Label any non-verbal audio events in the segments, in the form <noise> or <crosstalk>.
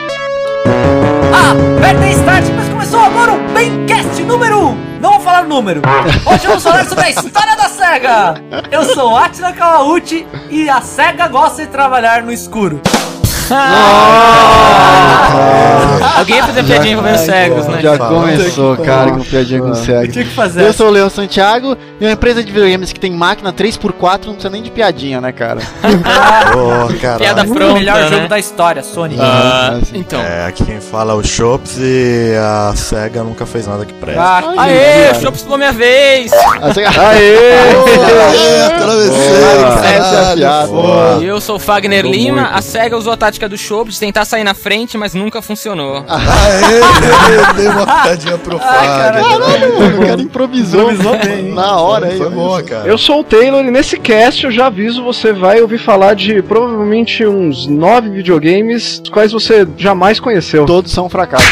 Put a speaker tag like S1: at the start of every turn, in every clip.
S1: um. número. Hoje vamos falar sobre a história da SEGA. Eu sou Atila Kawauchi e a SEGA gosta de trabalhar no escuro.
S2: Alguém ia fazer piadinha com meus cegos, né?
S3: Ah, Já começou, cara, com piadinha com
S1: Eu
S3: cego.
S1: tinha que fazer.
S3: Eu sou o Leon Santiago e uma empresa de videogames que tem máquina 3x4 não precisa nem de piadinha, né, cara?
S4: Ah, <laughs> Ô,
S2: Piada
S4: caralho.
S1: É O
S2: pronta,
S1: melhor
S2: né?
S1: jogo da história, Sony.
S2: Ah,
S3: Ah, sim.
S2: então.
S4: É, aqui quem fala é o Chops e a SEGA nunca fez nada que preste.
S1: Ah,
S2: Aê, o Chops pulou minha vez!
S3: Ah, você- <laughs> Aê! Boa, essa é a piada.
S4: Boa.
S2: E eu sou o Fagner
S3: Mudou
S2: Lima,
S3: muito.
S2: a SEGA usou a tática do Chops de tentar sair na frente, mas nunca funcionou.
S3: Ah,
S4: Aê, dei uma pitadinha pro Fábio.
S3: Caralho, o cara improvisou.
S1: Improvisou bem, hein?
S3: Na hora aí.
S4: Foi boa, cara.
S5: Eu sou o Taylor e nesse cast eu já aviso, você vai ouvir falar de provavelmente uns nove videogames, os quais você jamais conheceu.
S3: Todos são um fracassos.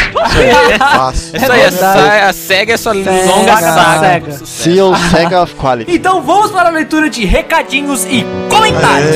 S4: faço.
S2: É isso aí, a,
S1: verdade.
S2: sa- a SEGA é sua longa
S1: Sega,
S2: saga.
S1: Sega.
S2: Sucesso.
S3: Seal Sega of Quality.
S1: Então vamos para a leitura de recadinhos e comentários.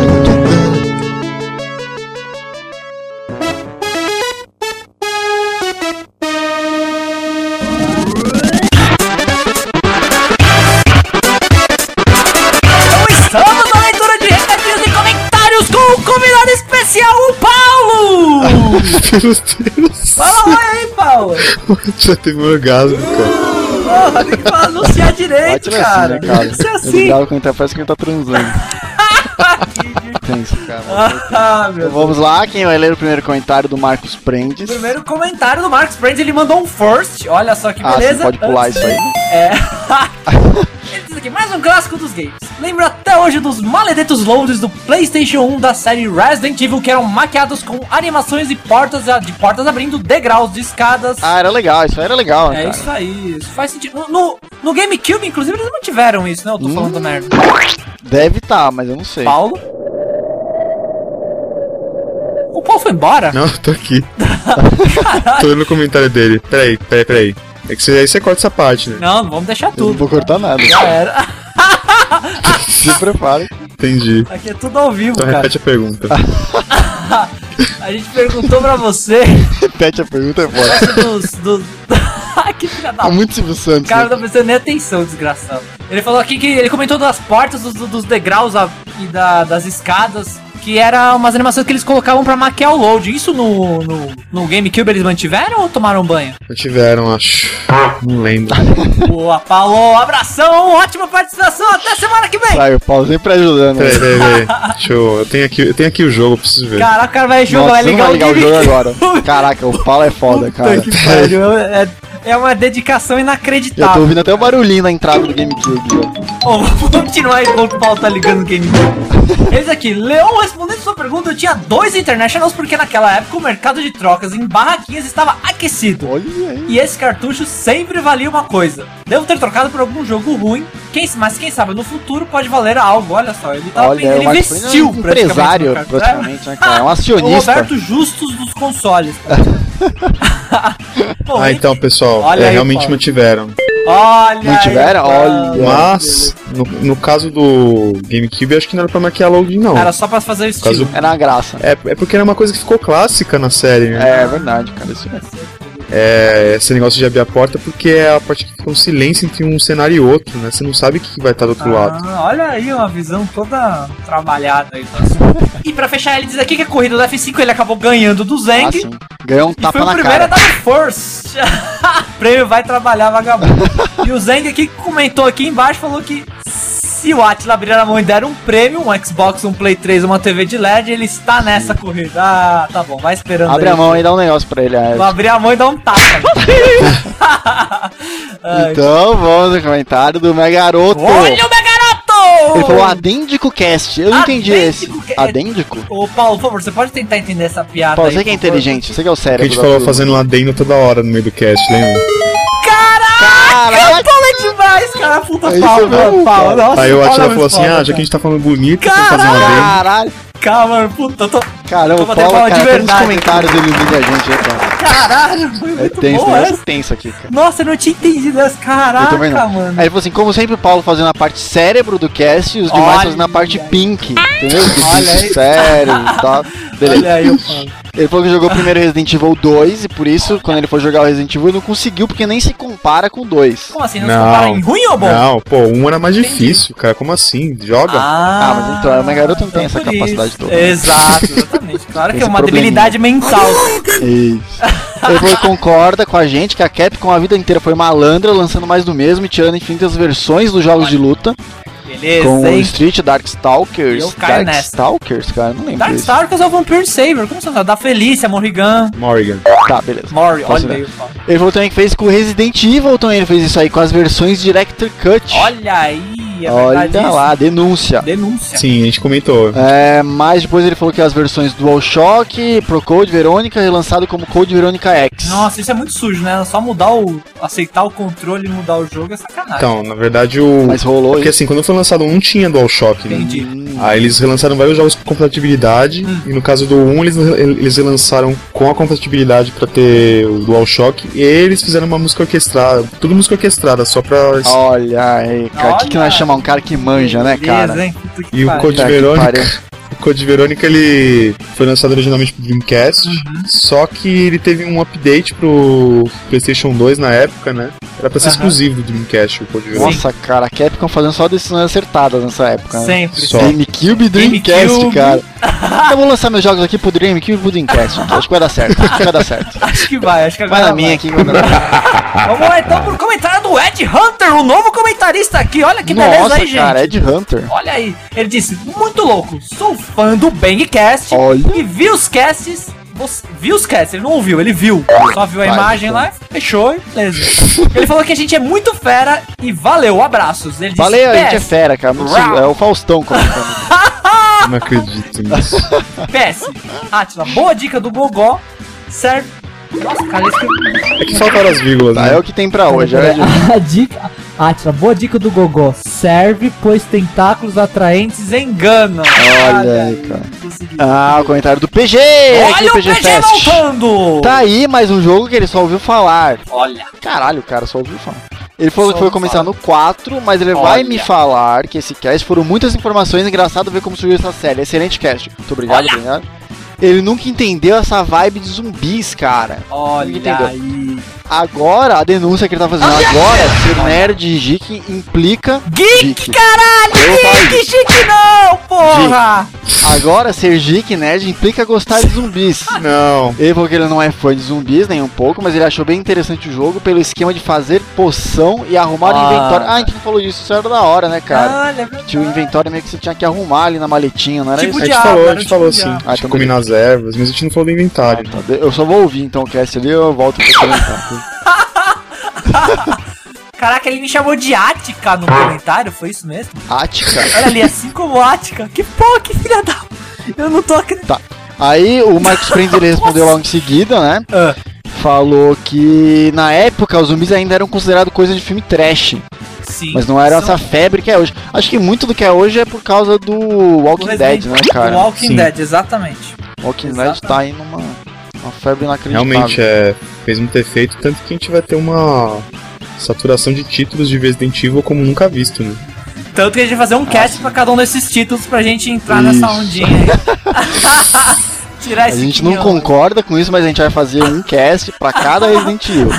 S1: Então estamos na leitura de recadinhos e comentários com o convidado especial, o Paulo. Fala oi aí, Paulo.
S4: Já teve um orgasmo, cara.
S1: Porra, tem que falar, anunciar direito,
S3: Ótimo assim,
S1: cara.
S3: né, cara?
S1: Isso é
S3: Eu
S1: assim.
S3: ligava quando tá, parece que ele tá transando. Tenso, cara.
S1: Ah, meu.
S3: Vamos lá, quem vai ler o primeiro comentário do Marcos Prendes?
S1: Primeiro comentário do Marcos Brands, ele mandou um first. Olha só que
S3: Ah,
S1: beleza.
S3: você pode pular isso aí.
S1: É. Ele diz aqui, mais um clássico dos games. Lembro até hoje dos maledetos loaders do PlayStation 1 da série Resident Evil que eram maquiados com animações e portas de portas abrindo, degraus de escadas.
S3: Ah, era legal, isso aí era legal, né,
S1: é
S3: cara?
S1: isso aí, isso faz sentido. No, no, no GameCube, inclusive, eles mantiveram isso, né? Eu tô
S3: Hum,
S1: falando merda.
S3: Deve estar, mas eu não sei.
S1: Paulo. O Paulo foi embora?
S6: Não, eu tô aqui. tô lendo o comentário dele. Peraí, peraí, peraí. É que você, aí você corta essa parte, né?
S1: Não, vamos deixar
S3: Eu não
S1: tudo.
S3: vou cortar nada.
S1: Já era.
S3: Se
S1: <laughs>
S3: prepare.
S6: Entendi.
S1: Aqui é tudo ao vivo,
S6: Então
S1: cara.
S6: repete a pergunta.
S1: A gente perguntou pra
S3: <laughs>
S1: você
S3: Repete a pergunta, é foda.
S1: dos. dos... <laughs> Ah, que filha da
S3: Tá muito Silvio
S1: O
S3: Santos.
S1: cara não
S3: né?
S1: tá prestando nem atenção, desgraçado. Ele falou aqui que ele comentou das portas, dos, dos degraus a- e da- das escadas, que era umas animações que eles colocavam pra maquiar o load. Isso no, no, no GameCube eles mantiveram ou tomaram banho?
S6: Tiveram, acho. Não lembro.
S1: Boa, Paulo, abração, ótima participação, até semana que vem!
S3: Sai, o Paulo sempre ajudando.
S6: Peraí, peraí, peraí. Deixa eu. Eu tenho aqui, eu tenho aqui o jogo, eu preciso ver.
S1: Caraca, o cara vai jogar,
S3: Nossa,
S1: vai
S3: você não
S1: ligar o
S3: vai ligar
S1: <laughs>
S3: o jogo
S1: GameCube.
S3: agora. Caraca, o Paulo é foda, cara.
S1: Que pariu, é, é uma dedicação
S3: Eu tô
S1: inacreditável.
S3: ouvindo até o barulhinho na entrada do GameCube.
S1: Ó, <laughs> vamos continuar enquanto o Paulo tá ligando o game. Eis aqui, Leon, respondendo sua pergunta, eu tinha dois internationals porque naquela época o mercado de trocas em barraquinhas estava
S3: ó.
S1: aquecido.
S3: Olha aí.
S1: E esse cartucho sempre valia uma coisa. Devo ter trocado por algum jogo ruim, quem, mas quem sabe no futuro pode valer algo. Olha só, ele tava
S3: Olha,
S1: Tá ele
S3: o Marcos Prendes é
S1: investiu
S3: um empresário,
S1: praticamente no cartucho.
S3: praticamente, né,
S1: <laughs>
S3: cara? É um
S1: É, o
S3: acionista.
S1: Roberto Justus dos
S3: <laughs>
S1: consoles. Bom,
S6: Ah, então, pessoal,
S1: Olha
S6: é,
S1: aí,
S6: realmente
S1: Paulo.
S6: mantiveram.
S1: Olha
S3: Mantiveram?
S1: aí, cara.
S3: Olha.
S6: Mas, no, no caso do GameCube, acho que não era pra maquiar loading, não.
S1: Era só pra fazer o estilo.
S6: Caso-
S3: Era uma graça.
S6: É, é porque era uma coisa que ficou clássica na série, né?
S3: É, é verdade, cara. Isso é.
S6: É, esse negócio de abrir a porta, porque é a parte que fica um silêncio entre um cenário e outro, né? Você não sabe o que vai estar do outro lado.
S1: Ah, olha aí uma visão toda trabalhada aí. tá? e pra fechar, ele diz aqui que a corrida do F5 ele acabou ganhando do Zeng.
S3: Assim, ganhou um
S1: E
S3: tapa
S1: foi o
S3: na
S1: primeiro a
S3: cara.
S1: dar o first. <laughs> Prêmio vai trabalhar, vagabundo. e o Zeng aqui comentou aqui embaixo, falou que se o Atila abrir a mão e der um prêmio, um Xbox, um Play 3, uma TV de LED, ele está nessa corrida. Ah, tá bom, vai esperando
S3: Abre
S1: aí.
S3: a mão e dá um negócio pra ele. é.
S1: Vou abrir a mão e dar um
S3: <laughs>
S1: tapa. <laughs> Ai,
S3: Então vamos no comentário do meu garoto.
S1: Olha o meu garoto!
S3: Ele falou "Ah, adêndico cast. Eu não entendi esse.
S1: Adêndico Tá ca-
S3: Adêndico?
S1: Ô, Paulo, por favor, você pode tentar entender essa piada
S3: Paulo,
S1: aí,
S3: você que é
S1: por favor?
S3: inteligente, você que é o
S6: Que a
S3: cérebro.
S6: gente
S3: da
S6: falou
S3: turma.
S6: fazendo adendo toda hora no meio do cast, lembra?
S3: Caraca!
S1: Paulo é demais, cara. Puta
S3: É isso
S1: Paulo,
S3: mesmo,
S1: Paulo.
S3: cara.
S1: Nossa,
S6: Aí o
S1: Paulo é
S6: Atila
S1: muito
S6: falou assim:
S1: foda,
S6: ah, já que a gente tá falando bonito, vamos fazer um adendo.
S3: Caralho!
S1: Calma, mano. Puta, eu tô.
S3: Cara, o
S1: Vou até
S3: Paulo,
S1: falar de
S3: cara, de todos os
S1: verdade,
S3: comentários ele humilha a gente, né, cara?
S1: Caralho, foi
S3: É
S1: muito
S3: tenso,
S1: bom
S3: né?
S1: essa.
S3: É tenso aqui, cara.
S1: Nossa, eu não tinha entendido essa.
S3: Eu
S1: Caraca,
S3: também não.
S1: mano.
S3: Aí ele falou assim, como sempre, o Paulo fazendo a parte cérebro do cast e os demais
S1: Olha
S3: fazendo a parte
S1: aí.
S3: pink, entendeu? Do
S1: Olha aí.
S3: bicho sério e tal. Beleza.
S1: Olha aí, eu falo.
S3: Ele falou que jogou primeiro Resident Evil 2 e por isso, quando ele foi jogar o Resident Evil, ele não conseguiu porque nem se compara com o 2.
S1: Como assim? Não,
S6: Não.
S1: se compara em ruim ou bom?
S6: Não, pô, um era mais difícil, cara. Como assim? Joga.
S1: Ah,
S3: Ah, mas então, a minha garota não tem
S1: então
S3: essa
S1: por
S3: capacidade
S1: isso.
S3: toda.
S1: Exato, exatamente. Claro
S3: Tem
S1: que é
S3: esse
S1: uma
S3: probleminha.
S1: debilidade mental.
S3: Isso. Ele falou que concorda com a gente que a Capcom a vida inteira foi malandra, lançando mais do mesmo e tirando infinitas versões dos jogos de luta,
S1: Beleza,
S3: com o
S1: hein?
S3: Street, Darkstalkers.
S1: Eu caio nessa.
S3: Darkstalkers, cara, não lembro
S1: Dark
S3: disso.
S1: Star que usou o Vampire Saber. Como você não sabe? Da Felícia, Morrigan,
S6: Morgan.
S3: Tá, beleza.
S1: Mori.
S3: Posso
S1: Olha
S3: ver?
S1: aí, eu falo.
S3: Ele falou também que fez com o Resident Evil, também ele fez isso aí com as versões Director Cut.
S1: Olha aí, é
S3: Olha
S1: verdade. isso.
S3: lá, denúncia.
S1: Denúncia.
S6: Sim, a gente comentou.
S3: É, mas depois ele falou que as versões DualShock, Pro Code Verônica, relançado como Code Verônica X.
S1: Nossa, isso é muito sujo, né? Só mudar o. aceitar o controle e mudar o jogo é sacanagem.
S6: Então, na verdade, o.
S3: Mas rolou
S6: Porque
S3: isso.
S6: assim, quando foi lançado um tinha DualShock, né?
S1: Entendi. Hum.
S6: Aí eles relançaram vários jogos com compatibilidade, e no caso do 1 eles, eles relançaram com a compatibilidade pra ter o DualShock, e eles fizeram uma música orquestrada, tudo música orquestrada, só
S1: Ah.
S6: pra...
S3: Olha aí, cara, o que, que
S1: Olha.
S3: nós chamamos um cara que manja, né, cara?
S1: Beleza, hein? Puta que
S6: E o
S1: pariu.
S6: Code
S3: Puta que
S6: Verônica,
S3: pariu.
S6: o Code Verônica ele foi lançado originalmente pro Dreamcast,
S1: Uhum.
S6: só que ele teve um update pro PlayStation 2 na época, né? Era pra ser
S1: Aham.
S6: exclusivo do Dreamcast o Code Verônica.
S3: Nossa, cara, a Capcom fazendo só decisões acertadas nessa época, né?
S1: Sempre.
S6: Só.
S3: GameCube e Dreamcast,
S1: GameCube. <laughs>
S3: cara. Eu vou lançar meus jogos aqui pro GameCube e pro Dreamcast. gente. Acho que vai dar certo. Acho que vai dar certo.
S1: Acho que vai, acho que agora
S3: Vai na minha aqui. vai na minha.
S1: Vamos lá então pro comentário do Ed Hunter, o novo comentarista aqui. Olha que beleza
S3: Nossa,
S1: aí, gente.
S3: cara, Ed Hunter.
S1: Olha aí, ele disse, muito louco, sou fã do Bangcast
S3: Olha.
S1: e vi os casts, você- viu os casts, ele não ouviu, ele viu, só viu a
S3: Vai,
S1: imagem
S3: então.
S1: lá, e fechou, e beleza. ele falou que a gente é muito fera e valeu, abraços. Ele disse,
S3: Valeu, a gente é
S1: "PS,
S3: fera, cara. Não precisa- é o Faustão comentando.
S6: Não acredito nisso.
S1: PS, Atila, Ah, boa dica do Gogó, certo? Nossa, cara, isso que...
S6: É que faltaram as vírgulas,
S3: Tá,
S6: né?
S3: é o que tem
S1: <laughs>
S3: pra hoje. é o Ed Hunter.
S1: A dica... Atila, boa dica do Gogó, serve, pois tentáculos atraentes enganam.
S3: Olha aí, cara.
S1: consegui.
S3: Ah, o comentário do PG! aqui
S1: Olha o PG
S3: Fest.
S1: voltando!
S3: Tá aí mais um jogo que ele só ouviu falar.
S1: Olha,
S3: Caralho, cara, só ouviu falar. Ele falou
S1: Só
S3: que foi
S1: ouviu
S3: começar
S1: falar.
S3: no 4, mas ele vai
S1: Olha.
S3: me falar que esse cast foram muitas informações, engraçado ver como surgiu essa série. Excelente cast. Muito obrigado,
S1: Olha.
S3: obrigado. Ele nunca entendeu essa vibe de zumbis, cara.
S1: olha
S3: Entendeu?
S1: aí.
S3: Agora, a denúncia que ele tá fazendo agora, ser nerd e geek implica...
S1: Geek,
S3: Geek.
S1: caralho!
S3: Eu falo
S1: Geek, chique não, porra! Ah,
S3: Agora, ser geek e nerd implica gostar de zumbis.
S6: Não.
S3: Ele falou que ele não é fã de zumbis nem um pouco, mas ele achou bem interessante o jogo pelo esquema de fazer poção e arrumar
S1: Ah.
S3: o inventório. Ah, a gente não falou disso, isso era da hora, né, cara?
S1: Olha, é
S3: Tinha o inventório meio que você tinha que arrumar ali na maletinha, não era
S1: Tipo
S6: A
S3: isso?
S6: gente
S1: Diabo,
S6: falou,
S1: era
S6: a
S1: o
S6: gente falou
S1: tipo
S6: sim.
S1: diabo.
S6: A gente Ah, combinar as ervas, mas a gente não falou do inventário.
S3: Ah, tá. Eu só vou ouvir então o cast ali eu volto pra um comentar.
S1: caraca, ele me chamou de Ática no comentário, foi isso mesmo?
S3: Ática.
S1: Olha ali, assim como Ática. Que porra, que filha da... Eu não tô acreditando.
S3: Aí o Marcos Prendes ele respondeu logo em seguida, né?
S1: Ah.
S3: Falou que na época os zumbis ainda eram considerados coisa de filme trash,
S1: Sim.
S3: mas não era
S1: são-
S3: essa febre que é hoje. Acho que muito do que é hoje é por causa do
S1: do
S3: Walking
S1: Resident-
S3: Dead, né, cara?
S1: do Walking
S6: Sim.
S1: Dead, exatamente.
S3: Walking Dead
S1: Exatamente.
S3: tá aí numa uma febre inacreditável.
S6: Realmente, é. Fez um ter feito, tanto que a gente vai ter uma saturação de títulos de Resident Evil como nunca visto, né?
S1: Tanto que a gente vai fazer um cast pra cada um desses títulos pra gente entrar nessa
S6: Isso.
S1: ondinha aí.
S3: <laughs>
S1: Tirar
S3: A
S1: esse
S3: gente não
S1: quinhão.
S3: concorda com isso, mas a gente vai fazer um cast pra cada Resident Evil.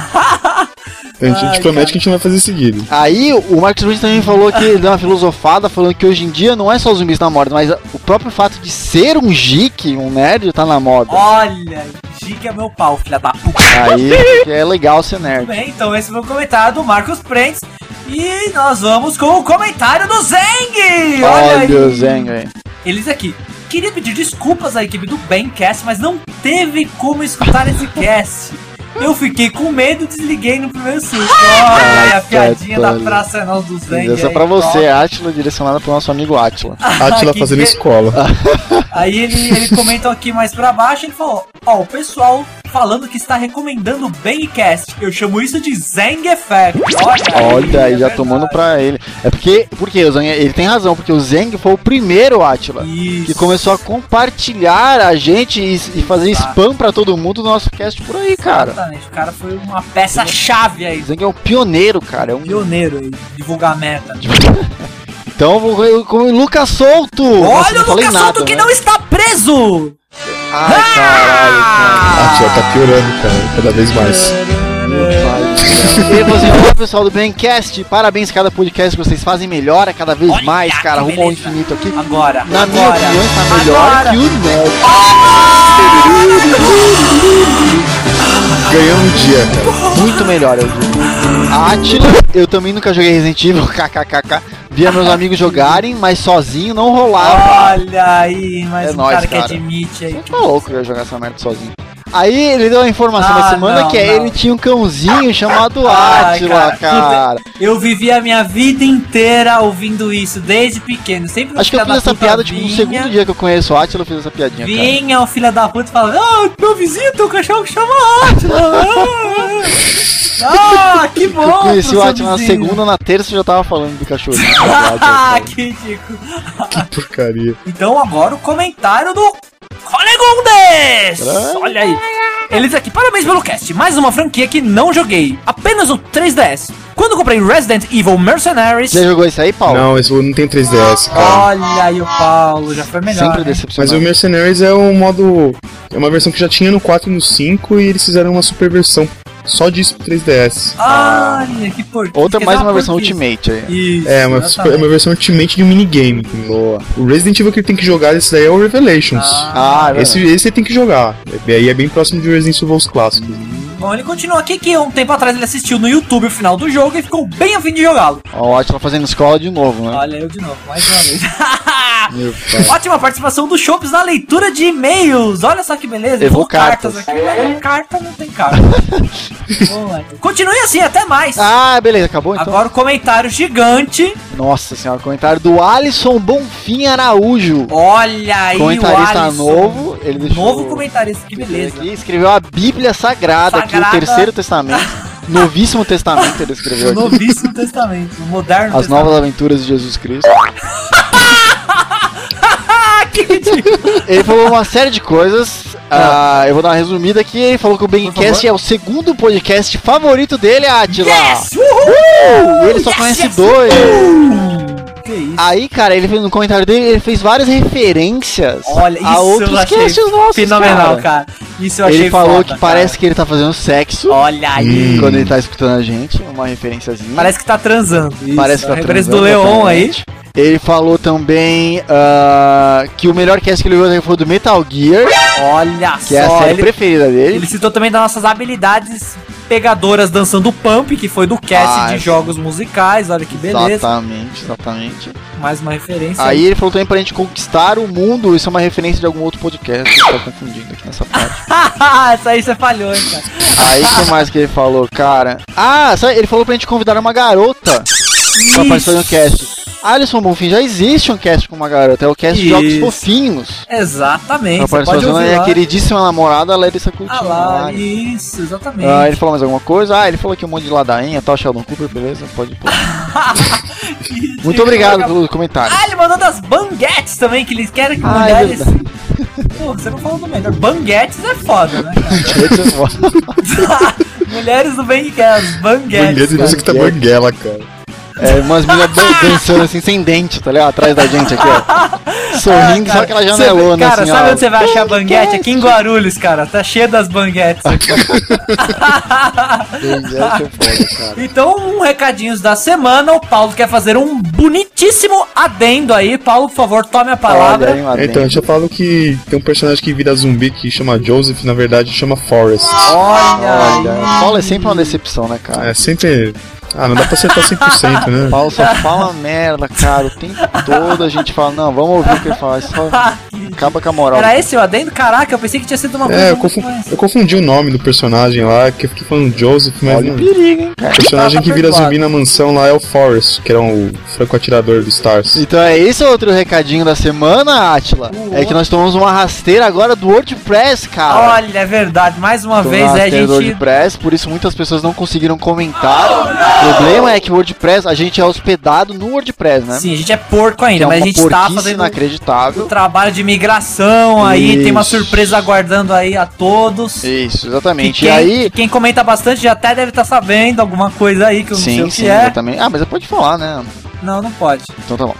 S6: Então, a gente, a
S1: Ai,
S6: gente promete que a gente não vai fazer seguido.
S3: Aí o Marcos Ruiz também falou que ele deu uma filosofada falando que hoje em dia não é só os zumbis na moda, mas o próprio fato de ser um geek, um nerd, tá na moda.
S1: Olha, Giga é meu pau, filha da puta.
S3: Aí que é legal ser
S1: Muito
S3: nerd.
S1: Bem, então esse foi o comentário do Marcos Prentes. E nós vamos com o comentário do Zeng! Olha aí!
S3: Olha o Zeng aí.
S1: Ele diz aqui: Queria pedir desculpas à equipe do Bencast, mas não teve como escutar esse cast. Eu fiquei com medo e desliguei no primeiro
S3: <laughs>
S1: susto. Olha aí a piadinha da
S3: Antônio.
S1: Praça é Nós do Zen.
S3: Essa é
S1: aí,
S3: pra
S1: ó.
S3: você, Atila, direcionada pro nosso amigo Atila.
S1: <laughs>
S6: Atila
S1: Que
S6: tá fazendo
S1: que-
S6: escola.
S1: Aí ele, ele comentou aqui mais pra baixo, ele falou, ó, o pessoal falando que está recomendando o Bangcast. Eu chamo isso de Zang Effect.
S3: Olha
S1: é
S3: aí, já
S1: verdade.
S3: tomando pra ele. É porque, porque o Zang, ele tem razão, porque o Zeng foi o primeiro Atila.
S1: Isso.
S3: Que começou a compartilhar a gente e, e fazer spam pra todo mundo do nosso cast por aí, cara.
S1: Exatamente, o cara foi uma peça-chave aí,
S3: O Zeng é um pioneiro, cara. É um...
S1: pioneiro aí, divulgar a meta.
S3: Então eu vou eu- com o Lucas Souto! Nossa,
S1: Olha
S3: não
S1: o
S3: falei
S1: Lucas
S3: nada,
S1: Souto que
S3: né?
S1: não está preso! Ah!
S3: Ai, caralho, cara.
S6: Atila tá piorando, cara, cada vez mais.
S3: Meu pai do céu. E você falou, pessoal do Bencast, parabéns cada podcast que vocês fazem melhora cada vez
S1: Olha,
S3: mais, cara,
S1: que
S3: rumo ao
S1: beleza.
S3: infinito aqui.
S1: Agora,
S3: Na minha
S1: agora,
S3: opinião, tá melhor
S1: agora.
S3: que o Nerd.
S6: Ganhou um dia, cara.
S3: Muito melhor, eu digo. A Atila, eu também nunca joguei Resident Evil, <laughs> kkkk. Via meus amigos jogarem, mas sozinho não rolava.
S1: Olha aí, mais
S3: É
S1: um
S3: nóis,
S1: cara que
S3: cara.
S1: admite aí.
S3: Gente, tá louco eu ia jogar essa merda sozinho. Aí ele deu uma informação
S1: Ah,
S3: na semana
S1: não,
S3: que é
S1: não.
S3: ele tinha um cãozinho chamado
S1: Ai, cara,
S3: Atila, cara.
S1: Eu vivi a minha vida inteira ouvindo isso, desde pequeno. Sempre
S3: Acho que eu
S1: filho
S3: fiz
S1: da
S3: essa
S1: puta
S3: piada, tipo, no
S1: vinha-
S3: segundo dia que eu conheço o Atila, eu fiz essa piadinha, cara.
S1: Vinha o filho da puta e falava, ah, meu vizinho tem um cachorro que chama
S3: <laughs>
S1: Atila. Ah, ah, que bom!
S3: Eu conheci
S1: pro
S3: o
S1: seu
S3: Atila na
S1: vizinho.
S3: segunda, ou na terça eu já tava falando
S1: <laughs>
S3: do cachorro. Tá
S1: Ah, <laughs> que ridículo.
S6: Porcaria.
S1: Então agora o comentário do Colegundes! Olha aí. Ele diz aqui, parabéns pelo cast, mais uma franquia que não joguei, apenas o 3DS. Quando comprei Resident Evil Mercenaries...
S3: Você jogou isso aí, Paulo?
S6: Não, isso não tem 3DS, cara.
S1: Olha aí o Paulo, já foi melhor.
S3: Sempre
S1: né?
S6: Mas
S3: decepcionado.
S6: o Mercenaries é um modo. É uma versão que já tinha no 4 e no 5 e eles fizeram uma super versão só disso pro 3DS.
S1: Olha, que porquê.
S3: Outra mais uma
S1: Porque
S3: versão
S1: tava porquê.
S3: Ultimate aí.
S1: Isso,
S6: É, uma, super- é uma versão ultimate de um minigame.
S3: Boa.
S6: O Resident Evil que tem que jogar esse daí é o Revelations.
S3: Ah, é
S6: esse,
S3: verdade.
S6: esse você tem que jogar. E aí é bem próximo de Resident Evil os clássicos.
S1: Bom, ele continua aqui que um tempo atrás ele assistiu no YouTube o final do jogo e ficou bem afim de jogá-lo.
S3: Ó, o Atila fazendo escola de novo, né?
S1: Olha, eu de novo, mais uma <laughs> vez.
S3: Meu pai.
S1: Ótima participação do Shops na leitura de e-mails. Olha só que beleza. Falou
S3: Levou
S1: cartas
S3: cartas.
S1: aqui. Mas Carta não tem
S3: <laughs>
S1: carta. Boa. Continue assim, até mais.
S3: Ah, beleza, acabou então?
S1: Agora o comentário gigante.
S3: Nossa senhora, comentário do Alisson Bonfim Araújo.
S1: Olha aí o
S3: comentarista
S1: Alisson.
S3: novo, ele deixou
S1: Novo comentarista, que beleza.
S3: Aqui, escreveu a Bíblia Sagrada, aqui, o
S1: Sagrada. <laughs>
S3: Terceiro Testamento. Novíssimo Testamento ele escreveu
S1: O
S3: aqui.
S1: Novíssimo Testamento, o Moderno
S3: As
S1: Testamento.
S3: novas aventuras de Jesus Cristo.
S1: Ah, que ridículo.
S3: Ele falou uma série de coisas. ah, eu vou dar uma resumida aqui. Ele falou que o Bencast é o segundo podcast favorito dele, Atila.
S1: yes! Uhul!
S3: E Uh, ele só
S1: Yes,
S3: conhece
S1: yes.
S3: dois.
S1: Que isso?
S3: Aí, cara, ele fez no comentário dele, ele fez várias referências
S1: Olha, isso
S3: a outros
S1: eu achei
S3: casts nossos.
S1: Fenomenal,
S3: cara.
S1: cara. Isso eu achei
S3: Ele falou
S1: foda,
S3: que
S1: cara.
S3: parece que ele tá fazendo sexo
S1: Olha aí.
S3: quando ele tá escutando a gente. Uma referenciazinha.
S1: Parece que tá transando. Isso,
S3: Parece que tá
S1: a referência
S3: transando,
S1: do Leon aí.
S3: exatamente. Ele falou também ah, que o melhor cast que ele viu foi do Metal Gear,
S1: Olha
S3: que é a
S1: só,
S3: série
S1: ele,
S3: preferida dele.
S1: ele citou também das nossas habilidades pegadoras dançando o Pump, que foi do cast
S3: Ah,
S1: de
S3: é.
S1: jogos musicais, olha que beleza.
S3: Exatamente, exatamente.
S1: Mais uma referência.
S3: Aí ele falou também pra gente conquistar o mundo. Isso é uma referência de algum outro podcast. Eu tô confundindo aqui nessa parte.
S1: <laughs> Essa aí você falhou, hein, cara.
S3: Aí o que mais que ele falou, cara? Ah, sabe, ele falou pra gente convidar uma garota pra participar de um cast. Alisson Bonfim, já existe um cast com uma garota. É o cast de jogos
S1: Isso.
S3: fofinhos.
S1: Exatamente,
S3: Pra
S1: você pode
S3: participação da
S1: ouvir
S3: minha
S1: lá.
S3: queridíssima namorada Larissa Coutinho.
S1: Ah lá,
S3: Lari.
S1: isso, exatamente.
S3: Ah, ele falou mais alguma coisa? Ah, ele falou aqui um monte de ladainha, tal, Sheldon Cooper, beleza? Pode pôr. Muito obrigado pelo comentário.
S1: Ah, Ah, ele mandou das banguetes também, que eles querem que
S3: Ah, é
S1: mulheres...
S3: verdade.
S1: Pô, você não falou do melhor. Banguetes é foda, né, <laughs> cara? <laughs> mulheres do bem que quer, as banguetes.
S6: Banguela, nossa, que tá banguela, cara.
S3: É, umas meninas ban- dançando assim, sem dente, tá ligado? Atrás da gente aqui,
S1: <laughs>
S3: ó. Sorrindo, só aquela
S1: Você-
S3: janelona,
S1: Ah, Cara,
S3: assim,
S1: sabe
S3: ó.
S1: onde você vai achar banguete?
S3: é
S1: Aqui em Guarulhos, cara. Tá cheio das banguetes aqui. <laughs>
S3: Banguete é foda, cara.
S1: Então, um recadinhos da semana. O Paulo quer fazer um bonitíssimo adendo aí. Paulo, por favor, tome a
S3: Olha
S1: palavra.
S3: aí, lá
S6: Então,
S3: dentro.
S6: eu tinha falado que tem um personagem que vira zumbi que chama Joseph, na verdade chama Forrest.
S3: Olha, Paulo é sempre uma decepção, né, cara?
S6: É sempre. Ah, não dá pra acertar 100%,
S3: <laughs>
S6: né?
S1: <laughs>
S3: Paulo só fala merda, cara. O tempo todo a gente fala, não, vamos ouvir o que ele fala. Só
S1: <laughs> Ah, que
S3: Acaba com a moral.
S1: Era esse o adendo? Caraca, eu pensei que tinha sido uma coisa
S6: É, eu,
S1: muito
S6: confu-
S1: mais.
S6: eu confundi o nome do personagem lá, que eu fiquei falando Joseph, mas
S3: Olha o
S6: não.
S3: perigo, hein,
S6: O
S3: cara.
S6: personagem
S3: Tá
S6: que vira
S3: perdoado.
S6: zumbi na mansão lá é o Forrest, que era um, o franco-atirador do Stars.
S3: Então é esse outro recadinho da semana, Atila. É que nós tomamos uma rasteira agora do WordPress, cara.
S1: Olha, é verdade. Mais uma
S3: Tomamos
S1: vez,
S3: uma
S1: é, a
S3: rasteira do
S1: gente.
S3: WordPress, por isso muitas pessoas não conseguiram comentar. o problema é que o WordPress, a gente é hospedado no WordPress, né?
S1: Sim, a gente é porco
S3: Que
S1: ainda,
S3: é uma
S1: mas a gente tá
S3: porquice
S1: fazendo um
S3: inacreditável.
S1: trabalho de migração aí. Tem uma
S3: Isso.
S1: surpresa aguardando aí a todos.
S3: Isso,
S1: Que
S3: exatamente.
S1: quem,
S3: e aí...
S1: quem comenta bastante já até deve estar sabendo alguma coisa aí que eu não sei o
S3: Sim,
S1: que
S3: sim,
S1: é.
S3: exatamente. Ah, mas pode falar, né?
S1: Não, não pode.
S3: Então tá bom.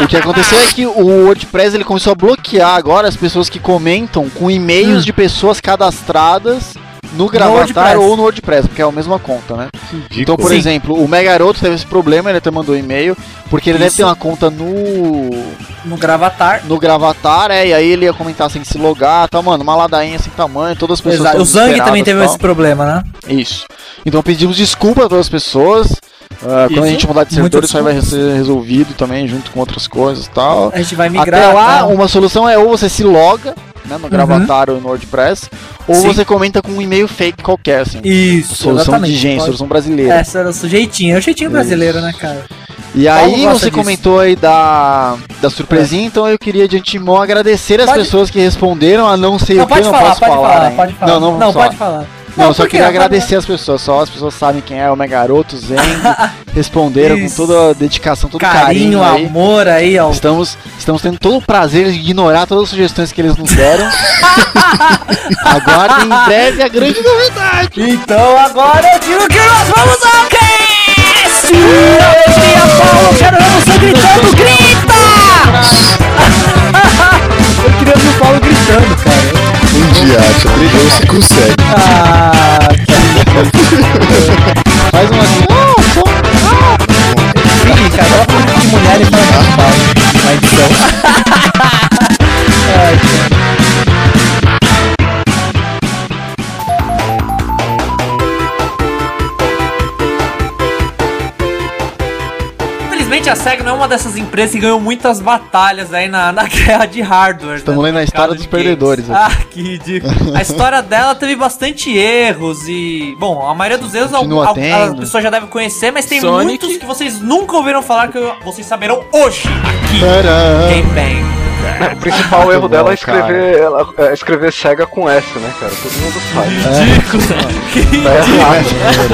S3: O, o que aconteceu é que o WordPress ele começou a bloquear agora as pessoas que comentam com e-mails de pessoas cadastradas no Gravatar
S1: WordPress.
S3: ou no WordPress, porque é a mesma conta, né? Então, por
S1: Sim.
S3: exemplo, o Megaroto teve esse problema, ele até mandou um e-mail, porque ele deve
S1: Isso.
S3: ter uma conta no
S1: No gravatar.
S3: no Gravatar, é, e aí ele ia comentar sem se logar, tá, mano, uma ladainha sem tamanho, todas as pessoas
S1: Exato. O
S3: tão
S1: Zang também
S3: desesperadas,
S1: teve
S3: tal.
S1: esse problema, né?
S3: Isso. Então pedimos desculpa a todas as pessoas. ah, quando
S1: Isso.
S3: a gente mudar de servidor,
S1: Muitas
S3: isso aí vai ser resolvido também, junto com outras coisas e tal.
S1: A gente vai migrar.
S3: Até lá,
S1: tá?
S3: uma solução é ou você se loga né, no Gravatar ou no WordPress, ou
S1: Uhum. Sim.
S3: você comenta com um e-mail fake qualquer, assim.
S1: Isso,
S3: Solução
S1: exatamente.
S3: de gente,
S1: Pode-
S3: solução brasileira.
S1: Essa era o sujeitinho. É o jeitinho brasileiro, né, cara?
S3: E aí
S1: Paulo gosta
S3: você
S1: disso. É.
S3: comentou aí da, da surpresinha, então eu queria de antemão agradecer as
S1: Pode-
S3: pessoas que responderam, a não sei
S1: Não,
S3: o que,
S1: pode
S3: não
S1: falar,
S3: posso
S1: pode
S3: falar.
S1: falar,
S3: hein?
S1: pode falar.
S3: Não, não, vamos falar.
S1: pode falar.
S3: Não,
S1: por
S3: só
S1: quê?
S3: queria agradecer as pessoas, só as pessoas sabem quem é o
S1: <laughs>
S3: Megaroto, Zen, responderam com
S1: Isso.
S3: toda a dedicação, todo carinho,
S1: Carinho,
S3: aí.
S1: amor aí, ó.
S3: Estamos, estamos tendo todo o prazer de ignorar todas as sugestões que eles nos
S1: <laughs>
S3: deram. Aguardem em breve a grande novidade.
S1: Então agora eu digo que nós vamos ao cast! Eu um deixei a Paulo, quero ver você gritando, grita! eu queria ver o Paulo gritando, cara.
S6: Um dia, acha, Deus você consegue.
S1: Ah,
S3: Faz uma assim. "Ah, pô,
S1: Ih, cara, ela falou de mulher e fala de pau. Mas então. Ai, cara. Infelizmente a SEGA não é uma dessas empresas que ganhou muitas batalhas aí na, na <laughs> guerra de hardware.
S3: Estamos
S1: né, no
S3: lendo a
S1: mercado
S3: história dos
S1: de games.
S3: perdedores
S1: <laughs>
S3: aqui.
S1: Ah, que ridículo. A história dela teve bastante erros e. Bom, a maioria dos erros
S3: Continua
S1: al-
S3: tendo.
S1: as pessoas já devem conhecer, mas tem
S2: Sonic.
S1: muitos que vocês nunca ouviram falar que eu- vocês saberão hoje aqui.
S3: tcharam."
S1: Game Bang.
S5: O principal erro
S3: bom,
S5: dela é
S3: cara.
S5: escrever, ela, é escrever SEGA com S, né, cara? Todo mundo
S3: Ah,
S5: sabe.
S3: é.
S1: <laughs> Ridículo.
S5: Tá errado.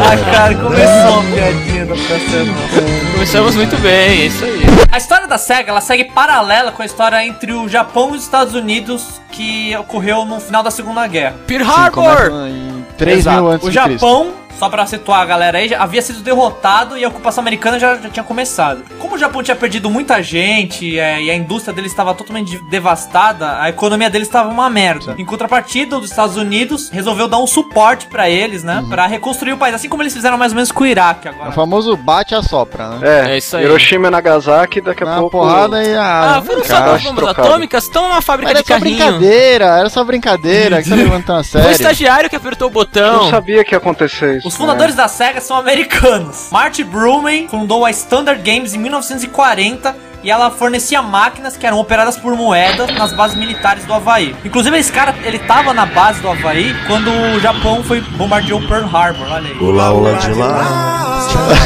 S1: ah, cara,
S3: né?
S1: começou a piadinha da próxima.
S2: Começamos muito bem, é isso aí.
S1: A história da SEGA, ela segue paralela com a história entre o Japão e os Estados Unidos que ocorreu no final da Segunda Guerra.
S2: Pearl
S3: Sim,
S2: Harbor!
S3: começa em 3
S1: Exato.
S3: mil antes
S1: O
S3: de Cristo.
S1: Japão, só pra situar a galera aí, já havia sido derrotado e a ocupação americana já, já tinha começado. Como o Japão tinha perdido muita gente é, e a indústria dele estava totalmente de- devastada, a economia dele estava uma merda. Em contrapartida, os Estados Unidos resolveu dar um suporte pra eles, né?
S3: Uhum.
S1: Pra reconstruir o país, assim como eles fizeram mais ou menos com o Iraque
S3: É o
S1: agora.
S3: famoso bate a sopra, né?
S5: É,
S2: É isso aí.
S5: Hiroshima e Nagasaki, daqui a
S3: Na
S5: pouco.
S3: porrada e a.
S2: Ah, foram
S5: cara,
S2: só
S5: acho
S2: bombas
S5: trocado.
S2: atômicas? Estão numa fábrica
S3: Era
S2: de
S3: é só
S2: carrinho.
S3: brincadeira, era só brincadeira, que você levantando a
S2: Foi o
S3: sério.
S2: estagiário que apertou o
S5: Eu
S2: botão.
S5: sabia que ia acontecer isso. né?
S1: Os fundadores da SEGA são americanos. Marty Bruman fundou a Standard Games em 1940 e ela fornecia máquinas que eram operadas por moeda nas bases militares do Havaí. Inclusive, esse cara, ele tava na base do Havaí quando o Japão foi bombardeou Pearl Harbor, olha aí.
S4: Olá, olá de lá.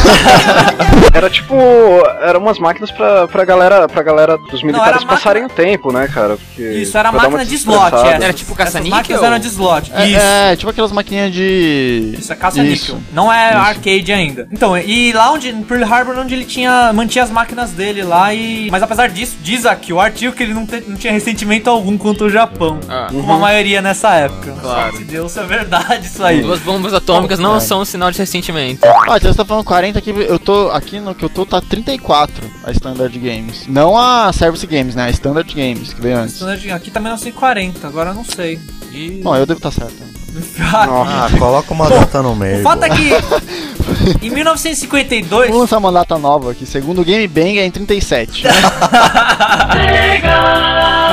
S5: né? Era tipo. Era umas máquinas pra, pra galera. pra galera dos militares
S1: era
S5: passarem o tempo, né, cara? Porque
S1: Isso, era
S5: pra dar uma
S1: máquina de slot,
S5: desestressada.
S1: essas-
S2: Era tipo
S1: essas
S2: caça-níquel?
S1: máquinas eram de slot,
S3: É,
S1: isso.
S3: é, tipo aquelas maquininhas de.
S1: Isso é caça-níquel.
S3: Isso.
S1: Não é arcade ainda. Então, e lá onde em Pearl Harbor onde ele tinha mantinha as máquinas dele lá e mas apesar disso, diz aqui o artigo que ele não, te- não tinha ressentimento algum contra o Japão,
S2: Ah.
S3: uhum.
S1: como a maioria nessa época.
S2: Claro.
S1: Se Deus é verdade isso aí.
S3: Uhum.
S2: Duas bombas atômicas não são um sinal de ressentimento.
S3: Ah, você tá falando 40 aqui, eu tô. Aqui no que eu tô tá 34 a Standard Games. Não a Service Games, né? A Standard Games, que veio antes.
S1: Aqui tá 1940, agora eu não sei. <laughs>
S2: Ih,
S3: Bom, eu devo estar certo.
S4: Ah, coloca uma data no meio.
S1: o fato é que em 1952
S3: Vamos lançar uma data nova aqui. Segundo o Game Bang é em 37.
S1: Em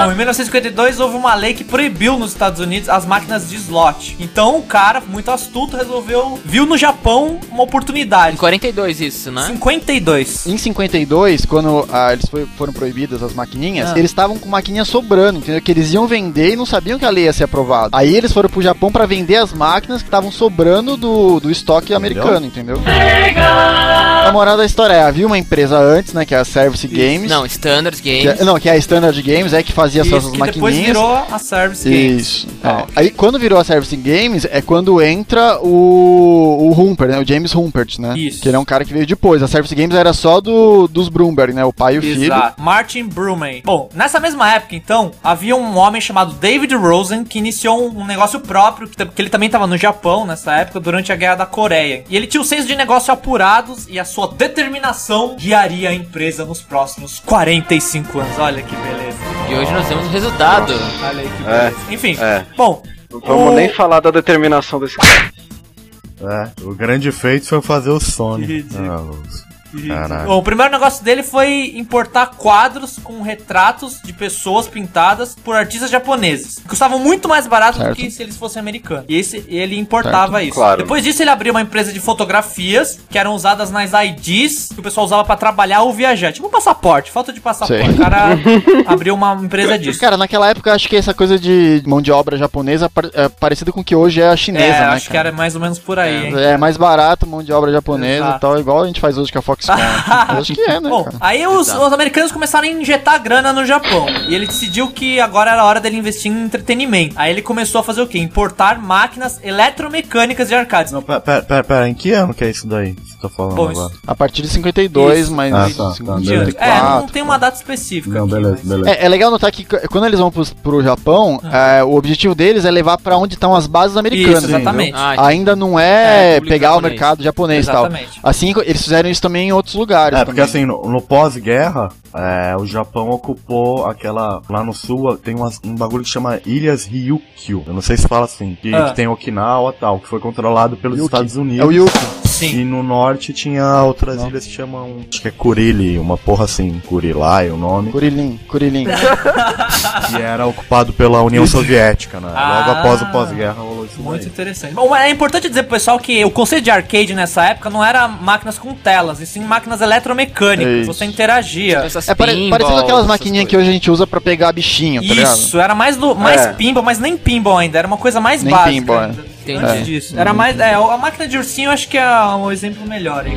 S1: Bom, em 1952 houve uma lei que proibiu nos Estados Unidos as máquinas de slot. Então o cara, muito astuto, resolveu. Viu no Japão uma
S2: Em um
S1: oportunidade.
S2: 42 isso, né?
S1: 52.
S3: Em 52, quando ah, eles foi- foram proibidas as maquininhas,
S1: Ah.
S3: eles estavam com maquininha sobrando, entendeu? Que eles iam vender e não sabiam que a lei ia ser aprovada. Aí eles foram pro Japão pra vender as máquinas que estavam sobrando do, do estoque americano, entendeu? A moral da história é, havia uma empresa antes, né, que é a Service Games.
S2: Não, Standards
S3: que é-
S2: Games.
S3: não, que é a Standard Games, é que fazia essas
S1: Isso, que depois
S3: maquininhas.
S1: virou a Service Games.
S3: Isso.
S1: Ah.
S3: É. Aí quando virou a Service Games é quando entra o, o Humpert, né? O James Humpert, né?
S1: Isso.
S3: Que ele é um cara que veio depois. A Service Games era só do, dos Bloomberg, né? O pai e o filho.
S1: Exato. Martin Bruman. Bom, nessa mesma época, então, havia um homem chamado David Rosen que iniciou um um negócio próprio, que, t- que ele também estava no Japão nessa época, durante a Guerra da Coreia. E ele tinha o senso de negócio apurados e a sua determinação guiaria a empresa nos próximos 45 anos. Olha que beleza.
S2: E hoje nós temos o resultado.
S1: Olha aí que
S5: É,
S1: beleza. Enfim,
S5: é.
S1: bom.
S5: Não vamos
S1: o-
S5: nem falar da determinação desse cara.
S4: É, o grande feito foi fazer o
S1: Que
S4: Sony.
S1: ridículo.
S4: Ah, os- Caralho.
S3: Ah.
S1: Bom, o primeiro negócio dele foi importar quadros com retratos de pessoas pintadas por artistas japoneses. que Custavam muito mais barato do
S3: Certo.
S1: que se eles fossem americanos. E esse, ele importava isso.
S5: claro.
S1: Depois disso, ele abriu uma empresa de fotografias que eram usadas nas IDs que o pessoal usava pra trabalhar ou viajar. Tipo um passaporte, falta de passaporte.
S3: Sei.
S1: O
S3: <laughs>
S1: cara abriu uma empresa disso.
S3: Cara, naquela época eu acho que essa coisa de mão de obra japonesa par- é parecida com o que hoje é a chinesa,
S1: é,
S3: né?
S1: acho que
S3: cara?
S1: era mais ou menos por aí, hein?
S3: É mais barato mão de obra japonesa
S1: Exato.
S3: e tal, igual a gente faz hoje com a
S1: <laughs>
S3: Foxconn. Eu acho que é, né?
S1: Bom,
S3: cara?
S1: aí os, os americanos começaram a injetar grana no Japão. E ele decidiu que agora era hora dele investir em entretenimento. Aí ele começou a fazer o quê? Importar máquinas eletromecânicas de arcades.
S4: Não, pera, pera, pera, pera, em que ano que é isso daí que você tá falando
S1: Bom,
S4: agora?
S3: A partir de 52,
S1: Isso.
S3: mas.
S6: Ah, tá, tá,
S3: 54.
S1: É, não tem uma data específica.
S6: Não,
S1: aqui,
S6: beleza,
S1: mas-
S6: beleza.
S3: É, é legal notar que c- quando eles vão pros, pro Japão, é, o objetivo deles é levar pra onde estão as bases americanas.
S1: Isso, exatamente.
S2: Ah,
S3: entendeu? Ainda não
S2: É,
S3: é,
S2: público
S3: pegar o
S2: japonês.
S3: mercado japonês e tal.
S1: Exatamente.
S3: Assim, co- eles fizeram isso também em outros lugares.
S4: É, porque
S3: também.
S4: assim, no, no pós-guerra, é, o Japão ocupou aquela. Lá no sul tem umas- um bagulho que chama Ilhas Ryukyu. Eu não sei se fala assim. Que,
S1: Ah.
S4: que tem Okinawa e tal, que foi controlado pelos
S3: Ryuki.
S4: Estados
S3: É o
S4: Unidos.
S3: Yuki.
S1: Sim.
S4: E no norte tinha outras ilhas que chamam. Acho que é Kurili, uma porra assim. Kurilai é
S1: <laughs>
S4: o nome.
S3: Kurilin, Kurilin.
S4: que era ocupado pela União Soviética, né? Logo
S1: Ah.
S4: após o pós-guerra rolou isso.
S1: Muito
S4: daí.
S1: interessante. Bom, é importante dizer pro pessoal que o conceito de arcade nessa época não era máquinas com telas, e sim máquinas eletromecânicas.
S3: É Isso.
S1: Você interagia.
S2: Essas
S3: É pare-
S2: pinballs,
S3: parecendo aquelas
S2: assim, essas
S3: maquininhas que
S2: coisas.
S3: hoje a gente usa pra pegar bichinho, tá ligado?
S1: Isso, era mais, do, mais pinball, mas nem pinball ainda, era uma coisa mais
S3: Nem
S1: básica.
S3: pinball,
S1: ainda.
S2: é.
S1: Antes
S2: Entendi.
S1: disso. Era mais. É, a máquina de ursinho eu acho que é um exemplo melhor. Hein?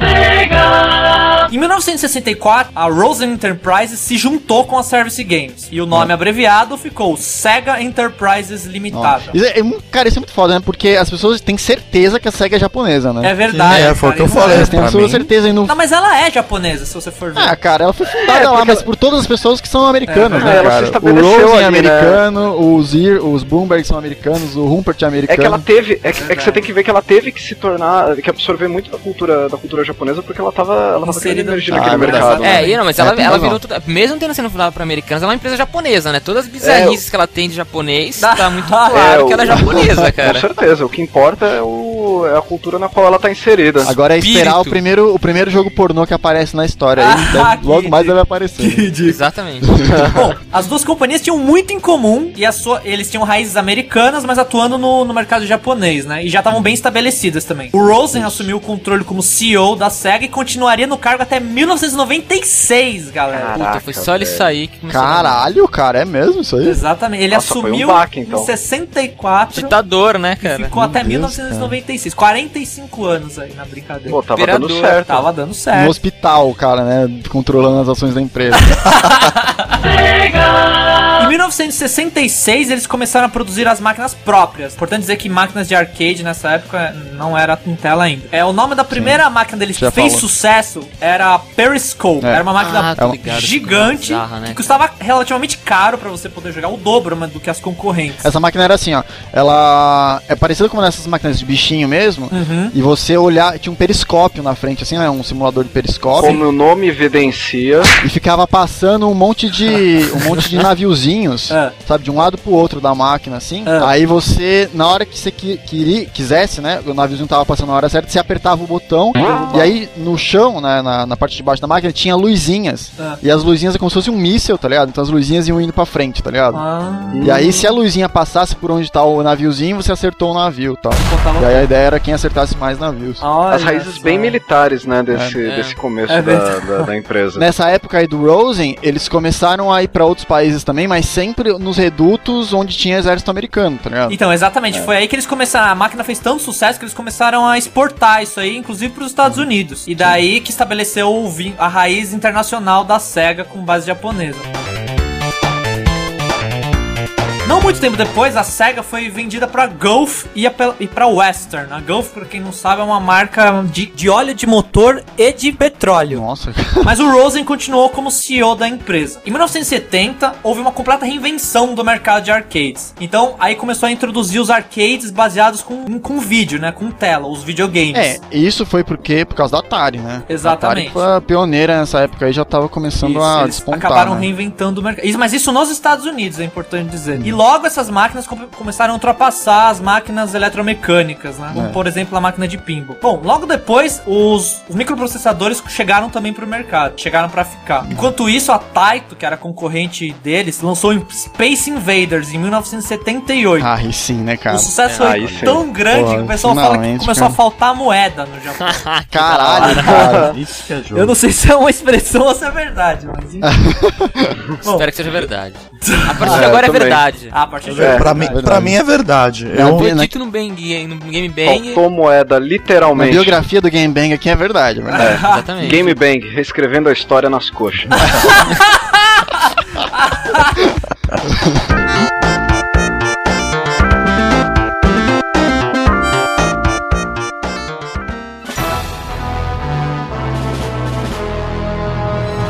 S1: Em 1964, a Rosen Enterprises se juntou com a Service Games. E o nome abreviado ficou Sega Enterprises Limitada.
S3: Isso é, é um- cara, isso é muito foda, né? Porque as pessoas têm certeza que a SEGA é japonesa, né?
S1: É verdade.
S4: É, foi o
S1: cara,
S4: que eu
S1: isso
S4: falei.
S3: Eles têm
S4: pra
S3: absoluta
S4: mim-
S3: certeza e não.
S1: Não, mas ela é japonesa, se você for ver. <laughs>
S3: Ah, cara, ela foi fundada lá, mas por todas as pessoas que são americanas,
S5: É,
S3: né,
S5: ela se
S3: cara? O
S5: estabeleceu
S3: Rosen é
S5: ali, né?
S3: americano, os, Ir, os Bloomberg são americanos, o Rumpert é americano.
S5: É que ela teve, é que, é que você tem que ver que ela teve que se tornar, que absorver muito da cultura, da cultura japonesa, porque ela tava, ela tava querendo
S1: Inserida.
S5: emergir
S3: Ah,
S5: naquele
S3: é verdade.
S5: mercado. né?
S2: É, e não, mas
S3: É,
S2: ela,
S3: tem
S2: ela
S3: razão.
S2: virou toda. Mesmo tendo sendo fundada por americanos, ela é uma empresa japonesa, né? Todas as
S3: É,
S2: bizarrices que ela tem de japonês, tá
S1: <laughs>
S2: muito claro
S5: É,
S2: que ela é
S5: o-
S3: <laughs>
S2: japonesa,
S5: Com
S2: cara.
S5: certeza, o que importa é, o, é a cultura na qual ela tá inserida.
S3: Agora é esperar o
S2: espírito.
S3: primeiro, o primeiro jogo pornô que aparece na história. aí,
S1: Ah,
S3: deve- logo
S1: que
S3: mais deve aparecer.
S2: Exatamente.
S1: Bom, as duas companhias tinham muito em comum e a sua- eles tinham raízes americanas, mas atuando no, no mercado japonês, né? E já estavam bem estabelecidas também. O Rosen assumiu o controle como CEO da SEGA e continuaria no cargo até 1996, galera.
S2: Puta, foi só ele sair que começou. a-
S3: Caralho, cara, é mesmo isso aí?
S1: Exatamente. Ele
S5: Nossa, foi um
S1: assumiu
S5: baque, então.
S1: em 64
S2: Ditador, né, cara?
S1: ficou até
S3: Deus,
S1: 1996. 45 anos aí na brincadeira.
S5: Pô, tava
S2: Imperador,
S5: dando certo.
S1: Tava dando
S3: No
S5: É.
S1: certo.
S3: hospital, cara, né? Controlando as ações da
S5: <laughs>
S3: empresa.
S1: Em 1966, eles começaram a produzir as máquinas próprias. Importante dizer que máquinas de arcade nessa época não era com tela ainda. É, o nome da primeira máquina deles que
S3: já
S1: fez
S3: falou.
S1: sucesso era a Periscope.
S3: É.
S1: Era uma máquina
S2: Ah, tô ligado,
S1: gigante
S2: essa coisa bizarra, né,
S1: que custava relativamente caro pra você poder jogar, o dobro mas, do que as concorrentes.
S3: Essa máquina era assim, ó. Ela é parecida com essas máquinas de bichinho mesmo.
S1: Uhum.
S3: E você olhar, tinha um periscópio na frente, assim, né? Um simulador de periscópio.
S5: Como o nome evidencia,
S3: E ficava passando um monte de. um monte
S1: <laughs>
S3: de cabinhos,
S1: Ah.
S3: sabe, de um lado pro outro da máquina, assim.
S1: Ah.
S3: Aí você, na hora que você qui- quiri- quisesse, né, o naviozinho tava passando na hora certa, você apertava o botão, e aí no chão, né, na, na parte de baixo da máquina, tinha luzinhas.
S1: Ah.
S3: E as luzinhas é como se fosse um míssel, tá ligado? Então as luzinhas iam indo pra frente, tá ligado?
S1: Ah,
S3: E aí, se a luzinha passasse por onde tá o naviozinho, você acertou o navio e tal.
S1: botava-
S3: E aí a ideia era quem acertasse mais navios.
S1: Olha
S5: As raízes
S1: só.
S5: bem militares, né, desse,
S2: É.
S5: desse começo
S1: É
S5: da,
S1: verdade.
S5: da, da empresa.
S3: Nessa época aí do Rosen, eles começaram a ir pra outros países também, mas sempre nos redutos onde tinha exército americano, tá ligado?
S1: Então, exatamente, foi aí que eles começaram. A máquina fez tanto sucesso que eles começaram a exportar isso aí, inclusive para os Estados Unidos. E daí que estabeleceu o vin- a raiz internacional da SEGA com base japonesa. Não muito tempo depois, a SEGA foi vendida pra Gulf e, a pel- e pra Western. A Gulf, pra quem não sabe, é uma marca de, de óleo de motor e de petróleo.
S3: Nossa,
S1: Mas o Rosen continuou como CEO da empresa. Em 1970, houve uma completa reinvenção do mercado de arcades. Então, aí começou a introduzir os arcades baseados com, com vídeo, né? Com tela, os videogames.
S3: é, e isso foi porque por causa da Atari, né?
S1: Exatamente.
S3: A Atari foi a pioneira nessa época aí, já tava começando
S1: Isso,
S3: a
S1: eles
S3: despontar.
S1: acabaram
S3: né?
S1: reinventando o mercado. Isso, Mas isso nos Estados Unidos, é importante dizer. E
S3: Hum.
S1: logo essas máquinas come- começaram a ultrapassar as máquinas eletromecânicas, né? Como,
S3: É.
S1: por exemplo, a máquina de pinball. Bom, logo depois, os, os microprocessadores chegaram também pro mercado. Chegaram pra
S3: Hum.
S1: ficar. Enquanto isso, a Taito, que era concorrente deles, lançou o Space Invaders em 1978.
S3: Ah, e sim, né, cara?
S1: O sucesso
S5: É,
S1: foi
S5: aí sim.
S1: tão grande que
S3: Pô,
S1: o pessoal fala que
S3: finalmente, né?
S1: começou a
S3: cara.
S1: faltar moeda no
S3: <laughs>
S1: Japão.
S3: Caralho, cara.
S4: Isso que é jogo.
S1: Eu não sei se é uma expressão ou se é verdade, mas
S3: <laughs>
S1: enfim. Bom,
S2: Espero que seja verdade. A partir
S5: É,
S2: de agora é
S5: também.
S2: verdade.
S1: Ah, a partir de
S5: É,
S1: agora.
S4: pra, mim, pra mim é verdade. Eu,
S3: Não,
S2: Foi
S3: na-
S2: dito no Bang, no Game Bang.
S5: Faltou moeda,
S3: Na
S5: literalmente.
S3: biografia do Game Bang aqui é verdade, é
S1: <laughs>
S3: verdade.
S2: Exatamente.
S5: Game Bang, reescrevendo a história nas coxas.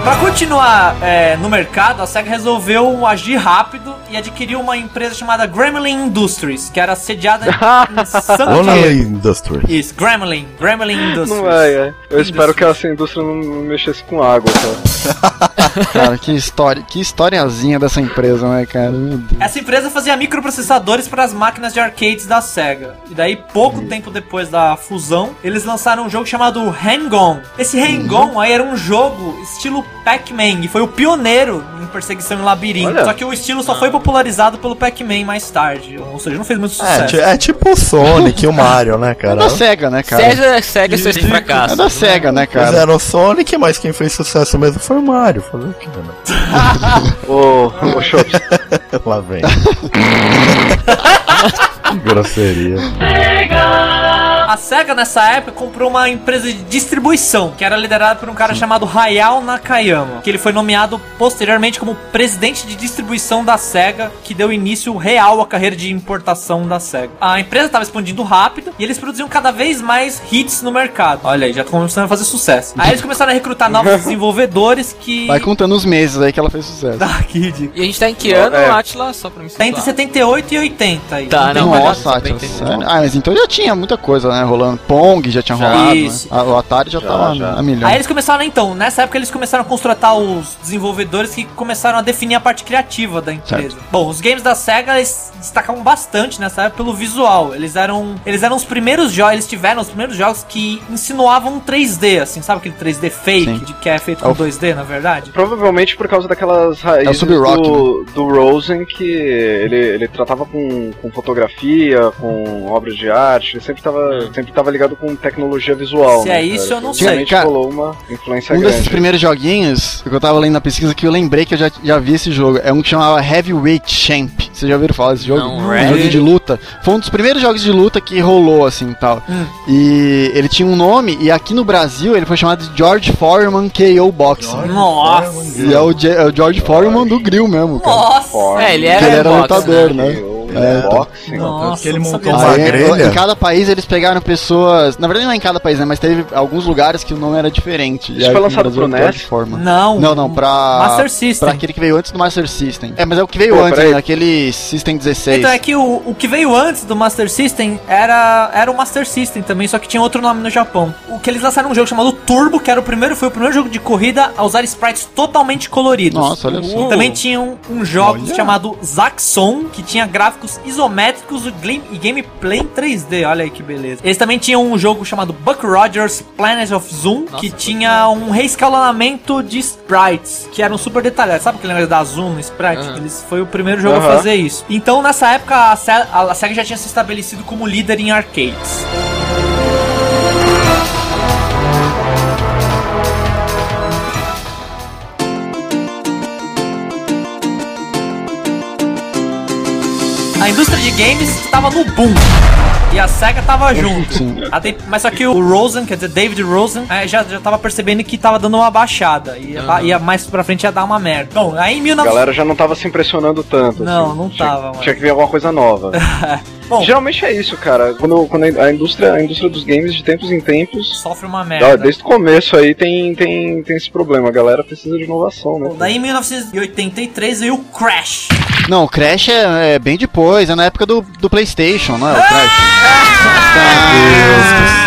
S1: Pra continuar é, no mercado, a SEGA resolveu agir rápido e adquiriu uma empresa chamada Gremlin Industries, que era sediada
S5: <laughs>
S1: em San
S4: Lonely
S1: Diego.
S4: Industry.
S1: Isso, Gremlin, Gremlin Industries.
S5: Não é, é. Eu espero que essa indústria não não mexesse com água, tá? cara.
S3: Cara, que história, que historiazinha dessa empresa, né, cara? Meu Deus.
S1: Essa empresa fazia microprocessadores para as máquinas de arcades da SEGA. E daí, pouco
S5: Hum.
S1: tempo depois da fusão, eles lançaram um jogo chamado Hang-On. Esse
S5: Uhum.
S1: Hang-On aí era um jogo estilo Pac-Man, e foi o pioneiro em perseguição em labirinto.
S5: Olha.
S1: Só que o estilo só foi popularizado pelo Pac-Man mais tarde, ou seja, não fez muito
S4: É,
S1: sucesso.
S4: ti- é tipo o Sonic e o Mario, né,
S3: É
S4: cara?
S3: da SEGA, né, cara?
S2: Seja, segue seus
S3: É
S2: fracassos.
S3: <laughs> da SEGA, né,
S4: Eles
S3: cara?
S4: eram o Sonic, mas quem fez sucesso mesmo foi o Mario. Fazer o quê, né?
S5: Ô, ô, Chops,
S4: Lá vem. <laughs> Que grosseria.
S1: A SEGA nessa época comprou uma empresa de distribuição, que era liderada por um cara chamado Hayao Nakayama, que ele foi nomeado posteriormente como presidente de distribuição da SEGA, que deu início real à carreira de importação da SEGA. A empresa estava expandindo rápido e eles produziam cada vez mais hits no mercado. Olha aí, já tá começando a fazer sucesso. Aí eles começaram a
S2: <laughs>
S1: recrutar novos desenvolvedores que.
S3: Vai contando os meses aí que ela fez sucesso.
S1: Ah, que ridículo.
S2: E a gente tá em que ano,
S5: É.
S2: Atila? Só pra me situar.
S1: Entre 78 e 80 aí. Então,
S2: Tá, Ah, não, mas
S3: Nossa,
S2: dá pra
S3: Atila,
S2: entender.
S3: sério? Ah, mas então já tinha muita coisa, né? Rolando. Pong já tinha
S1: Já.
S3: rolado. né?
S1: Isso.
S3: A- O Atari já,
S5: Já,
S3: tava
S5: já.
S3: a milhão.
S1: Aí eles começaram, então, nessa época eles começaram a contratar os desenvolvedores que começaram a definir a parte criativa da empresa. Bom, os games da SEGA eles destacavam bastante nessa época pelo visual. Eles eram, eles eram os primeiros jogos, eles tiveram os primeiros jogos que insinuavam um 3D, assim, sabe aquele 3D fake
S3: Sim.
S1: de que é feito
S3: É
S1: com
S3: o-
S1: 2D, na verdade?
S5: provavelmente por causa daquelas
S3: É o
S5: raízes
S3: sub-rock,
S5: do, do Rosen, que ele, ele tratava com, com fotografia, com obras de arte, ele sempre tava, sempre tava ligado com tecnologia visual.
S1: É. Se
S5: né,
S1: é isso,
S5: cara?
S1: eu não
S5: Então, realmente
S3: sei, cara.
S5: rolou uma influência
S3: Um desses
S5: grande.
S3: primeiros joguinhos que eu tava lendo na pesquisa que eu lembrei que eu já, já vi esse jogo. É um que chamava Heavyweight Champ. Vocês já ouviram falar desse jogo?
S2: Não,
S3: um jogo de luta. Foi um dos primeiros jogos de luta que rolou, assim e tal.
S1: Hum.
S3: E ele tinha um nome, e aqui no Brasil ele foi chamado de George Foreman KO Boxing.
S1: Nossa.
S3: E é o, Je- é o George Foreman do grill mesmo, cara.
S1: Nossa!
S2: É, ele
S3: Porque
S2: era,
S3: ele era
S2: boxe,
S3: lutador,
S2: né?
S3: né?
S5: É,
S3: É, então.
S5: boxing.
S1: Nossa,
S4: que ele
S1: não
S4: montou
S1: sabia.
S4: uma
S3: Aí,
S4: grelha.
S3: Ah, é? em cada país eles pegaram pessoas. Na verdade, não é em cada país, né? Mas teve alguns lugares que o nome era diferente. E
S5: Isso
S3: aí,
S5: foi
S3: no
S5: lançado
S3: Brasil,
S5: pro
S3: George
S5: NES?
S3: Foreman.
S1: Não,
S3: Não, não, pra.
S1: Master System.
S3: Pra aquele que veio antes do Master System. É, mas é o que veio
S5: Pô,
S3: antes,
S5: peraí.
S3: né? Aquele System 16.
S1: Então é que o, o que veio antes do Master System era, era o Master System também, só que tinha outro nome no Japão. O que eles lançaram um jogo chamado Turbo, que era o primeiro, foi o primeiro jogo de corrida a usar sprites totalmente coloridos.
S3: Nossa, olha só.
S2: Uou.
S1: Também tinha um, um jogo
S4: Olha.
S1: chamado Zaxxon, que tinha gráficos isométricos e glim- e gameplay em 3D. Olha aí que beleza. Eles também tinham um jogo chamado Buck Rogers Planet of Zoom,
S2: Nossa,
S1: que
S2: Buck
S1: tinha um reescalonamento de sprites, que eram super detalhados. Sabe aquele negócio da Zoom no sprite?
S2: Aham.
S1: Eles, foi o primeiro jogo a
S5: Aham.
S1: fazer isso. Então, nessa época, a Se- a a SEGA já tinha se estabelecido como líder em arcades. A indústria de games estava no boom. E a SEGA tava junto. Até- mas só que o Rosen, quer dizer, David Rosen, eh, já, já tava percebendo que tava dando uma baixada. E ia, ia mais pra frente ia dar uma merda. Bom, aí em
S5: A
S1: 19...
S5: galera já não tava se impressionando tanto.
S1: Não,
S5: assim.
S1: não
S5: Tinha-
S1: tava, mano.
S5: Tinha que vir alguma coisa nova.
S1: <laughs> Bom,
S5: Geralmente é isso, cara. Quando, quando a indústria, a indústria dos games, de tempos em tempos,
S1: sofre uma
S5: ah,
S1: merda.
S5: desde o começo aí tem, tem, tem esse problema. A galera precisa de inovação, né?
S1: Bom, daí em 1983 veio o Crash.
S3: Não, o Crash é, é bem depois, é na época do, do PlayStation, não é? O Crash. Ah,
S1: Ah,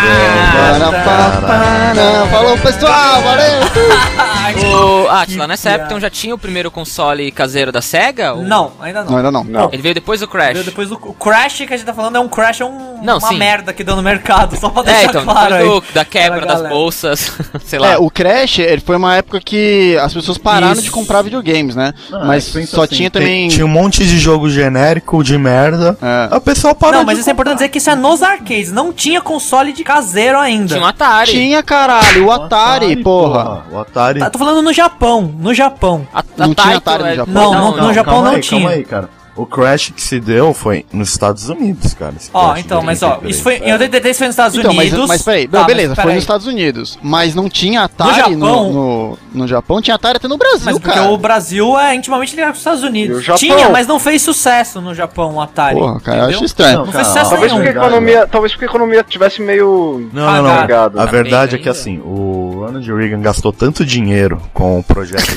S4: Deus do céu.
S3: Para,
S1: tá.
S3: pa, pa, não. Falou pessoal, valeu!
S2: O Atila, nessa
S1: piada.
S2: época então já tinha o primeiro console caseiro da SEGA? Ou-
S1: Não, ainda não.
S3: Não, ainda não.
S5: Não.
S2: Ele veio depois do Crash.
S1: Veio Depois o, o Crash que a gente tá falando é um Crash, é um,
S2: Não,
S1: uma
S2: sim.
S1: merda que deu no mercado, <laughs> só pra deixar
S2: É, então,
S1: claro aí.
S2: depois do, da quebra
S1: Pra
S2: das
S1: galera.
S2: bolsas, <laughs> sei lá.
S3: É, o Crash ele foi uma época que as pessoas pararam
S1: Isso.
S3: de comprar videogames, né?
S4: Ah,
S3: Mas
S4: pensa
S3: só
S4: assim,
S3: tinha
S4: tem-
S3: também.
S4: Tinha um monte de jogo genérico de merda.
S3: É.
S4: Aí O pessoal parou.
S1: Não, mas
S4: de
S1: isso é importante dizer que isso é nos arcades, não tinha console de caseiro ainda.
S2: Tinha um Atari.
S3: Tinha, caralho, o
S4: comprar.
S3: Atari, porra.
S4: O Atari.
S1: Tá, tô falando no Japão, no Japão.
S2: A,
S3: Não tinha Atari no
S2: é-
S3: Japão?
S1: Não, não, no
S4: calma
S1: Japão não
S4: aí,
S1: tinha.
S4: Calma aí, cara. O crash que se deu foi nos Estados Unidos, cara. esse
S1: Ó,
S4: crash
S1: então,
S4: de
S1: mas ó,
S4: 83.
S1: isso foi em 83 foi nos Estados
S3: Então, mas,
S1: Unidos.
S3: mas peraí,
S1: Tá,
S3: não, beleza,
S1: mas
S3: foi
S1: peraí.
S3: nos Estados Unidos, mas não tinha
S1: No
S3: Atari no
S1: Japão?
S3: Japão, no, no, Japão tinha Atari até no Brasil,
S1: Mas porque
S3: cara.
S1: o Brasil é intimamente ligado com os Estados
S5: E
S1: Unidos.
S5: o Japão?
S1: Tinha, mas não fez sucesso no Japão o Atari.
S3: Porra, cara, eu
S1: entendeu?
S3: acho estranho.
S1: Não fez
S4: cara,
S1: sucesso
S5: Talvez
S1: nenhum.
S4: né?
S5: porque, a economia, talvez porque a economia tivesse meio.
S4: Não, não, não.
S5: Cagado.
S4: A verdade é que
S2: Ainda.
S4: assim, o Ronald Reagan gastou tanto dinheiro com o projeto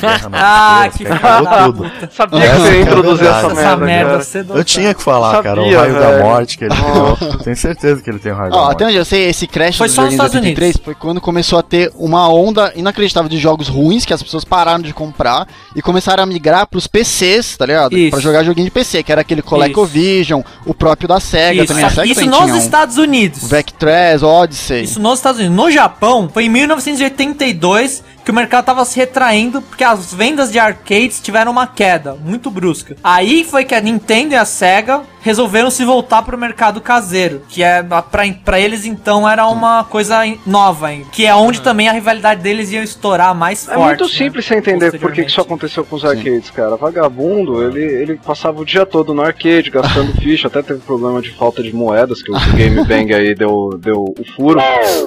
S1: <laughs>
S4: Guerra nas
S1: Ah,
S4: Estrelas
S1: que
S4: que acabou
S1: filha
S4: tudo.
S5: Sabia
S4: É,
S5: que você
S4: é
S5: ia introduzir
S4: verdade.
S5: essa merda. é
S1: Essa merda
S5: cara.
S1: cedo.
S4: Eu tinha que falar,
S5: Sabia,
S4: cara, o raio
S5: velho.
S4: da morte que ele criou. Tenho certeza que ele tem o raio
S3: Ó,
S4: da
S3: até
S4: morte.
S3: onde eu sei, esse Crash
S1: Foi
S3: dos
S1: só nos Estados
S3: joguinhos de 83
S1: Unidos.
S3: foi quando começou a ter uma onda inacreditável de jogos ruins que as pessoas pararam de comprar e começaram a migrar pros PCs, tá ligado?
S1: Isso.
S3: Pra jogar joguinho de PC, que era aquele ColecoVision, o próprio da SEGA
S1: Isso,
S3: também. A SEGA
S1: isso
S3: também
S1: nos
S3: tinha um
S1: Estados Unidos.
S3: Vectress, Odyssey.
S1: Isso nos Estados Unidos. No Japão, foi em 1982 que o mercado tava se retraindo porque as vendas de arcades tiveram uma queda muito brusca. Aí foi que a Nintendo e a Sega resolveram se voltar pro mercado caseiro, que é pra, pra eles então era uma coisa in- nova, hein? que é onde também a rivalidade deles ia estourar mais
S5: É
S1: forte.
S5: muito
S1: né?
S5: simples você entender por que que isso aconteceu com os arcades, cara. Vagabundo, ele, ele passava o dia todo no arcade, gastando ficha, até teve problema de falta de moedas, que o Game Bang aí deu, deu o furo.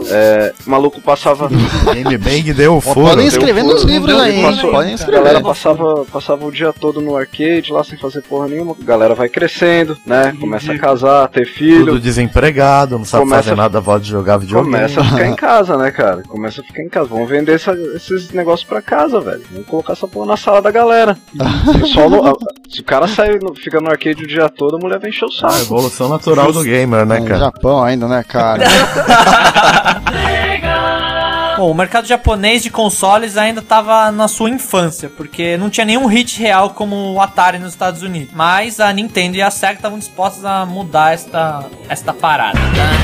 S5: É, o maluco passava.
S4: Game Bang deu o furo.
S3: Podem escrever
S5: Deu
S3: nos
S5: furo,
S3: livros
S5: deu-
S3: aí, hein?
S5: passou-
S3: podem
S5: A Tá, galera
S3: escrever.
S5: passava, passava o dia todo no arcade lá sem fazer porra nenhuma. A galera vai crescendo, né? Começa a casar, ter
S4: Uhum. Tudo
S5: filho.
S4: desempregado, não sabe
S5: Começa-
S4: fazer nada, volta de jogar videogame.
S5: Começa a ficar em casa, né, cara? Começa a ficar em casa. Vamos vender essa- esses negócios pra casa, velho. Vamos colocar essa porra na sala da galera.
S4: Uhum.
S5: Só no- a- se o cara sai, no- fica no arcade o dia todo, a mulher vai encher o
S4: A
S5: saco.
S4: Ah, evolução natural do gamer,
S5: É,
S4: né,
S3: No
S4: cara?
S3: Japão ainda, né,
S1: <laughs>
S3: cara?
S1: Bom, o mercado japonês de consoles ainda estava na sua infância, porque não tinha nenhum hit real como o Atari nos Estados Unidos. Mas a Nintendo e a Sega estavam dispostas a mudar esta, esta parada.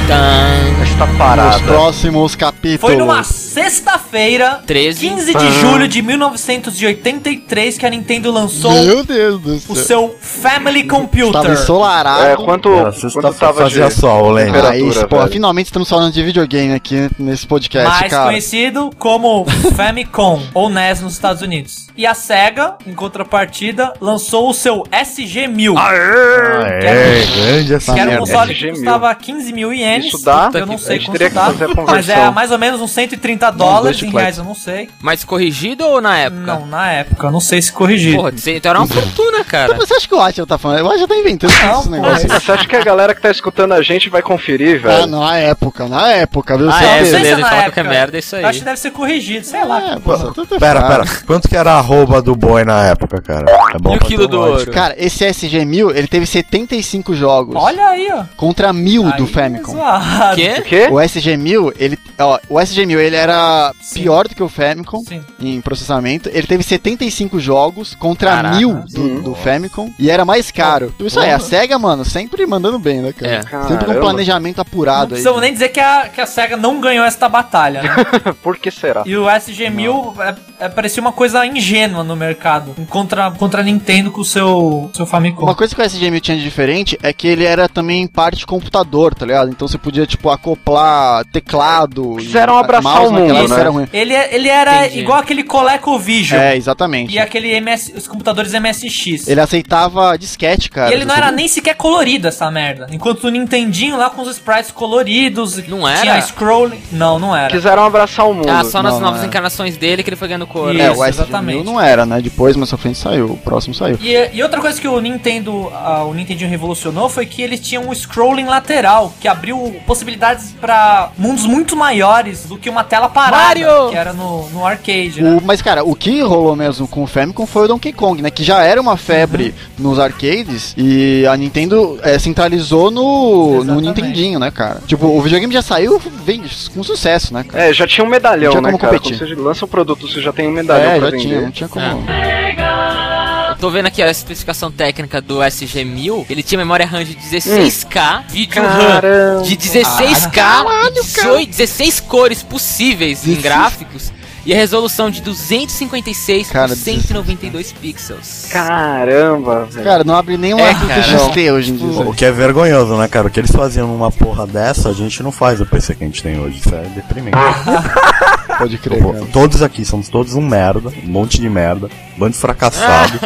S2: Tan,
S5: Está
S3: Os
S5: parada.
S3: próximos capítulos.
S1: Foi numa sexta-feira,
S2: 13.
S1: 15
S3: Ah.
S1: de julho de 1983, que a Nintendo lançou
S3: Meu Deus do
S1: o
S3: céu.
S1: seu Family
S3: Tava
S1: Computer.
S3: ensolarado.
S2: Ah,
S5: É, quanto,
S4: Era
S5: quanto
S4: sexta-feira
S5: tava de...
S4: fazia sol, lembra?
S5: temperatura,
S3: Aí, pô,
S5: velho.
S3: finalmente estamos falando de videogame aqui nesse podcast,
S1: mais
S3: é, cara.
S1: conhecido como Famicom <laughs> ou NES nos Estados Unidos. E a Sega, em contrapartida, lançou o seu SG-1000.
S4: Ah, é, grande essa
S1: Que era um
S4: merda.
S1: console que
S5: SG-1000.
S1: custava 15 mil ienes.
S5: Isso dá?
S1: Eu não sei
S5: A gente
S1: quanto
S5: teria que
S1: dá.
S5: fazer a
S1: Mas
S5: conversão.
S1: é mais ou menos uns 130 dólares
S4: deixa
S1: em
S4: quieto.
S1: reais, eu não sei.
S5: Tá.
S2: Mas corrigido ou na época?
S1: Não, na época, eu não sei se corrigir.
S2: Porra, você- então era uma fortuna, cara.
S3: Então, Você acha que o Atila tá falando? O Atila tá inventando
S1: Não,
S3: esse negócio.
S5: Ah, Você acha que a galera que tá escutando a gente vai conferir,
S3: Ah,
S4: né?
S5: velho?
S3: na época, na época, viu?
S2: Ah,
S3: Só
S2: é,
S3: que-
S1: Eu não sei
S2: beleza,
S1: é
S2: ele
S1: na
S2: fala qualquer merda, é isso aí.
S1: Eu acho que deve ser corrigido, sei lá.
S3: É, pô, tudo é
S4: Pera,
S3: fácil.
S4: pera. Quanto que era a arroba do boi na época, cara? É bom
S2: E o
S4: pra
S2: quilo do
S4: tomate.
S2: ouro?
S3: Cara, esse SG-1000, ele teve 75 jogos
S1: Olha aí, ó.
S3: contra 1000 do
S1: Aí,
S3: Famicom.
S1: zoado.
S2: Quê?
S5: Quê?
S3: O SG-1000, ele, ó, o SG-1000, ele era
S1: Sim.
S3: pior do que o Famicom
S1: Sim.
S3: em processamento. Ele teve 75 jogos contra
S2: Caraca.
S3: 1000 do, do Famicom e era mais caro. Isso aí, a SEGA, mano, sempre mandando bem, né, cara?
S2: É.
S3: Sempre com
S5: Caramba.
S3: um planejamento
S1: Não
S3: apurado aí. né?
S1: precisamos nem dizer que a, que a SEGA não ganhou esta batalha,
S5: <laughs>
S1: né?
S5: Por que será?
S1: E o SG-1000 é, é- parecia uma coisa ingênua no mercado. Contra, contra a Nintendo com o seu, seu Famicom.
S3: Uma coisa que o SG-1000 tinha de diferente é que ele era também em parte computador, tá ligado? Então você podia, tipo, acoplar teclado. e
S5: Quiseram abraçar
S3: mouse
S5: o mundo,
S3: naquela época
S5: né?
S3: era ruim.
S1: Ele, é- ele era
S2: Entendi.
S1: igual aquele ColecoVision
S3: É, exatamente.
S1: e aquele MS, os computadores MSX.
S3: Ele é aceitava disquete, cara.
S1: e ele não
S3: Você-
S1: era nem sequer colorido essa merda. Enquanto o Nintendinho lá com os sprites coloridos,
S2: Não era?
S1: tinha scroll. Não, não era.
S5: Quiseram abraçar o mundo.
S2: Ah, só nas
S3: Não,
S2: novas
S3: não é.
S2: encarnações dele que ele foi ganhando cor.
S1: Isso.
S3: É,
S2: É,
S3: o
S1: exatamente.
S3: SG-1000 não era, né? Depois, mas à frente saiu. O próximo saiu.
S1: E, e outra coisa que o Nintendo, ah, o Nintendinho revolucionou foi que ele tinha um scrolling lateral que abriu possibilidades pra mundos muito maiores do que uma tela parada
S2: Mario!
S1: que era no, no arcade, né?
S3: O- mas, cara, o que rolou mesmo com o Famicom foi o Donkey Kong, né? Que já era uma febre
S1: Uhum.
S3: nos arcades e a Nintendo eh, centralizou no, no
S1: Exatamente.
S3: Nintendinho, né, cara? Tipo, o videogame já saiu vem, com sucesso, né, cara?
S5: É, já tinha um medalhão,
S3: Não tinha
S5: né,
S3: como
S5: cara?
S3: competir.
S5: Quando você lança um produto, você já tem um medalhão pra
S3: É, já
S5: vender.
S3: tinha, não tinha como.
S2: Eu É, tô vendo aqui ó, a especificação técnica do SG-1000. Ele tinha memória RAM de 16K, vídeo RAM
S5: Caramba.
S2: de
S3: Ah.
S2: 16K, 18, 16 cores possíveis em gráficos e a resolução de 256
S3: Cara,
S2: por 192 pixels.
S5: Caramba, velho.
S3: Cara, não abre nenhum
S2: É,
S3: arco
S2: cara,
S3: TXT hoje em dia.
S4: O
S3: sabe?
S4: que é vergonhoso, né, cara? O que eles faziam numa porra dessa, a gente não faz o PC que a gente tem hoje. Isso é deprimente.
S5: Ah,
S3: Pode crer,
S4: Pô,
S3: cara.
S4: todos aqui, somos todos um merda, um monte de merda, bando de
S5: <laughs>
S4: fracassado,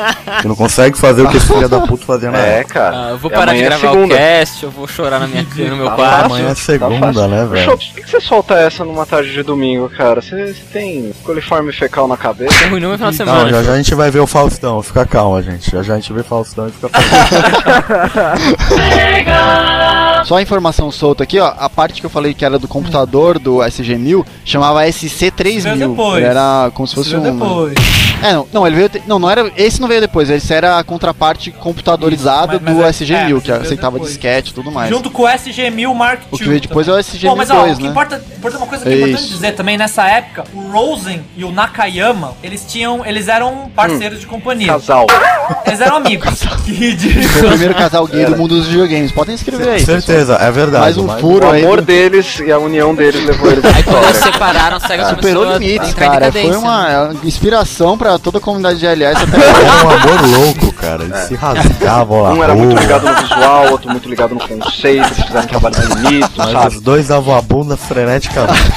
S4: que não consegue fazer o que esse filho da puta fazia na
S5: É,
S4: época.
S5: cara.
S2: Ah, eu vou
S5: E
S2: parar de
S5: amanhã é
S2: gravar o
S5: segunda.
S2: cast, eu vou chorar na minha
S3: <laughs>
S2: cama, no meu
S5: Tá
S2: quarto.
S4: Amanhã é
S5: Tá
S4: segunda,
S5: fácil.
S4: né, velho?
S5: Chops, por que que você solta essa numa tarde de domingo, cara? Você você tem coliforme fecal na cabeça?
S2: Não é ruim não é final de
S3: Então,
S4: Não,
S5: né,
S2: semana.
S4: já, já a gente vai ver o Faustão, fica calma, gente. Já, já a gente vê Faustão
S5: <laughs>
S4: e fica
S3: Só a informação solta aqui, ó. A parte que eu falei que era do computador do SG-1000 chamava
S1: Veio
S3: SC-3000.
S1: depois.
S3: Ele Era como se
S1: Isso
S3: fosse
S1: veio
S3: um.
S1: depois.
S3: É, não, não, ele veio. te- Não, não era. Esse não veio depois, esse era a contraparte computadorizada
S1: Mas- mas
S3: do
S1: é- é,
S3: SG-1000,
S1: mas
S3: que
S1: ele veio
S3: aceitava
S1: depois.
S3: disquete e tudo mais.
S1: Junto com o SG-1000 Mark II.
S3: O que veio depois é o SG-1002,
S1: Bom, mas ó, o que
S3: né?
S1: importa, importa uma coisa que é
S3: É
S1: importante
S3: isso.
S1: dizer também, nessa época, o Rosen e o Nakayama, eles tinham, eles
S3: Hum.
S1: eram parceiros de companhia.
S5: Casal.
S3: Tá
S1: Eles eram amigos. que
S3: Foi o
S1: ridículo. <laughs>
S3: primeiro casal gay
S1: É.
S3: do mundo dos videogames. Podem escrever aí.
S4: Com certeza, é verdade.
S3: Mais um
S4: mas-
S3: furo
S5: O
S3: aí.
S5: amor
S3: do-
S5: deles e a união deles levou eles à
S2: Aí quando eles
S5: história.
S2: separaram, a SEGA
S3: Superou
S2: começou a
S3: limites,
S2: entrar em
S3: cara.
S2: decadência.
S3: Foi
S2: né?
S3: uma inspiração pra toda a comunidade de LS até <laughs> hoje.
S4: Era um amor louco, cara. Eles
S5: <laughs>
S4: se rasgavam lá.
S5: É. Um era muito
S3: Tá
S4: rua,
S5: ligado no visual, outro muito ligado no conceito, eles fizeram um trabalho bonito,
S2: é
S4: Mas
S2: assim.
S5: sabe?
S4: os dois davam a bunda freneticamente.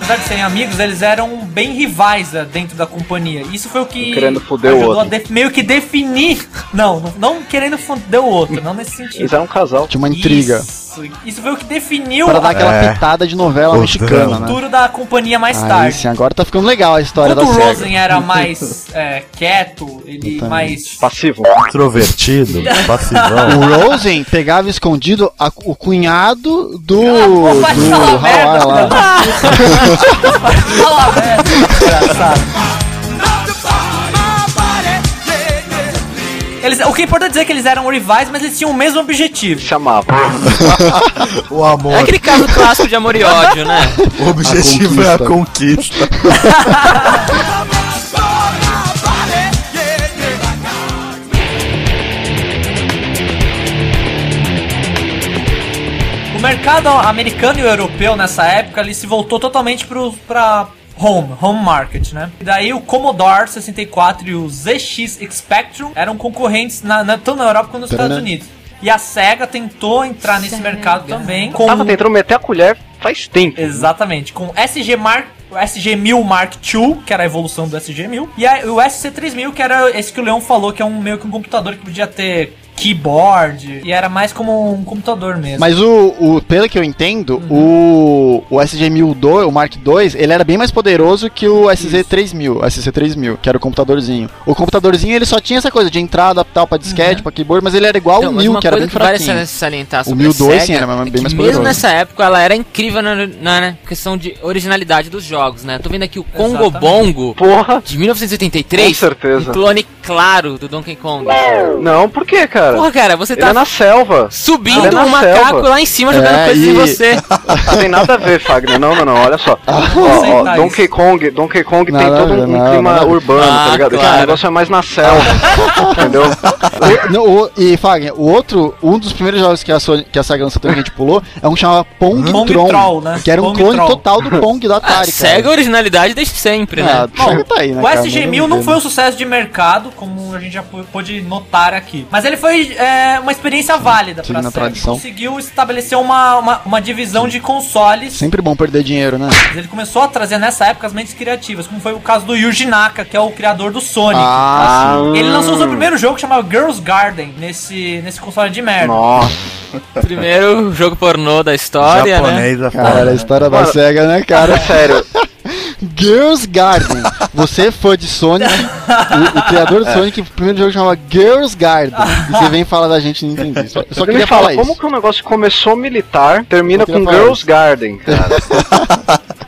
S1: Apesar de serem amigos, eles eram bem rivais né, dentro da companhia. Isso foi o
S3: Um
S1: que
S5: Querendo fuder o
S1: ajudou a
S5: outro.
S1: def- meio que definir. Não, não, não querendo fuder o outro, não nesse sentido.
S5: Eles eram um casal.
S3: Tinha uma é intriga.
S1: Isso, isso foi o que definiu
S3: Pra dar
S1: o
S3: aquela
S4: É.
S3: pitada de novela
S4: O
S3: mexicana,
S4: drama.
S3: né?
S1: futuro da companhia mais
S3: Aí,
S1: tarde.
S3: sim, agora tá ficando legal a história
S1: Quando
S3: da
S1: o
S3: série.
S1: Rosen
S3: <laughs>
S1: era mais é, quieto, ele
S3: Exatamente.
S1: mais.
S5: Passivo. <laughs>
S4: Introvertido,
S3: O
S4: passivão.
S3: Rosen pegava escondido a- o cunhado do.
S1: pô, <laughs> vai
S3: do
S1: falar
S3: Hawaii
S1: merda,
S3: lá.
S1: Fala, velho, engraçado. Eles, o que importa dizer é que eles eram rivais, mas eles tinham o mesmo objetivo.
S5: Se amava.
S2: Uhum.
S4: O amor.
S2: É aquele caso clássico de amor e ódio,
S3: <laughs>
S2: né?
S4: O objetivo é a conquista.
S5: <laughs>
S1: O mercado americano e o europeu nessa época ele se voltou totalmente pro, pra home, home market, né? E daí o Commodore 64 e o ZX Spectrum eram concorrentes na, na- tanto na Europa quanto nos
S3: Tadã.
S1: Estados Unidos. E a SEGA tentou entrar nesse mercado também. Com,
S5: Tava tentando meter a colher faz tempo.
S1: Exatamente, com o SG Mark. O SG-1000 Mark II, que era a evolução do SG-1000, e a- o SC-3000, que era esse que o Leon falou, que é um meio que um computador que podia ter keyboard. E era mais como um computador mesmo.
S3: Mas o, o pelo que eu entendo, o, o SG-1002, o Mark II, ele era bem mais poderoso que o SZ-3000, SC-3000, que era o computadorzinho. O computadorzinho, ele só tinha essa coisa de entrada, tal, pra disquete, pra keyboard, mas ele era igual
S2: Então,
S3: o
S2: mas
S3: 1000,
S2: uma
S3: que era bem
S2: coisa que vale
S3: fraquinho.
S2: sa- salientar
S3: O
S2: sobre a
S3: 1002,
S2: Sega
S3: sim, era mais- bem
S2: é que
S3: mais
S2: Mesmo
S3: poderoso.
S2: nessa época, ela era incrível na, na- na questão de originalidade dos jogos, né? Tô vendo aqui o Congo
S1: Exatamente.
S2: Bongo,
S5: Porra!
S2: de 1983.
S5: Com certeza.
S2: Um clone claro do Donkey Kong.
S5: Não, por que, cara?
S2: Porra, cara, você
S5: Ele é
S2: tá
S5: na selva.
S2: subindo
S5: Ele é na
S2: um macaco
S5: selva.
S2: lá em cima jogando
S3: É,
S2: coisas
S3: e-
S2: em
S3: <laughs>
S2: você.
S5: Não tem nada a ver, Fagner. Não, não, não. Olha só.
S3: Ah,
S5: Ó, ó,
S1: aceitar
S5: Donkey
S1: isso.
S5: Kong, Donkey Kong tem
S3: Nada a
S5: todo
S3: ver,
S5: um, um
S3: nada,
S5: clima
S3: nada a ver.
S5: urbano,
S2: Ah,
S5: tá ligado? Aqui
S2: claro.
S5: O negócio é mais na
S2: <laughs>
S5: selva. entendeu?
S3: O- não, o- e Fagner, o outro, um dos primeiros jogos que a, Sony, que a Sega lançou também que a gente pulou, é um que chamava Pong,
S1: Pong
S3: Tron,
S1: Troll, né?
S3: que era um
S1: Pong
S3: clone
S1: Troll.
S3: total do Pong da
S2: Ah,
S3: Atari, cara.
S2: Sega originalidade desde sempre, né?
S3: Ah, Sega tá aí, né,
S1: O
S3: cara?
S1: SG-1000
S3: Não
S1: não foi um sucesso de mercado, como a gente já pô- pôde notar aqui. Mas ele foi é, uma experiência válida
S3: Sim,
S1: pra
S3: na
S1: Sega.
S3: tradição.
S1: Conseguiu estabelecer uma, uma, uma divisão de consoles.
S3: Sempre bom perder dinheiro, né?
S1: Ele começou a trazer nessa época as mentes criativas, como foi o caso do Yuji Naka, que é o criador do Sonic.
S3: Ah, sim.
S1: Ele lançou o seu primeiro jogo que chamava Girls Garden nesse, nesse console de merda.
S5: Nossa.
S2: Primeiro jogo pornô da história, né?
S4: Japonês é
S3: Cara, a
S4: foda.
S3: história da
S5: Mano. é
S3: SEGA, né, cara?
S5: Sério,
S3: <laughs> Girls Garden. Você é fã de Sonic, o, o criador
S5: É.
S3: do Sonic, o primeiro jogo chama Girls Garden. E você vem falar da gente não entendi. Só, eu só
S5: você me
S3: queria
S5: fala,
S3: falar
S5: como
S3: isso.
S5: que o negócio começou militar, termina
S3: Eu queria
S5: com
S3: falar
S5: Girls
S3: isso.
S5: Garden, cara?
S3: <laughs>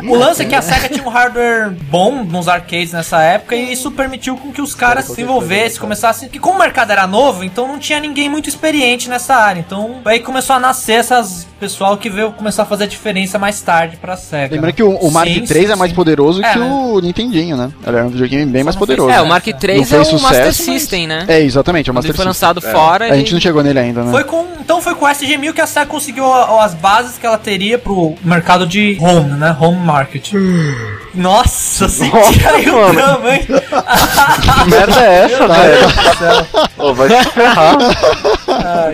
S1: O lance é que a SEGA tinha um hardware bom nos arcades nessa época e isso permitiu com que os caras se envolvessem, começassem. Que como o mercado era novo, então não tinha ninguém muito experiente nessa área. Então aí começou a nascer essas pessoal que veio começar a fazer a diferença mais tarde pra SEGA.
S3: Lembrando que o, o Mark
S1: Sim,
S3: III
S1: sim,
S3: é mais
S1: sim.
S3: poderoso
S1: É,
S3: que
S1: né?
S3: o Nintendinho, né? Ele era um videogame bem mais
S1: não fez-
S3: poderoso.
S2: É, o Mark III
S3: né? Não
S2: é
S3: fez
S2: o
S3: sucesso,
S2: Master
S3: mas-
S2: System, né?
S3: É, exatamente, é o
S2: Quando
S3: Master
S2: ele foi
S3: System.
S2: lançado fora,
S3: A gente não
S2: ele...
S3: chegou nele ainda, né?
S1: Foi com, então foi com o SG-1000 que a SEGA conseguiu a- as bases que ela teria pro mercado de home, né? Home market.
S3: Hum.
S1: Nossa, <laughs> senti aí o
S5: mano.
S1: drama, hein?
S5: Que merda é essa,
S3: Tá,
S5: velho? Ô, vai se ferrar.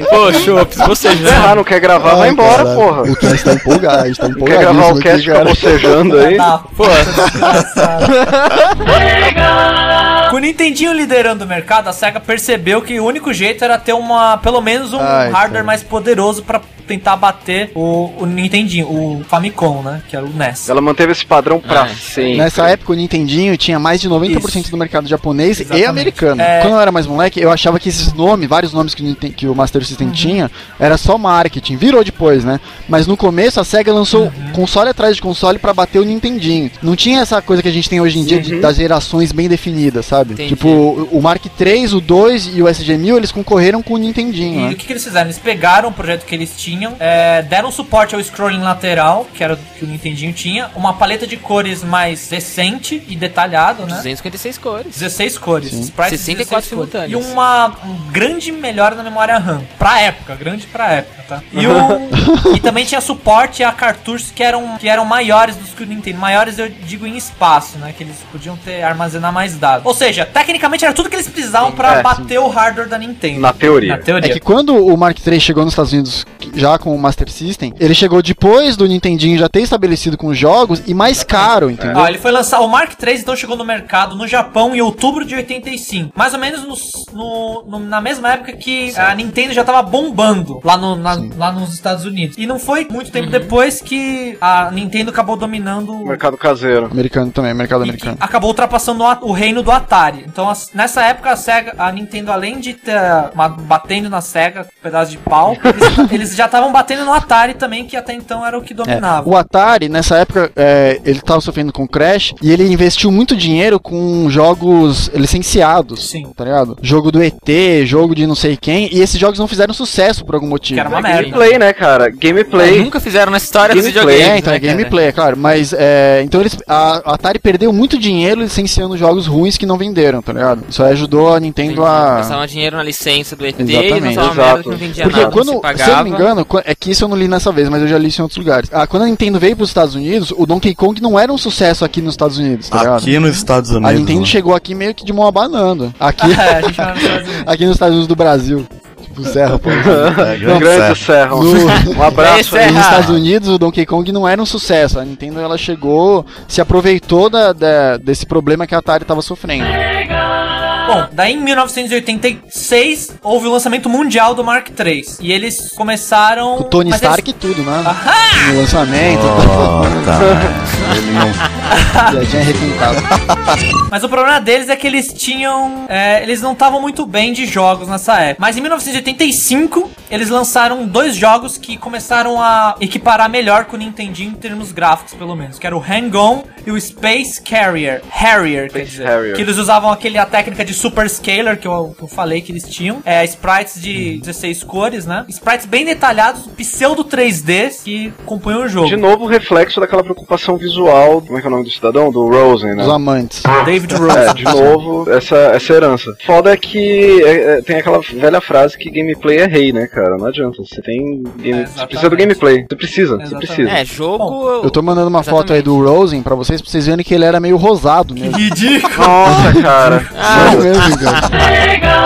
S2: Pô, Chops, vocês
S5: Se ferrar,
S2: não.
S5: não quer gravar, vai
S3: Ai,
S5: embora,
S3: caralho.
S5: porra.
S3: O Cass tá empolgado, a gente tá
S5: Quer
S3: empolgado.
S5: gravar o cast fica bocejando aí?
S1: Tá,
S2: Pô,
S1: Com o Nintendinho liderando o mercado, a SEGA percebeu que o único jeito era ter uma, pelo menos um
S3: Ai,
S1: hardware
S3: cara.
S1: mais poderoso pra tentar bater o, o Nintendinho, o Famicom, né? Que era o NES.
S5: Ela manteve esse padrão pra
S2: Ah,
S5: sempre.
S3: Nessa época, o Nintendinho tinha mais de 90%
S1: Isso.
S3: do mercado japonês e
S1: Exatamente.
S3: americano.
S1: É.
S3: Quando eu era mais moleque, eu achava que esses nomes, vários nomes que o, Ninten- que o Master
S1: Uhum.
S3: System tinha, era só marketing. Virou depois, né? Mas no começo, a SEGA lançou
S1: Uhum.
S3: console atrás de console pra bater o Nintendinho. Não tinha essa coisa que a gente tem hoje em dia
S1: Uhum.
S3: de- das gerações bem definidas, sabe?
S2: Entendi.
S3: Tipo, o- o Mark III, o 2 e o SG-1000, eles concorreram com o Nintendinho,
S1: E
S3: né?
S1: o que, que eles fizeram? Eles pegaram o projeto que eles tinham, é, deram suporte ao scrolling lateral, que era o que o Nintendinho tinha, uma paleta de cores mais decente e detalhado, né?
S2: 256 cores.
S1: 16 cores, sprites
S2: 64
S1: 16 cores. E
S2: simultâneas.
S1: uma um grande melhora na memória RAM. Pra época, grande pra época, tá? E, o, <laughs> e também tinha suporte a cartuchos que eram, que eram maiores dos que o Nintendo. Maiores eu digo em espaço, né? Que eles podiam ter armazenar mais dados. Ou seja, tecnicamente era tudo que eles precisavam pra
S5: É,
S1: bater o hardware da Nintendo.
S5: Na teoria.
S1: Na teoria.
S3: É que quando o Mark III chegou nos Estados Unidos já com o Master System, ele chegou depois do Nintendinho já ter estabelecido com os jogos e mais caro, entendeu?
S1: Ah, ele foi lançar. O Mark III então chegou no mercado no Japão em outubro de 85. Mais ou menos nos- no- no- na mesma época que a Nintendo já tava bombando lá, no- na- lá nos Estados Unidos. E não foi muito
S3: Uhum.
S1: tempo depois que a Nintendo acabou dominando.
S5: O Mercado caseiro.
S3: Americano também, mercado
S1: e que
S3: americano.
S1: acabou ultrapassando o a- o reino do Atari. Então, as- nessa época, a Sega, a Nintendo, além de ter uma- batendo na Sega, com um pedaço de
S3: <laughs>
S1: pau, eles, eles já estavam batendo no Atari também, que até então era o que
S3: É,
S1: dominava.
S3: o Atari, nessa época, é, ele tava sofrendo com crash e ele investiu muito dinheiro com jogos licenciados.
S1: Sim.
S3: Tá ligado? Jogo do ET, jogo de não sei quem, e esses jogos não fizeram sucesso por algum motivo.
S1: Que era uma
S5: É
S1: merda.
S3: <laughs>
S5: gameplay, né, cara?
S2: Eles
S5: Gameplay.
S2: Nunca fizeram na história dos
S5: Gameplay,
S2: videogames,
S3: É, então
S2: né,
S3: é
S2: cara?
S3: gameplay, é claro. Mas é, então eles. A, a Atari perdeu muito dinheiro licenciando jogos ruins que não venderam, tá ligado? Isso aí ajudou a Nintendo a.
S2: Gastava um dinheiro na licença do ET e
S3: Exatamente.
S2: lançava uma merda que
S5: Exato.
S2: não vendia
S3: Porque
S2: nada,
S3: quando,
S2: não se
S3: se,
S2: pagava.
S3: eu não me engano, qu- é que isso eu não li nessa vez, mas eu já li isso em outros lugares. Ah, quando a Nintendo veio pros Estados Unidos, o Donkey Kong não era um sucesso aqui nos Estados Unidos, tá ligado?
S4: Aqui nos Estados
S3: a
S4: Unidos.
S3: Nintendo
S4: né?
S3: chegou aqui meio que de mão abanando. Aqui, <laughs>
S1: É, a gente vai fazer.
S3: aqui nos Estados Unidos do Brasil. Tipo, Serra, <laughs> pô.
S4: É, <laughs> grande
S5: Um Grande
S4: sucesso.
S5: Serra.
S3: No-
S5: Um abraço
S2: Esse é
S5: aí.
S3: Nos
S2: Serra.
S3: Estados Unidos, o Donkey Kong não era um sucesso. A Nintendo ela chegou, se aproveitou da, da- desse problema que a Atari tava sofrendo.
S1: Bom, daí em 1986 houve o lançamento mundial do Mark III. E eles começaram.
S3: O Tony
S1: mas eles-
S3: Stark e tudo, né?
S1: Ahá!
S3: No lançamento,
S4: <laughs> Puta, ele não
S3: já tinha recontado.
S1: Mas o problema deles é que eles tinham. é, eles não estavam muito bem de jogos nessa época. Mas em 1985, eles lançaram dois jogos que começaram a equiparar melhor com o Nintendinho em termos gráficos, pelo menos. Que era o Hang-On e o Space Carrier. Harrier, quer
S5: Space
S1: dizer.
S5: Harrier.
S1: Que eles usavam aquele, a técnica de Super Scaler, que eu, eu falei que eles tinham. É, sprites de 16 cores, né? Sprites bem detalhados, pseudo 3D que compunham o jogo.
S5: De novo, reflexo daquela preocupação visual. Como é que é o nome do cidadão? Do Rosen, né?
S3: Dos amantes.
S1: David
S5: <laughs> É,
S1: Rose.
S5: de novo, essa, essa herança. Foda é que é, é, tem aquela velha frase que gameplay é rei, né, cara? Não adianta. Você tem. Game...
S1: É,
S5: você precisa do gameplay. Você precisa, você
S1: Exatamente.
S5: precisa.
S2: É, jogo.
S3: Eu tô mandando uma foto aí do Rosen pra vocês, pra vocês verem que ele era meio rosado mesmo.
S1: Ridículo.
S5: Nossa,
S1: <laughs>
S5: cara.
S1: Ah.
S3: Sério mesmo, cara.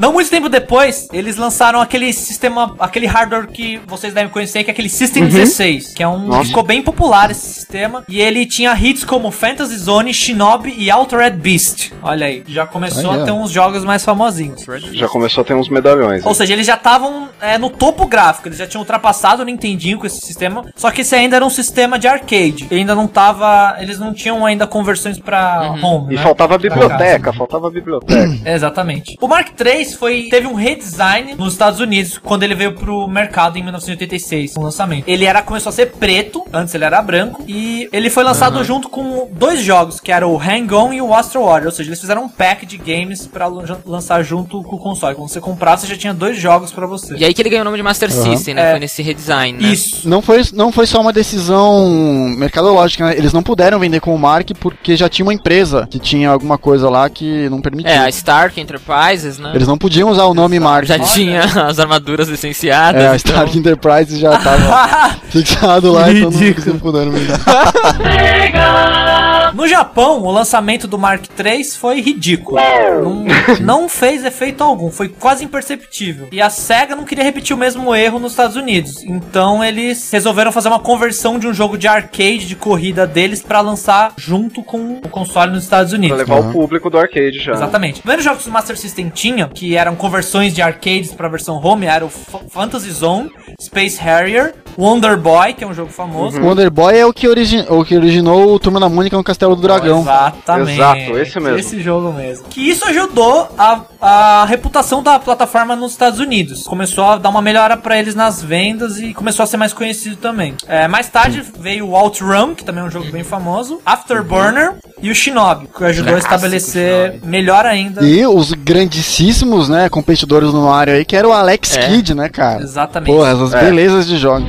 S1: Não muito tempo depois, eles lançaram aquele sistema, aquele hardware que vocês devem conhecer, que é aquele System 16, que é um
S5: Uhum. Nossa.
S1: ficou bem popular esse sistema, e ele tinha hits como Fantasy Zone, Shinobi e Altered Beast. Olha aí, já começou
S3: Olha.
S1: a ter uns jogos mais famosinhos.
S5: Já começou a ter uns medalhões.
S1: Ou seja, eles já estavam é, no topo gráfico, eles já tinham ultrapassado o Nintendinho com esse sistema, só que esse ainda era um sistema de arcade. Ele ainda não tava, eles não tinham ainda conversões pra home,
S5: E
S1: né?
S5: faltava a
S1: Pra
S5: biblioteca, faltava a biblioteca.
S1: É, Exatamente. O Mark III foi, teve um redesign nos Estados Unidos quando ele veio pro mercado em 1986, no lançamento. Ele era começou a ser preto, antes ele era branco, e ele foi lançado junto com dois jogos, que era o Hang-On e o Astro Warrior, ou seja, eles fizeram um pack de games pra lan- lançar junto com o console. Quando você comprasse, já tinha dois jogos pra você.
S2: E aí que ele ganhou o nome de Master System, né?
S1: É.
S2: Foi nesse redesign, né?
S1: Isso. <laughs>
S3: Não foi, não foi só uma decisão mercadológica, né? Eles não puderam vender com o Mark porque já tinha uma empresa que tinha alguma coisa lá que não
S2: É,
S3: permitia.
S2: a Stark Enterprises, né?
S3: Eles não podiam usar o nome Mark.
S2: Já tinha <laughs> as armaduras licenciadas.
S3: É,
S2: então-
S3: a Stark Enterprise já tava
S1: Ah,
S3: fixado lá, então não-
S1: Ridículo.
S3: não puderam vender.
S1: No Japão, o lançamento do Mark III foi ridículo. Não, não fez efeito algum, foi quase imperceptível. E a SEGA não queria repetir o mesmo erro nos Estados Unidos. Então eles resolveram fazer uma conversão de um jogo de arcade de corrida deles pra lançar junto com o console nos Estados
S5: Pra
S1: Unidos.
S5: levar o público do arcade já.
S1: Exatamente. Os primeiros jogos que o Master System tinha, que eram conversões de arcades pra versão home, era o F- Fantasy Zone, Space Harrier, Wonder Boy, que é um jogo famoso.
S3: Wonder Boy é o que, origi- o que originou o Turma da Mônica no Castelo do Dragão.
S1: Exatamente.
S5: Exato, esse mesmo.
S1: Esse jogo mesmo. Que isso ajudou a, a reputação da plataforma nos Estados Unidos. Começou a dar uma melhora pra eles nas vendas e começou a ser mais conhecido também. É, mais tarde veio o OutRun, que também é um jogo bem famoso, Afterburner e o Shinobi, que ajudou a
S2: Clássico
S1: estabelecer
S2: Shinobi.
S1: melhor ainda.
S3: E os grandíssimos, né, competidores no Mario aí, que era o Alex
S2: É.
S3: Kidd, né, cara?
S1: Exatamente.
S3: Porra, essas
S5: É.
S3: belezas de jogo.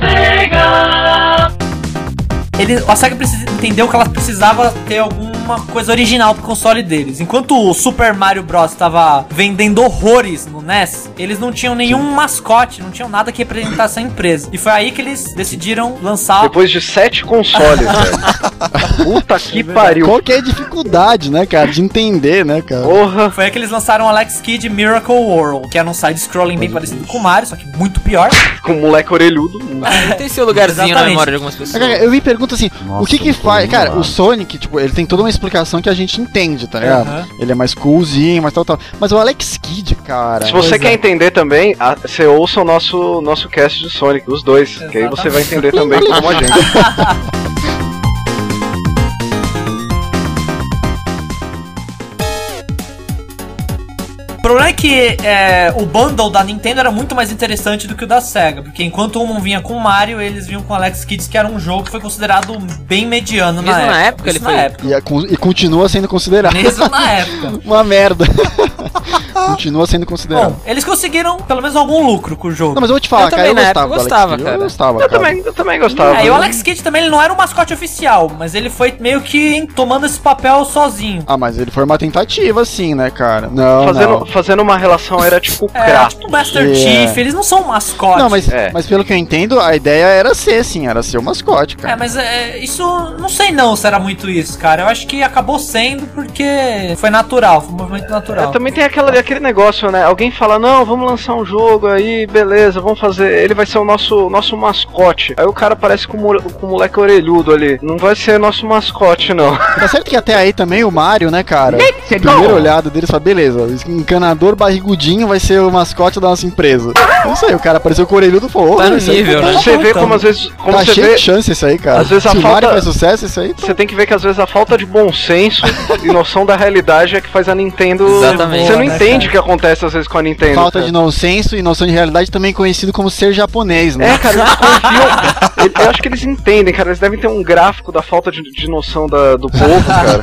S1: Ele, a SEGA precisa- entendeu que ela precisava ter alguma coisa original pro console deles. Enquanto o Super Mario Bros. estava vendendo horrores no NES, eles não tinham nenhum mascote, não tinham nada que representasse a empresa. E foi aí que eles decidiram lançar.
S5: Depois de sete consoles, velho. Puta que pariu.
S3: Qual que é a dificuldade, né, cara, de entender, né, cara?
S5: Porra.
S1: Foi aí que eles lançaram o Alex Kidd Miracle World, que era um side-scrolling bem parecido com o Mario, só que muito pior.
S5: Com um moleque orelhudo.
S2: Ele <laughs> tem seu lugarzinho
S1: Exatamente.
S2: na
S1: É
S2: memória de algumas
S3: Mas, cara,
S2: pessoas.
S3: eu me pergunto assim, o que que
S4: eu tô
S3: faz... Cara,
S4: animado.
S3: o Sonic, tipo, ele tem toda uma explicação que a gente entende, tá ligado?
S1: Aham.
S3: Ele é mais coolzinho, mais tal, tal. Mas o Alex Kidd, cara...
S5: Se você
S1: Pois
S5: quer
S1: é.
S5: entender também, a- você ouça o nosso, nosso cast de Sonic, os dois. Que aí você vai entender também como a gente.
S1: O problema é que é, o bundle da Nintendo era muito mais interessante do que o da SEGA, porque enquanto um vinha com o Mario, eles vinham com o Alex Kidd, que era um jogo que foi considerado bem mediano
S2: Mesmo
S1: na época.
S2: na época
S1: Isso
S2: ele
S1: na
S2: foi-
S1: época.
S3: E, é con- e continua sendo
S1: <laughs>
S3: considerado
S1: Mesmo na época.
S3: <laughs> uma merda. continua sendo considerado.
S1: Bom, eles conseguiram pelo menos algum lucro com o jogo.
S3: Não, mas eu vou te falar,
S2: Eu
S3: cara, eu
S2: também,
S5: né?
S2: na
S3: gostava,
S2: época, gostava,
S3: do Alex Kidd, eu
S2: cara.
S3: gostava,
S5: Eu
S3: cara.
S5: também, eu também gostava.
S1: É, e o Alex Kidd também ele não era um mascote oficial, mas ele foi meio que tomando esse papel sozinho.
S3: Ah, mas ele foi uma tentativa, sim, né, cara? Não,
S5: Fazendo,
S3: não.
S5: fazendo uma relação, era tipo
S1: É,
S5: crato.
S1: tipo Master
S3: que é-
S1: Chief, eles não são mascote.
S3: Não, mas,
S5: É.
S3: mas pelo que eu entendo, a ideia era ser, sim, era ser o mascote,
S1: É,
S3: cara.
S1: mas é, isso não sei não se era muito isso, cara. Eu acho que acabou sendo porque foi natural, foi um movimento
S5: É,
S1: natural.
S5: também tem aquela, aquele negócio, né? Alguém fala, não, vamos lançar um jogo aí, beleza, vamos fazer. Ele vai ser o nosso, nosso mascote. Aí o cara parece com o mole- com o moleque orelhudo ali. Não vai ser nosso mascote, não.
S3: Tá certo que até aí também o Mario, né, cara? Primeiro olhado dele só, beleza, esse encanador barrigudinho vai ser o mascote da nossa empresa. É Isso aí, o cara apareceu com o orelhudo e falou,
S2: Tá no
S3: isso aí
S2: nível,
S3: tá-
S1: né?
S5: você vê
S1: então.
S5: como às vezes. Como
S3: Tá
S5: você
S3: cheio
S5: vê.
S3: de chance isso aí, cara.
S5: Às vezes a
S3: Se o Mario
S5: falta-
S3: faz sucesso, isso aí... tá
S5: Você tem que ver que às vezes a falta de bom senso e noção da realidade é que faz a Nintendo.
S2: Exatamente.
S5: Você não
S1: Boa, né,
S5: entende
S1: cara?
S5: o que acontece às vezes com a Nintendo.
S3: Falta
S5: cara.
S3: de nonsenso e noção de realidade, também conhecido como ser japonês, né?
S5: É, cara,
S3: <laughs>
S5: eles confiam. Eu- Eu acho que eles entendem, cara. Eles devem ter um gráfico da falta de, de noção da- do povo,
S3: <laughs>
S5: cara.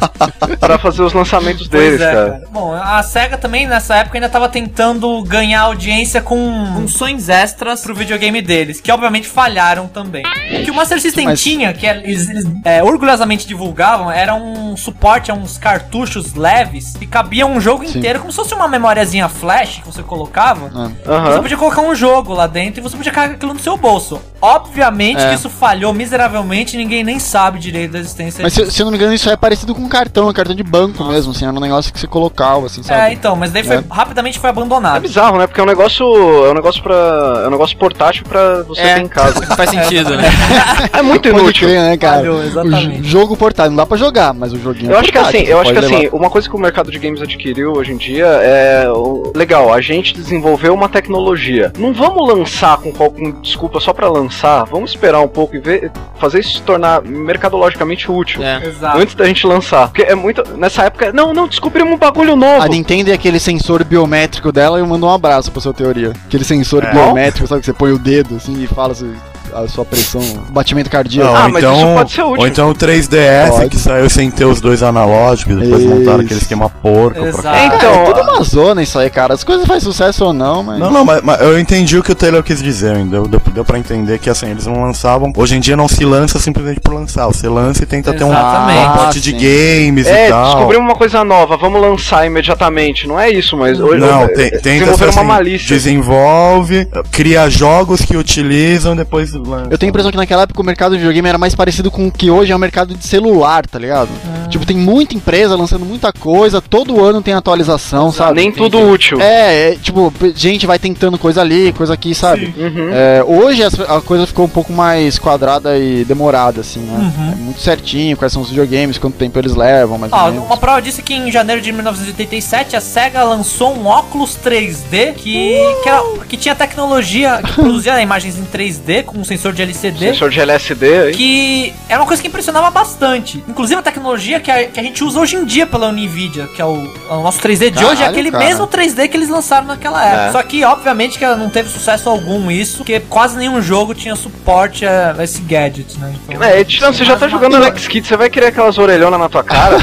S5: pra fazer os lançamentos deles,
S1: é,
S5: cara.
S1: Bom, a SEGA também nessa época ainda tava tentando ganhar audiência com funções extras pro videogame deles, que obviamente falharam também. O que o Master System
S3: Mas-
S1: tinha, que eles, eles, é, orgulhosamente divulgavam, era um suporte a uns cartuchos leves que cabia um jogo
S3: Sim. Ah.
S1: inteiro, como se fosse uma memóriazinha flash que você colocava.
S5: Aham.
S1: Você podia colocar um jogo lá dentro e você podia carregar aquilo no seu bolso. Obviamente
S2: É.
S1: que isso falhou miseravelmente, ninguém nem sabe direito da existência
S3: Mas se, se eu não me engano, isso é parecido com um cartão, um cartão de banco mesmo, assim, era um negócio que você colocava, assim,
S1: É,
S3: sabe?
S1: então, mas daí foi,
S3: É.
S1: rapidamente foi
S5: É
S1: abandonado.
S5: bizarro, né? Porque é um negócio. É um negócio pra. É um negócio portátil pra você
S2: É.
S5: ter em casa.
S2: <laughs> Faz sentido, né?
S3: <laughs>
S5: É muito
S3: Pode
S5: inútil.
S3: crer, né, cara?
S1: Valeu, exatamente.
S3: O jogo portátil, não dá pra jogar, mas o joguinho
S5: Eu
S3: é
S5: acho que
S3: portátil,
S5: assim, eu
S3: você
S5: acho que
S3: pode levar.
S5: assim, uma coisa que o mercado de games adquiriu hoje em dia é o- legal, a gente desenvolveu uma tecnologia. Não vamos lançar com qualquer desculpa só pra lançar, vamos esperar um pouco e ver fazer isso se tornar mercadologicamente útil.
S2: É.
S1: Exato.
S5: Antes da gente lançar. Porque é muito. Nessa época. Não, não, descobrimos um bagulho novo.
S3: A Nintendo é aquele sensor biométrico dela eu mando um abraço pra sua teoria. Aquele sensor
S4: É.
S3: biométrico, sabe, que você põe o dedo assim e fala se- a sua pressão, batimento cardíaco.
S4: Não,
S5: Ah, mas isso
S4: então,
S5: pode ser útil.
S4: ou então o 3DS
S3: Pode.
S4: que saiu sem ter os dois analógicos, depois
S3: Isso.
S4: montaram aquele esquema porco. Pra...
S1: Exato.
S5: É,
S3: Cara,
S5: então,
S3: é tudo
S5: a-
S3: uma zona isso aí, cara. As coisas fazem sucesso ou não, mas.
S4: Não, não, mas, mas eu entendi o que o Taylor quis dizer, ainda deu, deu, deu pra entender que assim, eles não lançavam. Hoje em dia não se lança simplesmente por lançar, você lança e tenta ter um
S1: Exatamente.
S3: Ah,
S4: pacote de
S3: sim.
S4: games
S5: É,
S4: e tal.
S5: descobrimos uma coisa nova, vamos lançar imediatamente. Não é isso, mas hoje eh,
S4: Não, tem, tem
S5: desenvolveram
S4: assim,
S5: uma malícia.
S4: Desenvolve, cria jogos que utilizam, depois lança.
S3: Eu tenho a impressão que naquela época o mercado de videogame era mais parecido com o que hoje é o mercado de celular, tá ligado? Tipo, tem muita empresa lançando muita coisa, todo ano tem atualização, sabe?
S5: Nem tudo útil.
S3: É, é, tipo, gente vai tentando coisa ali, coisa aqui, sabe?
S5: Uhum.
S3: É, hoje as- a coisa ficou um pouco mais quadrada e demorada, assim, né? É muito certinho quais são os videogames, quanto tempo eles levam, mas.
S1: Ó, uma prova disso é que em janeiro de 1987 a SEGA lançou um óculos 3D que, que, era- que tinha tecnologia que produzia imagens em 3D com um sensor de LCD.
S3: né?
S5: Sensor de LSD aí.
S1: Que era uma coisa que impressionava bastante. Inclusive a tecnologia que a, que a gente usa hoje em dia pela Nvidia, que é o, é o nosso 3D de hoje, é
S3: Caralho,
S1: aquele
S3: cara. É.
S1: mesmo 3D que eles lançaram naquela época. Só que, obviamente, que não teve sucesso algum isso, porque quase nenhum jogo tinha suporte a, a esse gadget, né? Então-
S5: É, Edson, você já tá jogando Alex Kidd, você vai querer aquelas orelhonas na
S2: <laughs>
S5: tua cara?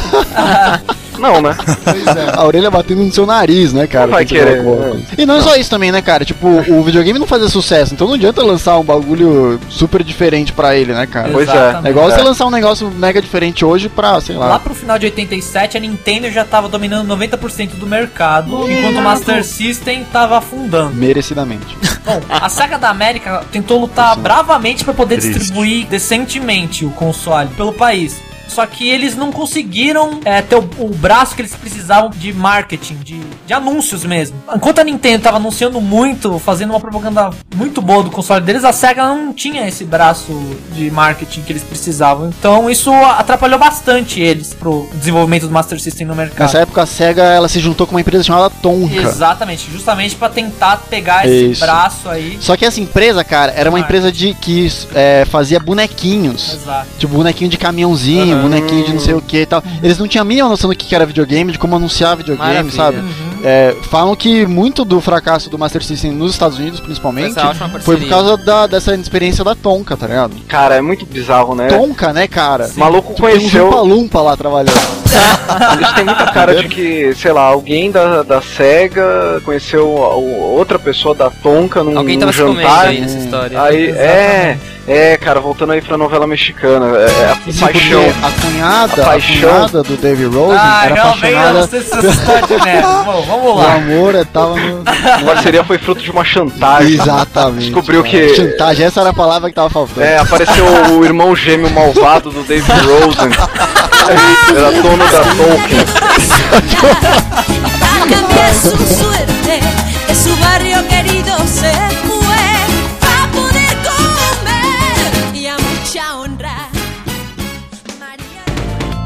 S5: não, né?
S3: A orelha batendo no seu nariz, né, cara?
S5: Não vai
S3: Quando você
S5: querer,
S3: coloca o óculos. E não, só isso também, né, cara? Tipo, o videogame não fazia sucesso, então não adianta lançar um bagulho super diferente pra ele, né, cara?
S5: Pois é.
S1: Exatamente.
S3: É igual
S5: É.
S3: você lançar um negócio mega diferente hoje pra, sei
S1: Lá
S3: lá.
S1: pro final de 87, a Nintendo já tava dominando 90% do mercado, enquanto o Master System tava afundando.
S3: Merecidamente.
S1: Bom, a SEGA da América tentou lutar bravamente pra poder
S4: Triste.
S1: distribuir decentemente o console pelo país. Só que eles não conseguiram é, ter o, o braço que eles precisavam de marketing, de, de anúncios mesmo. Enquanto a Nintendo tava anunciando muito, fazendo uma propaganda muito boa do console deles, a SEGA não tinha esse braço de marketing que eles precisavam. Então isso atrapalhou bastante eles pro desenvolvimento do Master System no mercado.
S3: Nessa época a SEGA ela se juntou com uma empresa chamada Tonka.
S1: Exatamente, justamente pra tentar pegar esse
S3: Isso.
S1: braço aí.
S3: Só que essa empresa, cara, era uma
S1: Marketing.
S3: empresa de que é, fazia bonequinhos.
S1: Exato.
S3: Tipo, bonequinho de caminhãozinho, bonequinho de não sei o que e tal. Eles não tinham a mínima noção do que que era videogame, de como anunciar videogame,
S2: Maravilha.
S3: sabe? É, falam que muito do fracasso do Master System nos Estados Unidos, principalmente,
S2: Essa ótima
S3: foi
S2: parceria.
S3: por causa da- dessa experiência da Tonka, tá ligado?
S5: Cara, é muito bizarro, né?
S3: Tonka, né, cara? Tem
S5: Maluco
S3: um
S5: conheceu.
S3: Lumpa-Lumpa lá trabalhando.
S5: Isso tem muita cara
S3: <laughs>
S5: de que, sei lá, alguém da, da SEGA conheceu a- o- outra pessoa da Tonka num,
S2: Alguém tava
S5: num
S2: se comendo
S5: jantar.
S2: aí nessa história.
S5: Aí, é, é, cara, voltando aí pra novela mexicana, é, é a
S3: Isso
S5: paixão.
S3: porque Tipo, A cunhada,
S5: A
S3: a
S5: paixão.
S3: cunhada do David Rosen
S1: Ah,
S3: era
S1: não, vem, eu não
S3: apaixonada.
S1: sei se essa história
S3: <laughs>
S1: né? Bom, vamos
S3: O
S1: lá.
S3: amor é, tava
S5: <laughs>
S3: no.
S5: A parceria foi fruto de uma
S3: <laughs>
S5: chantagem.
S3: Exatamente.
S5: Descobriu
S3: cara.
S5: que-
S3: Chantagem, essa era a palavra que tava faltando.
S5: É, apareceu o irmão gêmeo malvado do David Rosen. Era dono da Tolkien.
S7: Para cambiar su suerte, que su barrio querido se fue a poder comer y a mucha honra. María.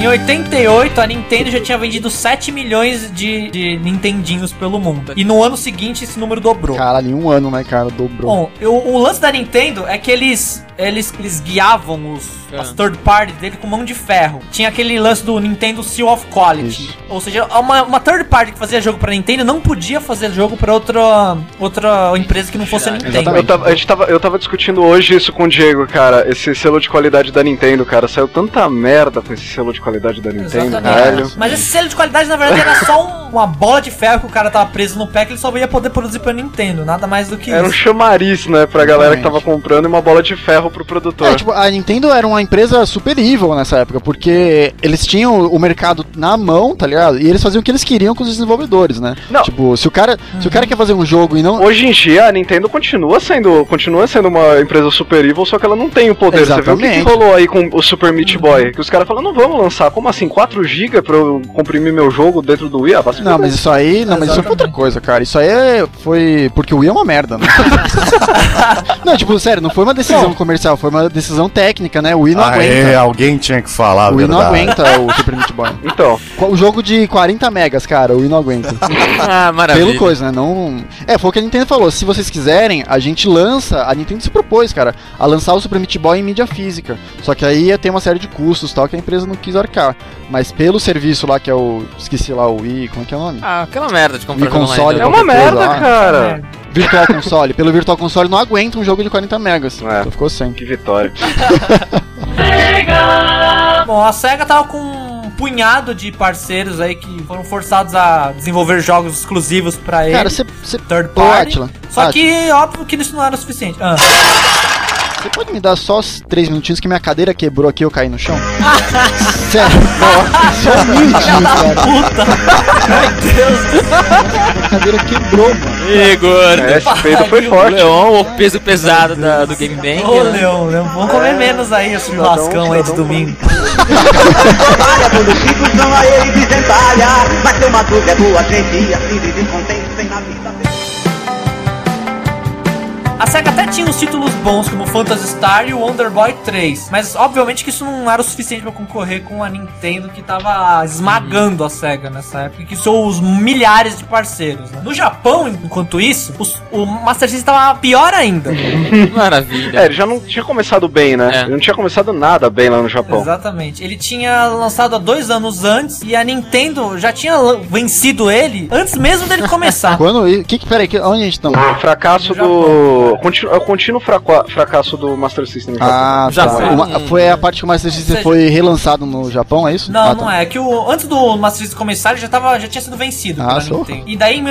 S1: Em 88, a Nintendo já tinha vendido 7 milhões de, de Nintendinhos pelo mundo. E no ano seguinte, esse número dobrou.
S3: Caralho, em um ano, né, cara? Dobrou.
S1: Bom, eu- o lance da Nintendo é que eles, eles, eles guiavam os,
S2: É.
S1: as third parties dele com mão de ferro. Tinha aquele lance do Nintendo Seal of Quality.
S3: Isso.
S1: Ou seja, uma, uma third party que fazia jogo pra Nintendo não podia fazer jogo pra outra, outra empresa que não fosse a Nintendo.
S5: Eu tava, a gente tava, eu tava discutindo hoje isso com o Diego, cara. Esse selo de qualidade da Nintendo, cara. Saiu tanta merda com esse selo de qualidade da Nintendo, velho.
S1: Mas esse selo de qualidade, na verdade, era só um- uma bola de ferro que o cara tava preso no pé que ele só ia poder produzir pra Nintendo. Nada mais do que
S5: Era um
S1: isso.
S5: chamariz, né, pra galera que tava comprando e uma bola de ferro pro produtor.
S3: É, tipo, a Nintendo era uma empresa super evil nessa época, porque eles tinham o mercado na mão, tá ligado? E eles faziam o que eles queriam com os desenvolvedores, né?
S5: Não.
S3: Tipo, se o cara, se o cara quer fazer um jogo e não
S5: Hoje em dia a Nintendo continua sendo, continua sendo uma empresa super evil, só que ela não tem o poder. Você viu o que que
S3: Exatamente.
S5: rolou aí com o Super Meat Boy? Que os caras falam, não vamos lançar, como assim? 4GB pra eu comprimir meu jogo dentro do Wii? Ah, vai se
S3: Não,
S5: fuder.
S3: mas isso aí, não, mas isso foi outra coisa, cara. Isso aí é- foi porque o Wii é uma merda, né? não, tipo, sério, não foi uma decisão comercial, foi uma decisão técnica, né? O Wii não
S4: Aê,
S3: aguenta.
S4: Ah, alguém tinha que falar a
S3: O Wii não
S4: é, verdade.
S3: aguenta o Super Meat Boy.
S5: Então,
S3: O jogo de 40 megas, cara, o Wii não aguenta.
S2: Ah, maravilha.
S3: tá Pelo coisa, né? Não... É, foi o que a Nintendo falou. Se vocês quiserem, a gente lança. A Nintendo se propôs, cara, a lançar o Super Meat Boy em mídia física. Só que aí ia ter uma série de custos e tal que a empresa não quis arcar. Mas pelo serviço lá, que é o. Esqueci lá, o Wii, como é que é o nome?
S2: Ah, aquela merda de comprar
S3: Wii
S2: jogo online.
S3: console,
S2: né?
S5: é uma
S3: qualquer coisa
S5: merda,
S3: lá. É.
S5: cara.
S3: Virtual Console. Pelo Virtual Console não aguenta um jogo de 40 megas.
S5: É.
S3: Então ficou sem.
S5: Que vitória. <laughs>
S1: É. Bom, a SEGA tava com um punhado de parceiros aí que foram forçados a desenvolver jogos exclusivos pra ele.
S3: Cara, você. Você
S1: Third
S3: Ô,
S1: party.
S3: Atila,
S1: Só
S3: Atila.
S1: que, óbvio que isso não era o suficiente. Ah.
S3: você pode me dar só os três minutinhos que minha cadeira quebrou aqui e eu caí
S1: <laughs>
S3: no chão? Sério, nossa, só um minutinho, cara.
S1: Puta! Meu Deus!
S3: Minha cadeira quebrou, mano. <laughs>
S2: Igor!
S5: É, esse peito foi
S2: O
S5: forte.
S2: Leon, o peso pesado da- do Game Bang.
S1: Ô,
S2: né?
S1: Leão, Leão,
S8: Ah.
S1: vamos comer menos aí esse churrascão aí de
S5: cidadão
S8: <laughs>
S1: domingo.
S8: Vagabundo Chico são a ele desentalha Mas seu Matuza é boa gente e assim vive contente sem na vida
S1: A SEGA até tinha uns títulos bons como Phantasy Star e Wonder Boy 3, mas obviamente que isso não era o suficiente pra concorrer com a Nintendo que tava esmagando a SEGA nessa época, que são os milhares de parceiros. né? No Japão, enquanto isso, os- o Master System tava pior ainda.
S5: É,
S3: É.
S2: Maravilha.
S5: ele já não tinha começado bem, né?
S2: É.
S5: Ele não tinha começado nada bem lá no Japão.
S1: Exatamente. Ele tinha lançado há dois anos antes e a Nintendo já tinha lan- vencido ele antes mesmo dele
S3: <laughs>
S1: começar.
S3: Quando. e- Que, que, peraí, que, onde a gente tá?
S5: O fracasso do. Contínuo, é o contínuo fraca- fracasso do Master System. no Japão.
S3: Ah,
S2: Já
S3: tá.
S2: foi.
S3: Uma- foi a parte que o Master
S1: Ou
S3: System
S1: seja-
S3: foi relançado no Japão, é isso?
S1: Não,
S3: Ah, tá.
S1: não é. É Que o, antes do Master System começar, ele já, tava, já tinha sido vencido
S3: Ah,
S1: pela
S3: sou.
S1: Nintendo. E daí, em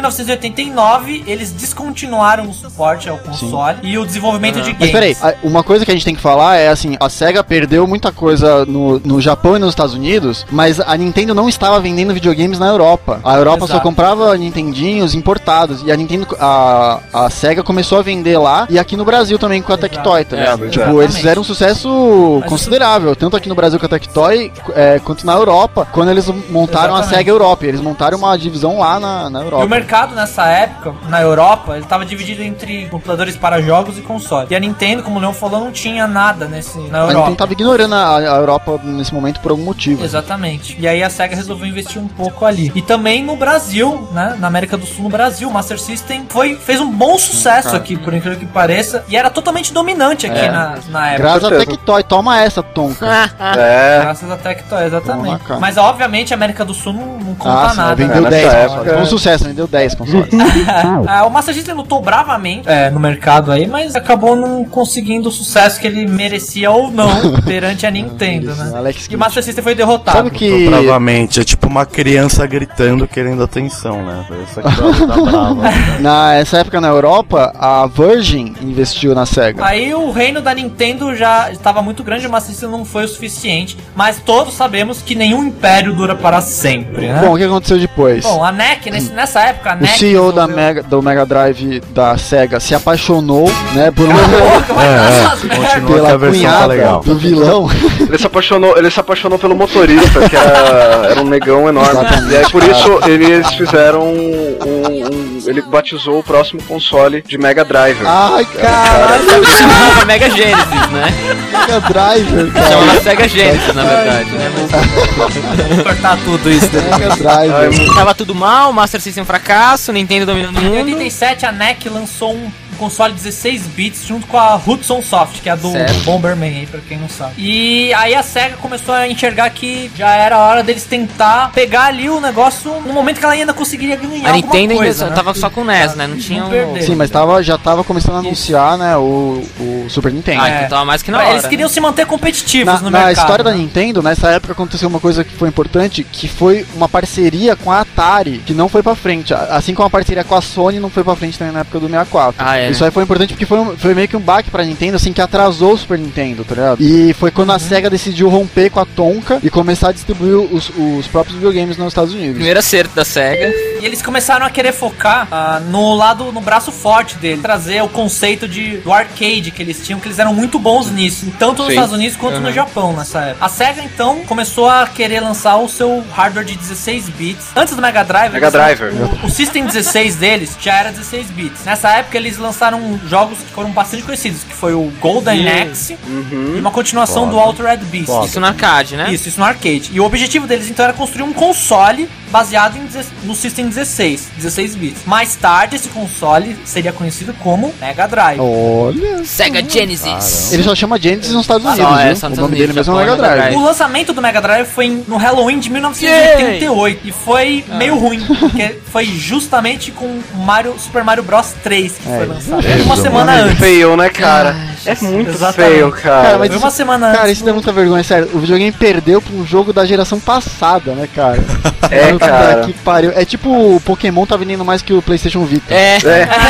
S1: 1989, eles descontinuaram o suporte ao console e o desenvolvimento de games.
S3: Mas peraí, a- uma coisa que a gente tem que falar é assim, a SEGA perdeu muita coisa no, no Japão e nos Estados Unidos, mas a Nintendo não estava vendendo videogames na Europa. A Europa só
S1: Exato.
S3: comprava Nintendinhos importados. E a Nintendo. A, a SEGA começou a vender lá e aqui no Brasil também com a
S1: Exato.
S3: Tectoy, tá
S2: É,
S3: ligado?
S5: exatamente.
S3: tipo, eles fizeram um sucesso
S1: Mas
S3: considerável, tanto aqui no Brasil com a Tectoy, é, quanto na Europa, quando eles montaram
S1: Exatamente.
S3: a SEGA Europa. Eles montaram uma divisão lá na, na
S1: E
S3: Europa.
S1: o mercado nessa época, na Europa, ele estava dividido entre computadores para jogos e consoles. E a Nintendo, como o Leon falou, não tinha nada nesse, na
S3: a Nintendo
S1: Europa.
S3: tava ignorando a, a Europa nesse momento por algum motivo.
S1: Exatamente. E aí a SEGA resolveu investir um pouco ali. E também no Brasil, né? Na América do Sul, no Brasil, o Master System foi, fez um bom sucesso aqui, por incrível que pareça. E era totalmente dominante aqui
S3: É.
S1: na, na época.
S3: Graças a
S5: certeza.
S3: Tectoy, toma essa, Tonka.
S5: É,
S1: Graças a Tectoy, exatamente.
S3: Vamos lá, cara.
S1: Mas obviamente a América do Sul não, não conta
S3: Ah, sim,
S1: nada.
S3: vendeu
S5: né?
S3: 10
S5: Nessa
S3: consoles.
S5: época-
S3: Foi um sucesso, vendeu 10 consoles.
S1: Ah, o Master System lutou bravamente é, no mercado aí, mas acabou não conseguindo o sucesso que ele merecia ou
S3: <laughs>
S1: não perante a Nintendo,
S3: Isso,
S1: né?
S3: Alex
S1: E o Master System foi derrotado.
S3: Sabe o que.
S4: Bravamente, é tipo uma criança gritando querendo atenção, né? Essa que tá, tá
S3: <laughs>
S4: brava.
S3: Nessa época na Europa, a Virgin investiu na SEGA.
S1: Aí o reino da Nintendo já estava muito grande, o Master System não foi o suficiente, mas todos sabemos que nenhum império dura para sempre, né?
S3: Bom, o que aconteceu depois?
S1: Bom, a NEC, nesse- nessa época, a
S3: O
S1: NEC.
S3: CEO da
S1: resolveu-
S3: Mega, do Mega Drive da SEGA se apaixonou, né, por uma,
S1: Porra, vai dar essas merdas.
S4: É, Continua que
S3: <laughs>
S4: a
S3: pela
S4: versão tá
S3: cunhada
S4: legal.
S3: do vilão.
S5: ele se apaixonou, ele se apaixonou pelo motorista, que era, era um negão enorme.
S3: Exatamente,
S5: E aí por isso eles fizeram um, um- Ele batizou o próximo console de Mega Drive.
S3: Ai, caralho,
S2: Chamava é Mega Genesis, né?
S3: Mega
S5: <laughs>
S3: Drive,
S5: é
S3: cara.
S2: Chamava Sega Genesis, na verdade, né?
S1: Vou cortar tudo isso. né?
S3: Mega Drive.
S2: Mas tava tudo mal, Master System é um fracasso, Nintendo dominando o
S1: Em
S2: mundo.
S1: 87, a NEC lançou um console 16 bits junto com a Hudson Soft, que é a do
S2: Certo.
S1: Bomberman aí, pra quem não sabe. E aí a SEGA começou a enxergar que já era a hora deles tentar pegar ali o negócio no momento que ela ainda conseguiria ganhar
S2: A Nintendo
S1: alguma
S2: ainda
S1: coisa,
S2: só-
S1: né?
S2: tava só com o NES, né? Não tinha
S1: Não
S2: um.
S1: perdeu.
S3: Sim, mas tava, já tava começando a anunciar, né, o, o Super Nintendo.
S2: Ah, então tava mais que na
S1: Mas
S2: hora.
S1: É. Eles queriam se manter competitivos
S3: Na,
S1: no
S3: na
S1: mercado.
S3: história da
S1: né?
S3: Nintendo, nessa época aconteceu uma coisa que foi importante, que foi uma parceria com a Atari, que não foi pra frente. A- Assim como a parceria com a Sony não foi pra frente também na época do 64.
S2: Ah, é, né?
S3: Isso aí foi importante porque foi, um- foi meio que um baque pra Nintendo, assim, que atrasou o Super Nintendo, tá ligado? E foi
S2: Uhum.
S3: quando a SEGA decidiu romper com a Tonka e começar a distribuir os, os próprios videogames nos Estados Unidos.
S2: Primeiro acerto da SEGA.
S1: E eles começaram a querer focar ah, no lado, no braço forte dele, trazer o conceito de do arcade que eles tinham, que eles eram muito bons nisso, tanto nos
S5: Sim.
S1: Estados Unidos quanto no Japão nessa época. A Sega então começou a querer lançar o seu hardware de 16 bits. Antes do Mega Drive,
S5: Mega
S1: eles-
S5: Driver.
S1: o, o System 16 deles já era 16 bits. Nessa época eles lançaram jogos que foram bastante conhecidos, que foi o Golden Axe e uma continuação do Altered Beast.
S4: Foda.
S2: Isso na arcade, né?
S1: Isso, isso no arcade. E o objetivo deles então era construir um console baseado em deze- no System 16, 16 bits. Mais tarde, esse console seria conhecido como Mega
S3: Oh,
S1: Drive.
S3: Olha.
S2: Sega Genesis.
S3: Ele só chama Genesis nos Estados
S2: Só,
S3: Unidos,
S2: é,
S3: viu?
S2: só
S3: O
S2: nos
S3: nome
S2: Estados
S3: dele mesmo é
S2: Unidos,
S3: Mega
S2: Japão, Mega
S3: Drive.
S1: O lançamento do Mega Drive foi em- no Halloween de 1988 e foi meio ruim, porque foi justamente com Mario, Super Mario Bros 3
S3: É.
S1: que foi lançado. uma semana antes.
S5: Feio, né, cara? é muito
S1: Exatamente.
S5: feio, cara.
S3: Ah, Cara, mas
S1: Foi uma semana antes.
S3: Cara, isso dá muita vergonha, sério. O videogame perdeu pra um jogo da geração passada, né, cara?
S5: É,
S3: Puta
S5: cara.
S3: Que pariu. É tipo o Pokémon tá vendendo mais que o PlayStation Vita.
S2: É.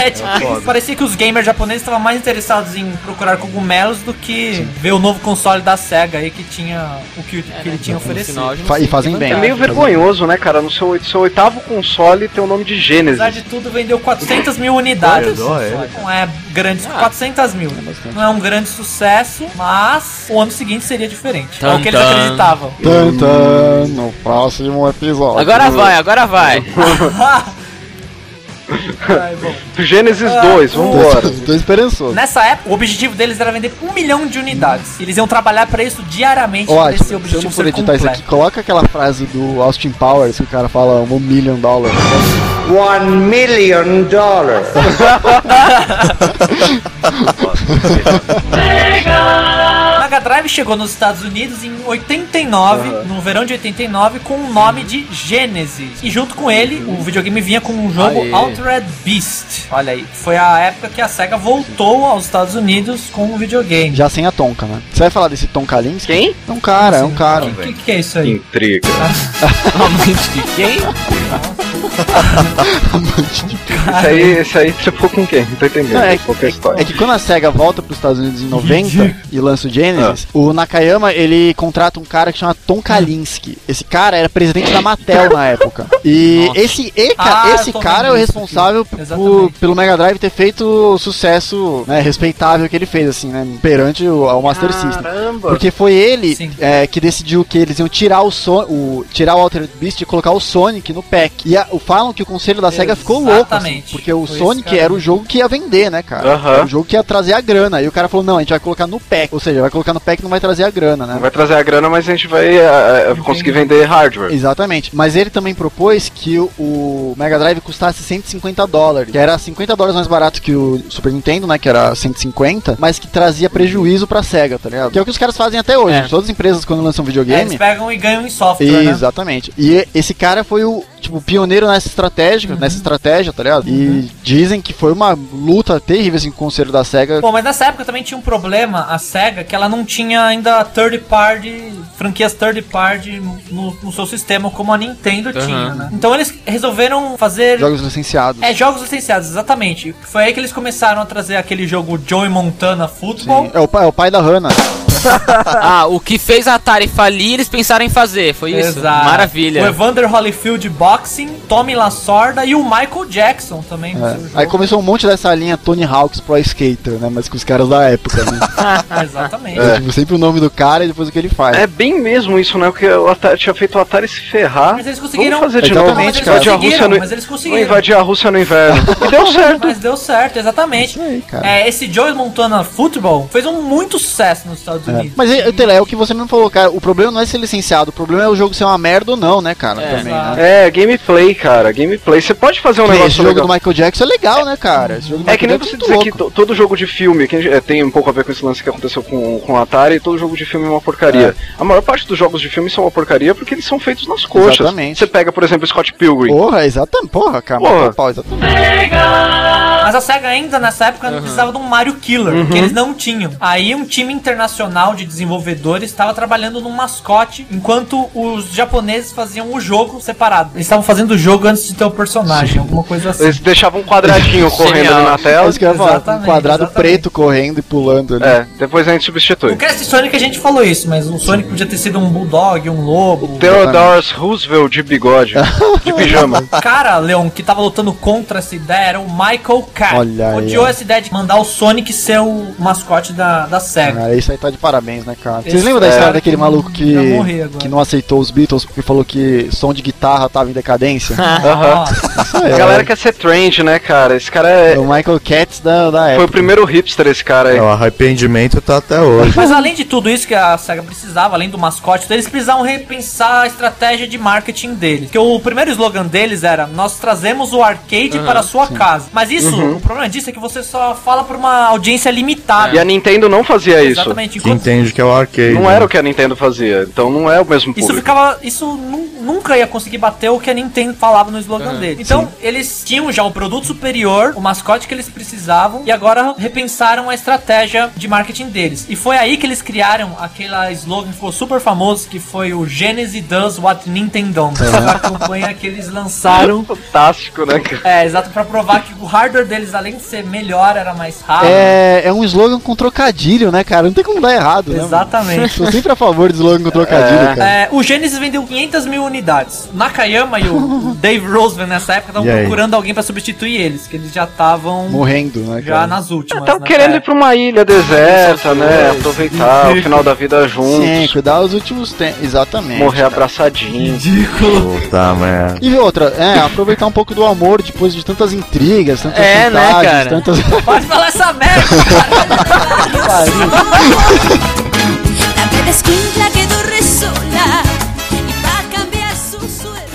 S1: É, tipo, parecia que os gamers japoneses estavam mais interessados em procurar cogumelos do que ver o novo console da SEGA aí que tinha o que, o
S2: É,
S1: que
S2: né?
S1: ele tinha a oferecer.
S3: Fa- e fazem bem.
S5: É meio vergonhoso, né, cara? No seu, seu oitavo console tem o nome de
S1: Apesar
S5: Gênesis.
S1: de tudo, vendeu 400 mil unidades.
S4: Olha, dó, é.
S1: Não é grande,
S2: Ah.
S1: 400 mil.
S3: bastante.
S1: Não é um grande sucesso, mas o ano seguinte seria diferente. é o
S2: Tan,
S1: que eles
S2: tan.
S1: acreditavam.
S3: Tantan, no próximo episódio.
S2: Agora vai, agora
S3: <laughs>
S2: vai.
S1: Ai, bom.
S5: Gênesis
S1: Ah,
S5: 2,
S1: o-
S5: vambora.
S3: <laughs> Tô esperançoso.
S1: Nessa época, o objetivo deles era vender um milhão de unidades. Eles iam trabalhar pra isso diariamente.
S3: Ó, tipo,
S1: pra esse
S3: se eu não
S1: objetivo
S3: for
S1: ser
S3: editar isso
S1: completo.
S3: aqui, coloca aquela frase do Austin Powers que o cara fala um million dollars.
S8: One million dollars.
S1: O Mega Drive chegou nos Estados Unidos em 89, no verão de 89, com o nome de Genesis. E junto com ele, o videogame vinha com um jogo
S2: Aê.
S1: Altered Beast. Olha aí, foi a época que a SEGA voltou aos Estados Unidos com o videogame.
S3: Já sem a Tonka, né? Você vai falar desse Tonka Lins? Quem? É um cara, é um cara.
S1: O que, que é isso aí? <laughs>
S5: Intriga.
S2: Amante de
S1: é
S2: quem?
S5: Esse aí, esse aí você ficou com quem? Não tô entendendo.
S3: Não, é que-
S5: Qual que é a história?
S3: É que quando a SEGA volta para os Estados Unidos em 90 e lança o Genesis, o Nakayama ele contrata um cara que chama Tom Kalinski. Esse cara era presidente da Mattel na época. E
S2: Nossa.
S3: esse, e ca-
S1: Ah, eu
S3: esse
S1: tô
S3: cara é o
S1: vendo isso
S3: responsável
S1: aqui.
S3: por-
S1: Exatamente.
S3: pelo Mega Drive ter feito o sucesso né, respeitável que ele fez, assim, né? Perante o, ao Master System. Porque foi ele
S1: Sim.
S3: é, que decidiu que eles iam tirar o, Son o tirar o Altered Beast e colocar o Sonic no pack. E a, o- falam que o conselho da SEGA ficou louco, assim,
S1: Exatamente.
S3: porque o
S1: Foi esse
S3: Sonic
S1: cara
S3: era o jogo que ia vender, né, cara?
S5: Aham.
S3: Era o jogo que ia trazer a grana. E o cara falou: não, a gente vai colocar no pack. Ou seja, vai colocar no no PEC não vai trazer a grana, né?
S5: Não vai trazer a grana, mas a gente vai eh, eh, conseguir vender hardware.
S3: Exatamente. Mas ele também propôs que o- o Mega Drive custasse 150 dólares, que era 50 dólares mais barato que o Super Nintendo, né? Que era 150, mas que trazia prejuízo pra SEGA, tá ligado? Que é o que os caras fazem até hoje.
S2: É.
S3: Todas as empresas quando
S1: É,
S3: lançam
S1: eles
S3: videogame.
S1: pegam e ganham em software, né?
S3: Exatamente. E esse cara foi o tipo pioneiro nessa estratégia,
S1: Uhum.
S3: nessa estratégia, tá ligado? E dizem que foi uma luta terrível assim, com o conselho da SEGA.
S1: Bom, mas nessa época também tinha um problema, a SEGA, que ela não tinha ainda third party, franquias third party no, no seu sistema, como a Nintendo
S2: Aham.
S1: tinha, né? Então eles resolveram fazer
S3: Jogos licenciados.
S1: É, jogos licenciados, exatamente. Foi aí que eles começaram a trazer aquele jogo Joey Montana Football.
S3: Sim. É, o pai, é o pai da Hannah.
S2: Ah, o que fez a Atari falir, eles pensaram em fazer.
S3: É
S2: Foi isso.
S1: Exato. O
S2: Maravilha.
S1: Evander Holyfield Boxing, Tommy Lasorda e o Michael Jackson também. no seu
S3: Aí
S1: jogo.
S3: começou um monte dessa linha Tony Hawk's Pro Skater, né? Mas com os caras da época,
S1: <laughs>
S3: né?
S1: <laughs> Exatamente.
S3: Então, tipo, sempre o nome do cara e depois o que ele faz.
S5: É bem mesmo isso, né? Porque o Atari tinha feito o Atari se ferrar.
S1: Mas eles conseguiram.
S5: Vamos fazer de
S1: Não,
S5: novo.
S1: mas
S3: Exatamente,
S1: eles
S3: cara.
S5: Invadir a
S1: conseguiram,
S5: Rússia no-
S1: mas eles
S5: Vamos
S1: conseguiram.
S5: invadir a Rússia no inverno. E deu certo.
S1: Mas <laughs> deu certo, exatamente.
S3: aí, cara.
S1: É, esse Joey Montana Football fez um muito sucesso nos Estados
S3: É.
S1: Unidos.
S3: Mas é, Tele, é o que você mesmo falou, cara. O problema não é ser licenciado, o problema é o jogo ser uma merda ou não, né, cara?
S2: É,
S3: também,
S1: exato.
S3: né?
S5: É, gameplay, cara. Gameplay. Você pode fazer um
S3: Esse
S5: negócio
S3: jogo
S5: legal.
S3: do Michael Jackson é legal, né, cara? Esse jogo do
S5: É que nem
S3: Michael
S5: você
S3: Jackson
S5: dizer
S3: muito
S5: que
S3: louco.
S5: to- todo jogo de filme, que eh, tem um pouco a ver com esse lance que aconteceu com, com o Atari, todo jogo de filme é uma porcaria. A maior parte dos jogos de filme são uma porcaria porque eles são feitos nas coxas.
S3: Exatamente.
S5: Você pega, por exemplo, Scott Pilgrim.
S3: Porra, exatamente. Porra, cara.
S5: Porra.
S3: Porra. Pau, exatamente.
S1: Mas a SEGA ainda nessa época precisava de um Mario Killer,
S3: Uhum.
S1: que eles não tinham. Aí um time internacional de desenvolvedores estava trabalhando num mascote, enquanto os japoneses faziam o jogo separado. Eles estavam fazendo o jogo antes de ter o personagem, alguma coisa assim.
S5: Eles deixavam
S1: <laughs>
S5: um quadradinho correndo ali na
S3: É
S5: tela.
S3: isso que eu ia falar, um
S1: Exatamente,
S3: quadrado
S1: exatamente.
S3: preto correndo e pulando ali.
S5: É, depois a gente
S1: No
S5: substitui.
S1: Cast Sonic a gente falou isso, mas o Sonic podia ter sido um Bulldog, um Lobo.
S5: Theodore Roosevelt de bigode,
S3: <laughs>
S5: de pijama.
S1: O cara, Leon, que tava lutando contra essa ideia era o Michael K.
S3: Olha aí,
S1: Odiou
S3: ó.
S1: essa ideia de mandar o Sonic ser o mascote da, da SEGA.
S3: Cara, isso aí tá de parabéns, né, cara? Vocês
S1: Esse
S3: lembram da história
S1: cara
S3: daquele
S1: que
S3: maluco que,
S1: já morri agora.
S3: que não aceitou os Beatles porque falou que som de guitarra tava em decadência?
S5: Aham.
S1: Ó,
S3: Isso aí, é um-
S5: A galera quer ser trend, né, cara? Esse cara é.
S3: O Michael Katz da, da
S5: Foi o
S3: época.
S5: primeiro hipster esse cara aí.
S4: É, o arrependimento tá até hoje.
S1: Mas além de tudo isso que a SEGA precisava, além do mascote, então eles precisavam repensar a estratégia de marketing deles. Porque o primeiro slogan deles era: Nós trazemos o arcade para a sua casa. Mas isso,
S5: Uhum.
S1: o problema disso é que você só fala pra uma audiência limitada.
S5: É. E
S3: é.
S5: a Nintendo não fazia isso.
S1: Exatamente.
S4: Que
S1: Enquanto
S4: entende que é o arcade.
S5: Não era o que a Nintendo fazia, então não é o mesmo
S1: Isso
S5: público.
S1: ficava. Isso nu- nunca ia conseguir bater o que a Nintendo falava no slogan
S2: Aham,
S1: dele. Então, eles tinham já o produto superior, o mascote que eles precisavam, e agora repensaram a estratégia de marketing deles. E foi aí que eles criaram aquele slogan que ficou super famoso, que foi o Genesis Does What Nintendo. A campanha que eles lançaram.
S5: Fantástico, né, cara?
S1: É, exato, pra provar que o hardware deles, além de ser melhor, era mais rápido.
S3: É, é um slogan com trocadilho, né, cara? Não tem como dar errado, né? mano?
S1: Exatamente.
S3: Sou sempre a favor de slogan com trocadilho, cara.
S1: É, o Genesis vendeu 500 mil unidades. Nakayama e o Dave Roosevelt nessa época
S4: E
S1: estavam
S4: aí?
S1: procurando alguém pra substituir eles, que eles já estavam
S3: Morrendo, né,
S1: já
S3: cara?
S1: nas últimas.
S5: Estão
S1: né?
S5: querendo
S1: É.
S5: ir pra uma ilha deserta, né? Aproveitar o final da vida
S3: Sim,
S5: juntos,
S3: cuidar os últimos tempos. Exatamente.
S5: morrer abraçadinho.
S4: Puta merda.
S3: E outra, é, aproveitar um pouco do amor depois de tantas intrigas, tantas
S2: É, né,
S3: vontades,
S2: cara?
S3: tantas. <laughs>
S1: Pode falar essa merda, cara.
S7: La bella escuincla quedó re sola y va a cambiar su suerte.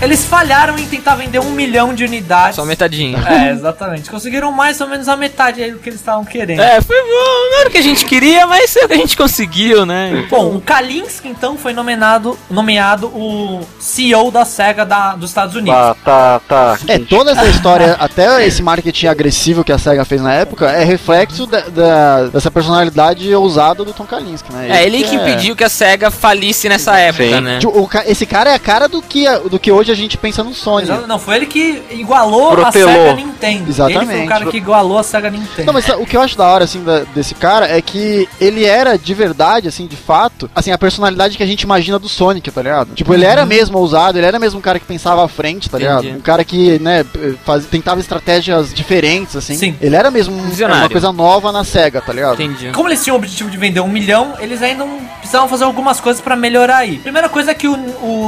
S1: Eles falharam em tentar vender um milhão de unidades.
S2: Só metadinho.
S1: É, exatamente. Conseguiram mais ou menos a metade aí do que eles estavam querendo.
S2: É, foi bom. Não era o que a gente queria, mas é o que a gente conseguiu, né?
S1: Bom, o Kalinski então foi nomeado, nomeado o CEO da SEGA da, dos Estados Unidos.
S5: Tá, tá, tá.
S3: É, toda essa
S2: <laughs>
S3: história, até esse marketing agressivo que a SEGA fez na época, é reflexo da- da- dessa personalidade ousada do Tom Kalinske, né?
S2: É ele que
S3: é-
S2: impediu que a SEGA falisse nessa época,
S5: Sim.
S2: né?
S3: Tipo, o ca- Esse cara é a cara do que, do que hoje a gente pensa no Sony.
S1: Exato, Não, foi ele que igualou
S5: Protelou.
S1: a SEGA Nintendo. Ele foi
S3: Exatamente.
S1: o cara que igualou a SEGA Nintendo.
S3: Não, mas o que eu acho da hora, assim, da- desse cara é que ele era de verdade, assim, de fato, assim, a personalidade que a gente imagina do Sonic, tá ligado? Tipo, ele era mesmo ousado, ele era mesmo um cara que pensava à frente, tá
S2: Uhum. Entendi.
S3: ligado? Um cara que, né, faz- tentava estratégias diferentes, assim.
S1: Sim.
S3: Ele era mesmo um-
S2: Visionário.
S3: uma coisa nova na SEGA, tá ligado?
S2: Entendi.
S1: Como eles tinham o objetivo de vender um milhão, eles ainda não precisavam fazer algumas coisas pra melhorar aí. Primeira coisa é que o,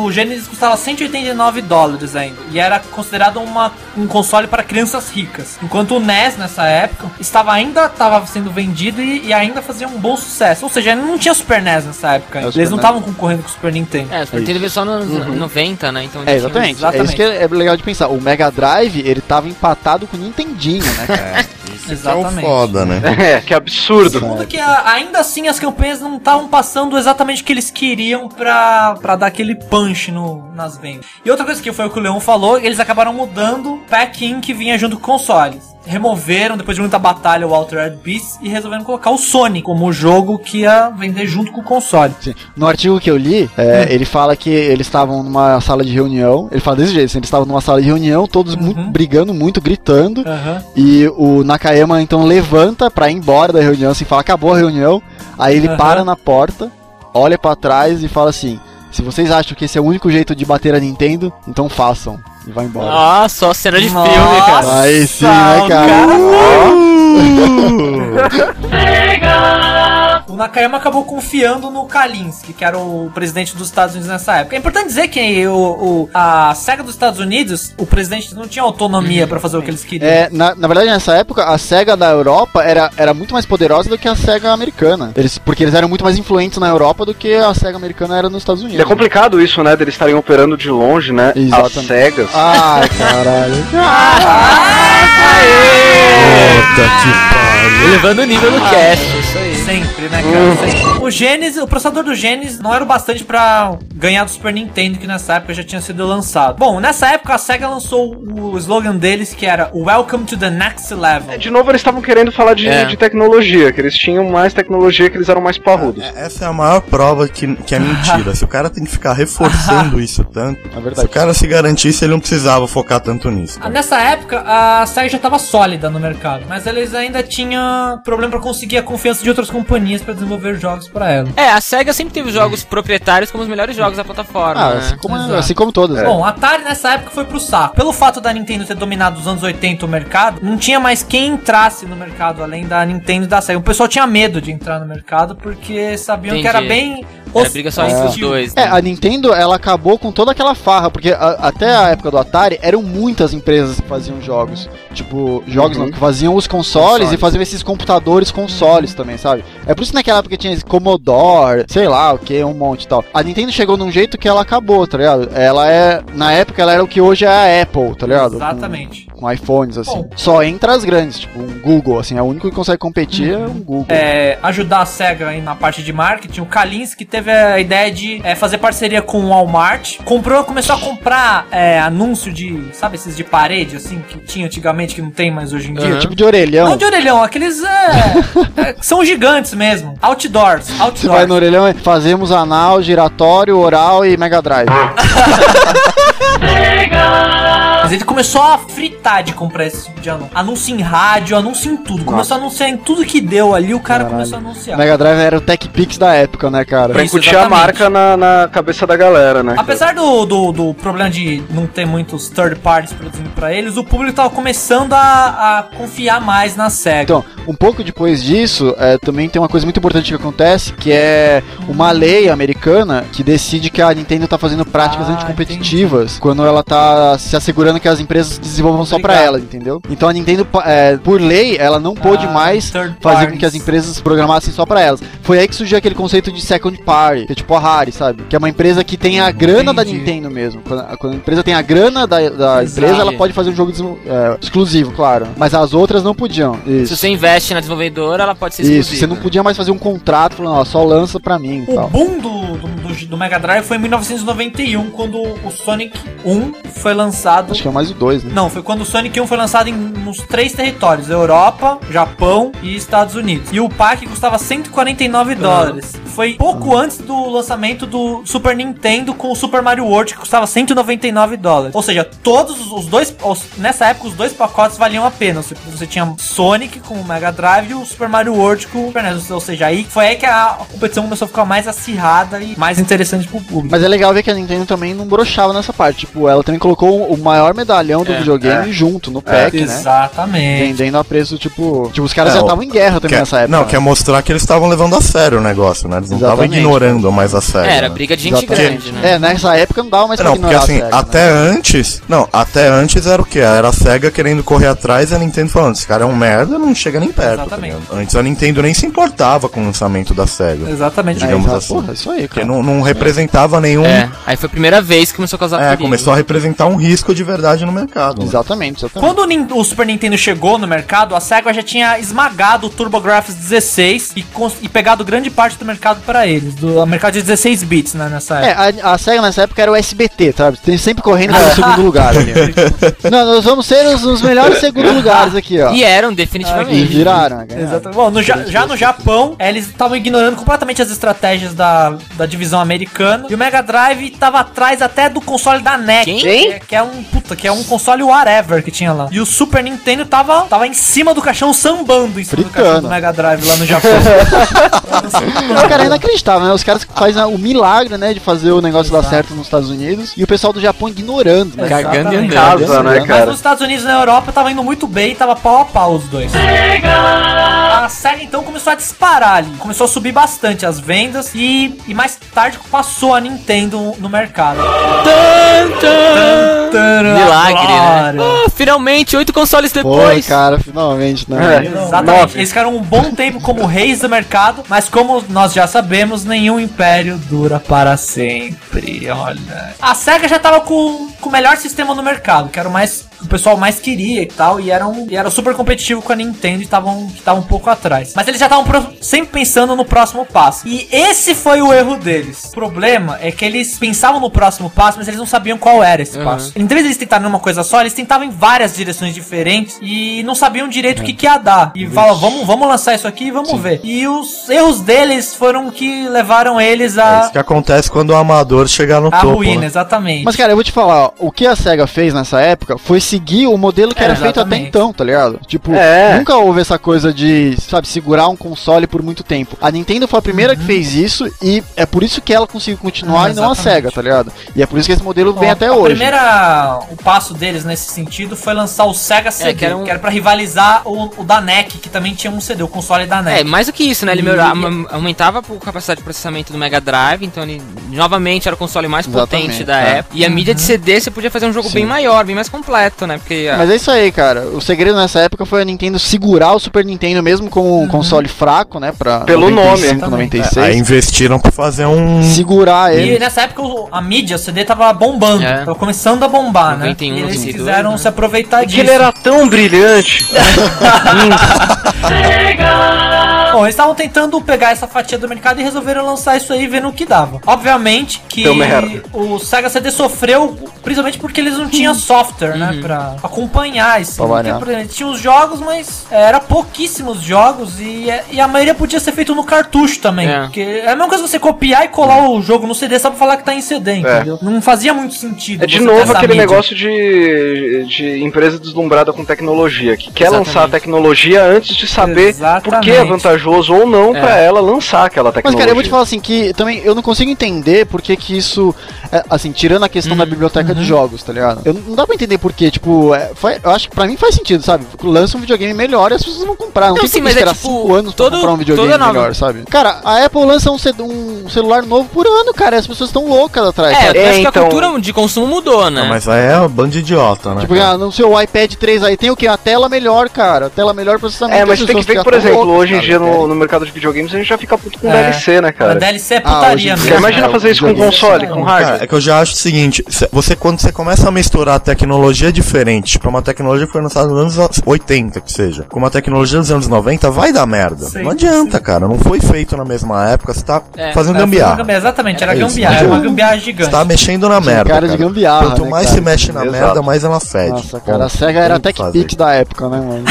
S1: o Genesis custava 189 dólares ainda, e era considerado uma, um console para crianças ricas. Enquanto o NES, nessa época, estava ainda estava sendo vendido e, e ainda fazia um bom sucesso. Ou seja, não tinha Super NES nessa época. ainda.
S3: É, o
S1: Eles
S3: Super
S1: não
S3: NES.
S1: estavam concorrendo com o Super Nintendo.
S2: É, o Super Nintendo veio só nos anos 90, né? Então
S3: Uhum. É, exatamente. É isso que é é legal de pensar. O Mega Drive, ele tava empatado com o Nintendinho, <laughs> né, cara?
S4: Isso é um foda, né?
S5: <laughs>
S4: <laughs>
S5: É, que absurdo.
S1: Segundo que a- ainda assim as campanhas não estavam passando exatamente o que eles queriam pra, pra dar aquele punch no, nas vendas. E outra coisa que foi o que o Leon falou, eles acabaram mudando o pack-in que vinha junto com consoles. Removeram, depois de muita batalha, o Altered Beast e resolveram colocar o Sony como o jogo que ia vender junto com o console.
S3: Sim. No artigo que eu li, é, ele fala que eles estavam numa sala de reunião. Ele fala desse jeito, assim, eles estavam numa sala de reunião, todos mu- brigando muito, gritando. E o Nakayama então levanta pra ir embora da reunião, assim, fala: acabou a reunião. Aí ele
S1: Aham.
S3: para na porta, olha pra trás e fala assim: se vocês acham que esse é o único jeito de bater a Nintendo, então façam. E vai embora.
S2: Ah, só cena de
S1: Nossa,
S2: filme,
S3: <laughs>
S2: cara.
S3: Aí sim, né, cara?
S4: Uh!
S1: O Nakayama acabou confiando no Kalinske, que era o presidente dos Estados Unidos nessa época. É importante dizer que o, o- a SEGA dos Estados Unidos, o presidente não tinha autonomia pra fazer o que eles queriam.
S3: É, na, na verdade, nessa época, a SEGA da Europa era, era muito mais poderosa do que a SEGA americana. Eles, porque eles eram muito mais influentes na Europa do que a SEGA americana era nos Estados
S5: É
S3: Unidos.
S5: complicado isso, né? Deles estarem operando de longe, né? As
S3: Exatamente.
S5: cegas.
S3: Ai, caralho.
S2: Levando o nível do cast. Isso aí.
S1: Sempre, né, cara? Sempre. O Genesis, o processador do Genesis não era o bastante pra ganhar do Super Nintendo, que nessa época já tinha sido lançado. Bom, nessa época a SEGA lançou o slogan deles, que era Welcome to the Next Level.
S5: É, De novo, eles estavam querendo falar de,
S2: É.
S5: de tecnologia, que eles tinham mais tecnologia, que eles eram mais parrudos.
S4: É- Essa é a maior prova que, que é mentira. Se o cara tem que ficar
S3: <laughs>
S4: reforçando isso tanto,
S3: É
S4: se o
S3: verdade.
S4: cara se garantisse, ele não precisava focar tanto nisso.
S1: Ah, Nessa época, a SEGA já estava sólida no mercado, mas eles ainda tinham problema para conseguir a confiança de outras companhias para desenvolver jogos para ela.
S2: É, a SEGA sempre teve os jogos proprietários como os melhores jogos da plataforma.
S3: Ah,
S2: né?
S3: assim como,
S1: Exato.
S3: assim como todas. né?
S1: Bom, a Atari nessa época foi pro saco. Pelo fato da Nintendo ter dominado os anos 80 o mercado, não tinha mais quem entrasse no mercado além da Nintendo e da SEGA. O pessoal tinha medo de entrar no mercado porque sabiam que era
S2: Entendi.
S1: bem
S2: Era É briga só entre os
S1: hostil.
S2: dois.
S3: É,
S2: né?
S3: a Nintendo, ela acabou com toda aquela farra, porque a- até a época do Atari, eram muitas empresas que faziam jogos. Tipo, jogos não, que faziam os consoles, e faziam esses computadores consoles também, sabe? É por isso que naquela época tinha esse Commodore, sei lá o que, um monte e tal. A Nintendo chegou num jeito que ela acabou, tá ligado? Ela é, na época, ela era o que hoje é a Apple, tá ligado? Com-
S1: Exatamente.
S3: Com, iPhones, assim.
S1: Bom.
S3: Só entra as grandes, tipo, um Google, assim, é o único que consegue competir é um Google.
S1: é, ajudar a SEGA aí na parte de marketing, o Kalinski teve a ideia de é, fazer parceria com o Walmart. Comprou, começou a comprar é, anúncio de, sabe, esses de parede, assim, que tinha antigamente, que não tem mais hoje em dia.
S2: Uhum.
S1: Tipo,
S3: Tipo de orelhão.
S1: não de orelhão, aqueles
S3: <laughs>
S1: é, é, que são gigantes mesmo. Outdoors,
S3: Você vai
S1: outdoors.
S3: no orelhão e fazemos anal, giratório, oral e Mega Drive.
S1: Mas ele começou a fritar de comprar esse tipo de anúncio. Anúncio em rádio, anúncio em tudo. Começou a anunciar em tudo que deu ali, o cara começou a anunciar.
S3: Mega Drive era o Tech Pix da época, né,
S5: Pra
S3: cara?
S1: Isso,
S5: incutir a
S1: exatamente.
S5: marca na, na cabeça da galera, né?
S1: Apesar do, do, do problema de não ter muitos third parties produzindo pra eles, o público tava começando a, a confiar mais na SEGA.
S3: Então, um pouco depois disso, é, também tem uma coisa muito importante que acontece, que é uma lei americana que decide que a Nintendo tá fazendo práticas
S1: Ah,
S3: anticompetitivas quando ela tá se assegurando que as empresas desenvolvam só pra
S1: Obrigado.
S3: ela, entendeu? Então a Nintendo, pa- é, por lei, ela não pôde
S1: Ah,
S3: mais
S1: third
S3: Então, fazer com
S1: parties.
S3: que as empresas programassem só pra elas. Foi aí que surgiu aquele conceito de second party, que é tipo a Harry, sabe? Que é uma empresa que tem a grana da
S1: Entendi.
S3: Nintendo mesmo. Quando a, quando a empresa tem a grana da, da
S1: Exato.
S3: empresa, ela pode fazer um jogo desenvol- é, exclusivo, claro. Mas as outras não podiam. Isso.
S2: Se você investe na desenvolvedora, ela pode ser
S3: Isso,
S2: exclusiva.
S3: você não podia mais fazer um contrato falando, ó, só lança pra mim e
S1: O
S3: tal.
S1: boom do, do, do- do Mega Drive foi em 1991, quando o Sonic 1 foi lançado.
S3: Acho que é mais o dois, né?
S1: Não, foi quando o Sonic 1 foi lançado em uns três territórios: Europa, Japão e Estados Unidos. E o pack custava 149 dólares. Foi pouco antes do lançamento do Super Nintendo com o Super Mario World, que custava 199 dólares. Ou seja, todos os dois. os- nessa época, os dois pacotes valiam a pena. Você- Você tinha Sonic com o Mega Drive e o Super Mario World com o Super NES. Ou seja, aí foi aí que a competição começou a ficar mais acirrada e mais interessante pro público.
S3: Mas é legal ver que a Nintendo também não broxava nessa parte. Tipo, ela também colocou o maior medalhão do
S2: É,
S3: videogame junto no pack, né?
S1: É. Exatamente.
S3: Vendendo a preço, tipo. Tipo, os caras
S4: É,
S3: já
S4: o-
S3: estavam em guerra também
S4: Quer-
S3: nessa época.
S4: Não, é
S3: né?
S4: quer mostrar que eles estavam levando a sério o negócio, né? eles não estavam
S3: Exatamente.
S4: ignorando mais a série.
S2: É, Era
S4: né?
S2: briga de gente
S4: Exatamente.
S2: grande, né?
S3: É, nessa época não dava mais pra
S4: Não, porque
S3: ignorar a
S4: assim,
S3: SEGA, né?
S4: até antes. Não, até antes era o quê? Era a SEGA querendo correr atrás e a Nintendo falando: esse cara é um merda, não chega nem perto. tá
S1: Exatamente.
S4: ligado? antes a Nintendo nem se importava com o lançamento da SEGA.
S1: Exatamente.
S4: digamos
S3: exato.
S4: assim.
S3: ah, Porra, isso aí,
S4: Porque
S3: cara.
S4: não, não representava nenhum.
S2: É,
S4: É,
S2: aí foi a primeira vez que É, começou a causar perigo.
S4: começou a representar um risco de verdade no mercado. né?
S3: Exatamente, exatamente.
S1: Quando o Nin- o Super Nintendo chegou no mercado, a SEGA já tinha esmagado o TurboGrafx 16 e, cons- e pegado grande parte do mercado para eles, do mercado de 16 bits, né, nessa
S3: É,
S1: época.
S3: a, a SEGA nessa época era o SBT, sabe? Tem sempre correndo
S4: Ah.
S3: pelo segundo lugar
S4: <laughs>
S3: ali. Não, nós vamos ser os, os melhores segundos lugares aqui, ó.
S2: E é eram,
S3: E
S2: definitivamente.
S3: viraram, né? ganharam.
S1: Exatamente. Bom, no Ja- já no Japão, eh, eles estavam ignorando completamente as estratégias da, da divisão americana. E o Mega Drive tava atrás até do console da NEC.
S2: Quem?
S1: Que, é, que é um puta, que é um console whatever que tinha lá. E o Super Nintendo tava, tava em cima do caixão sambando em cima do caixão do
S3: Fritando.
S1: Mega Drive lá no
S3: <laughs>
S1: Japão.
S3: Os caras é inacreditável, né? Os caras fazem o milagre, né, de fazer o negócio dar certo nos Estados Unidos e o pessoal do Japão ignorando, né?
S1: Exato.
S2: Cagando e
S1: Exatamente.
S2: andando.
S5: Casa, né,
S1: Mas
S5: cara?
S1: nos Estados Unidos e na Europa tava indo muito bem, tava pau a pau os dois. A série então começou a disparar ali, começou a subir bastante as vendas e, e mais tarde passou a Nintendo no mercado. Tcharam,
S2: Milagre,
S1: agora.
S2: né? Ah, finalmente, oito consoles
S3: Pô,
S2: depois.
S3: cara, finalmente,
S5: É.
S3: né?
S1: Exatamente. Eles ficaram um bom tempo como reis do mercado, mas como nós já sabemos, nenhum império dura para sempre. Olha. A SEGA já tava com, com o melhor sistema no mercado, que era o mais. que O pessoal mais queria e tal, e era, um- e era super competitivo com a Nintendo e estavam que estavam um pouco atrás. Mas eles já estavam pro- sempre pensando no próximo passo. E esse foi o erro deles. O problema é que eles pensavam no próximo passo, mas eles não sabiam qual era esse
S2: Uhum.
S1: passo. Em vez de eles tentarem uma coisa só, eles tentavam em várias direções diferentes e não sabiam direito o que, que ia dar. E falavam, vamos, vamos lançar isso aqui e vamos ver. E os erros deles foram que levaram eles
S4: É isso
S1: a,
S4: que acontece quando o amador chegar no
S1: a
S4: topo.
S1: ruína,
S4: né?
S1: exatamente.
S3: Mas, é cara, eu vou te falar, ó, o que a SEGA fez nessa época foi seguir o modelo que
S1: É,
S3: era feito até
S1: exatamente.
S3: então, tá ligado? Tipo,
S5: É.
S3: nunca houve essa coisa de, sabe, segurar um console por muito tempo. A Nintendo foi a primeira que fez isso e é por isso que ela conseguiu continuar
S1: Ah,
S3: e não a
S1: Uhum. exatamente.
S3: SEGA, tá ligado? E é por isso que esse modelo
S1: Bom,
S3: vem até
S1: a
S3: hoje.
S1: Primeira, o passo deles nesse sentido foi lançar o Sega CD, que,
S2: que era
S1: era
S2: um-
S1: pra rivalizar o, o da NEC, que também tinha um CD, o console da NEC.
S2: É, mais do que isso, né? Ele
S1: E-
S2: melhorava, am- aumentava a capacidade de processamento do Mega Drive, então ele novamente era o console mais potente
S3: Exatamente,
S2: da
S3: é.
S2: época. E a mídia de CD você podia fazer um jogo bem maior, bem mais completo, né? Porque ah,
S3: Mas é isso aí, cara. O segredo nessa época foi a Nintendo segurar o Super Nintendo mesmo como
S1: Uhum.
S3: um console fraco, né? Pra
S5: Pelo
S1: nome.
S3: 96.
S4: Aí investiram pra fazer um.
S3: Segurar
S1: E
S3: ele.
S1: nessa época o- a mídia, o CD tava bombando,
S2: É.
S1: tava começando a bombar, né?
S2: 91,
S1: e eles
S2: 92,
S1: quiseram
S2: né?
S1: se aproveitar disso.
S5: Que ele era tão brilhante.
S1: Bom, eles estavam tentando pegar essa fatia do mercado e resolveram lançar isso aí vendo o que dava. Obviamente que
S5: Deu merda. Uhum.
S1: o Sega CD sofreu, principalmente porque eles não tinham software, né?
S2: Uhum.
S1: Pra acompanhar isso.
S3: Pra variar.
S1: Tinha os jogos, mas é, era pouquíssimos jogos e, é, e a maioria podia ser feito no cartucho também.
S2: É.
S1: Porque é a mesma coisa você copiar e colar
S5: Uhum.
S1: o jogo no CD só pra falar que tá em CD, entendeu? Não fazia muito sentido.
S5: É de
S1: você tá ter
S5: novo
S1: essa
S5: aquele
S1: mídia.
S5: negócio de, de empresa deslumbrada com tecnologia, que quer
S2: Exatamente.
S5: lançar a tecnologia antes de saber por que é
S1: Exatamente.
S5: vantajoso ou não
S2: É.
S5: pra ela lançar aquela
S3: Mas,
S5: tecnologia.
S3: cara, eu vou te falar assim, que também eu não consigo entender por que que isso, é, assim, tirando a questão
S5: Uhum.
S3: da biblioteca de jogos, tá ligado? Eu, não dá pra entender por que, tipo, é, fa- eu acho que pra mim faz sentido, sabe? Lança um videogame melhor e as pessoas vão comprar. Não,
S2: Não,
S3: tem
S2: sim,
S3: por que
S2: mas é
S3: esperar
S2: tipo,
S3: 5 anos pra
S2: todo-
S3: comprar um videogame
S2: toda nova-
S3: melhor, sabe? Cara, a Apple lança um, ced- um celular novo por ano, cara, e as pessoas estão loucas atrás,
S2: é,
S3: sabe?
S2: eu acho que a
S5: então-
S2: cultura de consumo mudou, né?
S4: Não, mas aí é um bando de idiota, né?
S3: Tipo,
S4: cara?
S3: ah, não sei, o iPad 3 aí tem o quê? Uma tela melhor, cara. Tela melhor processamento.
S5: É, mas
S3: as
S5: tem que
S3: pessoas
S5: ver que,
S3: ficam
S5: por
S3: tão
S5: exemplo,
S3: loucas,
S5: hoje em
S3: cara,
S5: dia no,
S3: querem.
S5: no mercado de videogames a gente já fica puto com
S1: É.
S5: DLC, né,
S1: A
S5: cara?
S1: DLC é
S3: Ah, hoje
S1: putaria
S3: em dia,
S5: Porque
S1: mesmo.
S5: imagina
S3: É,
S5: fazer isso com
S3: videogame.
S5: console, com
S4: Cara,
S5: hardware.
S4: é que eu já acho o seguinte, cê- você quando você começa a misturar tecnologia diferente, tipo uma tecnologia que foi lançada nos anos 80, que seja, com uma tecnologia dos anos 90, vai dar merda.
S1: Sim,
S4: não adianta,
S1: sim.
S4: cara, não foi feito na mesma época, você tá
S2: É,
S4: fazendo
S1: Era
S4: gambiarra.
S1: gambiarra, Exatamente, era
S4: É isso,
S1: gambiarra,
S4: né?
S1: era uma gambiarra
S4: Você
S1: gigante.
S4: tá mexendo na merda.
S3: cara de gambiarra,
S4: Quanto
S3: né,
S4: mais
S3: cara?
S4: se mexe na
S5: Exato.
S4: merda, mais ela fede.
S3: Nossa, cara,
S4: Bom,
S3: a SEGA era
S4: tem o que fazer.
S3: TechPix da época, né, mano?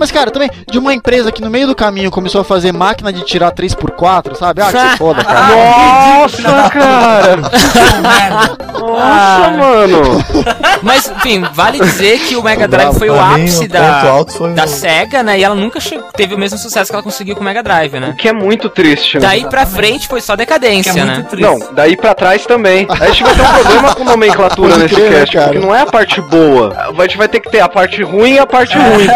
S3: Mas, Mas, cara, também, de uma empresa que no meio do caminho começou a fazer máquina de tirar 3x4, sabe? Ah, que se foda, cara.
S1: Nossa,
S6: Cara,
S1: Ah.
S5: Nossa, mano.
S2: Mas, enfim, vale dizer que o Mega
S4: Pra-
S2: Drive foi o
S4: pra mim,
S2: ápice
S4: o ponto
S2: da,
S4: alto foi
S2: da
S4: o-
S2: SEGA, né? E ela nunca che- teve o mesmo sucesso que ela conseguiu com o Mega Drive,
S5: O
S2: né?
S5: que é muito triste, né?
S2: Daí pra frente foi só decadência,
S1: que é
S2: né?
S1: muito triste.
S5: Não, daí pra trás também. A gente vai ter um problema com nomenclatura
S6: Pode
S5: nesse
S6: crer, né,
S5: cast,
S6: cara?
S5: porque não é a parte
S6: É.
S5: boa. A gente vai ter que ter a parte ruim e a parte ruim.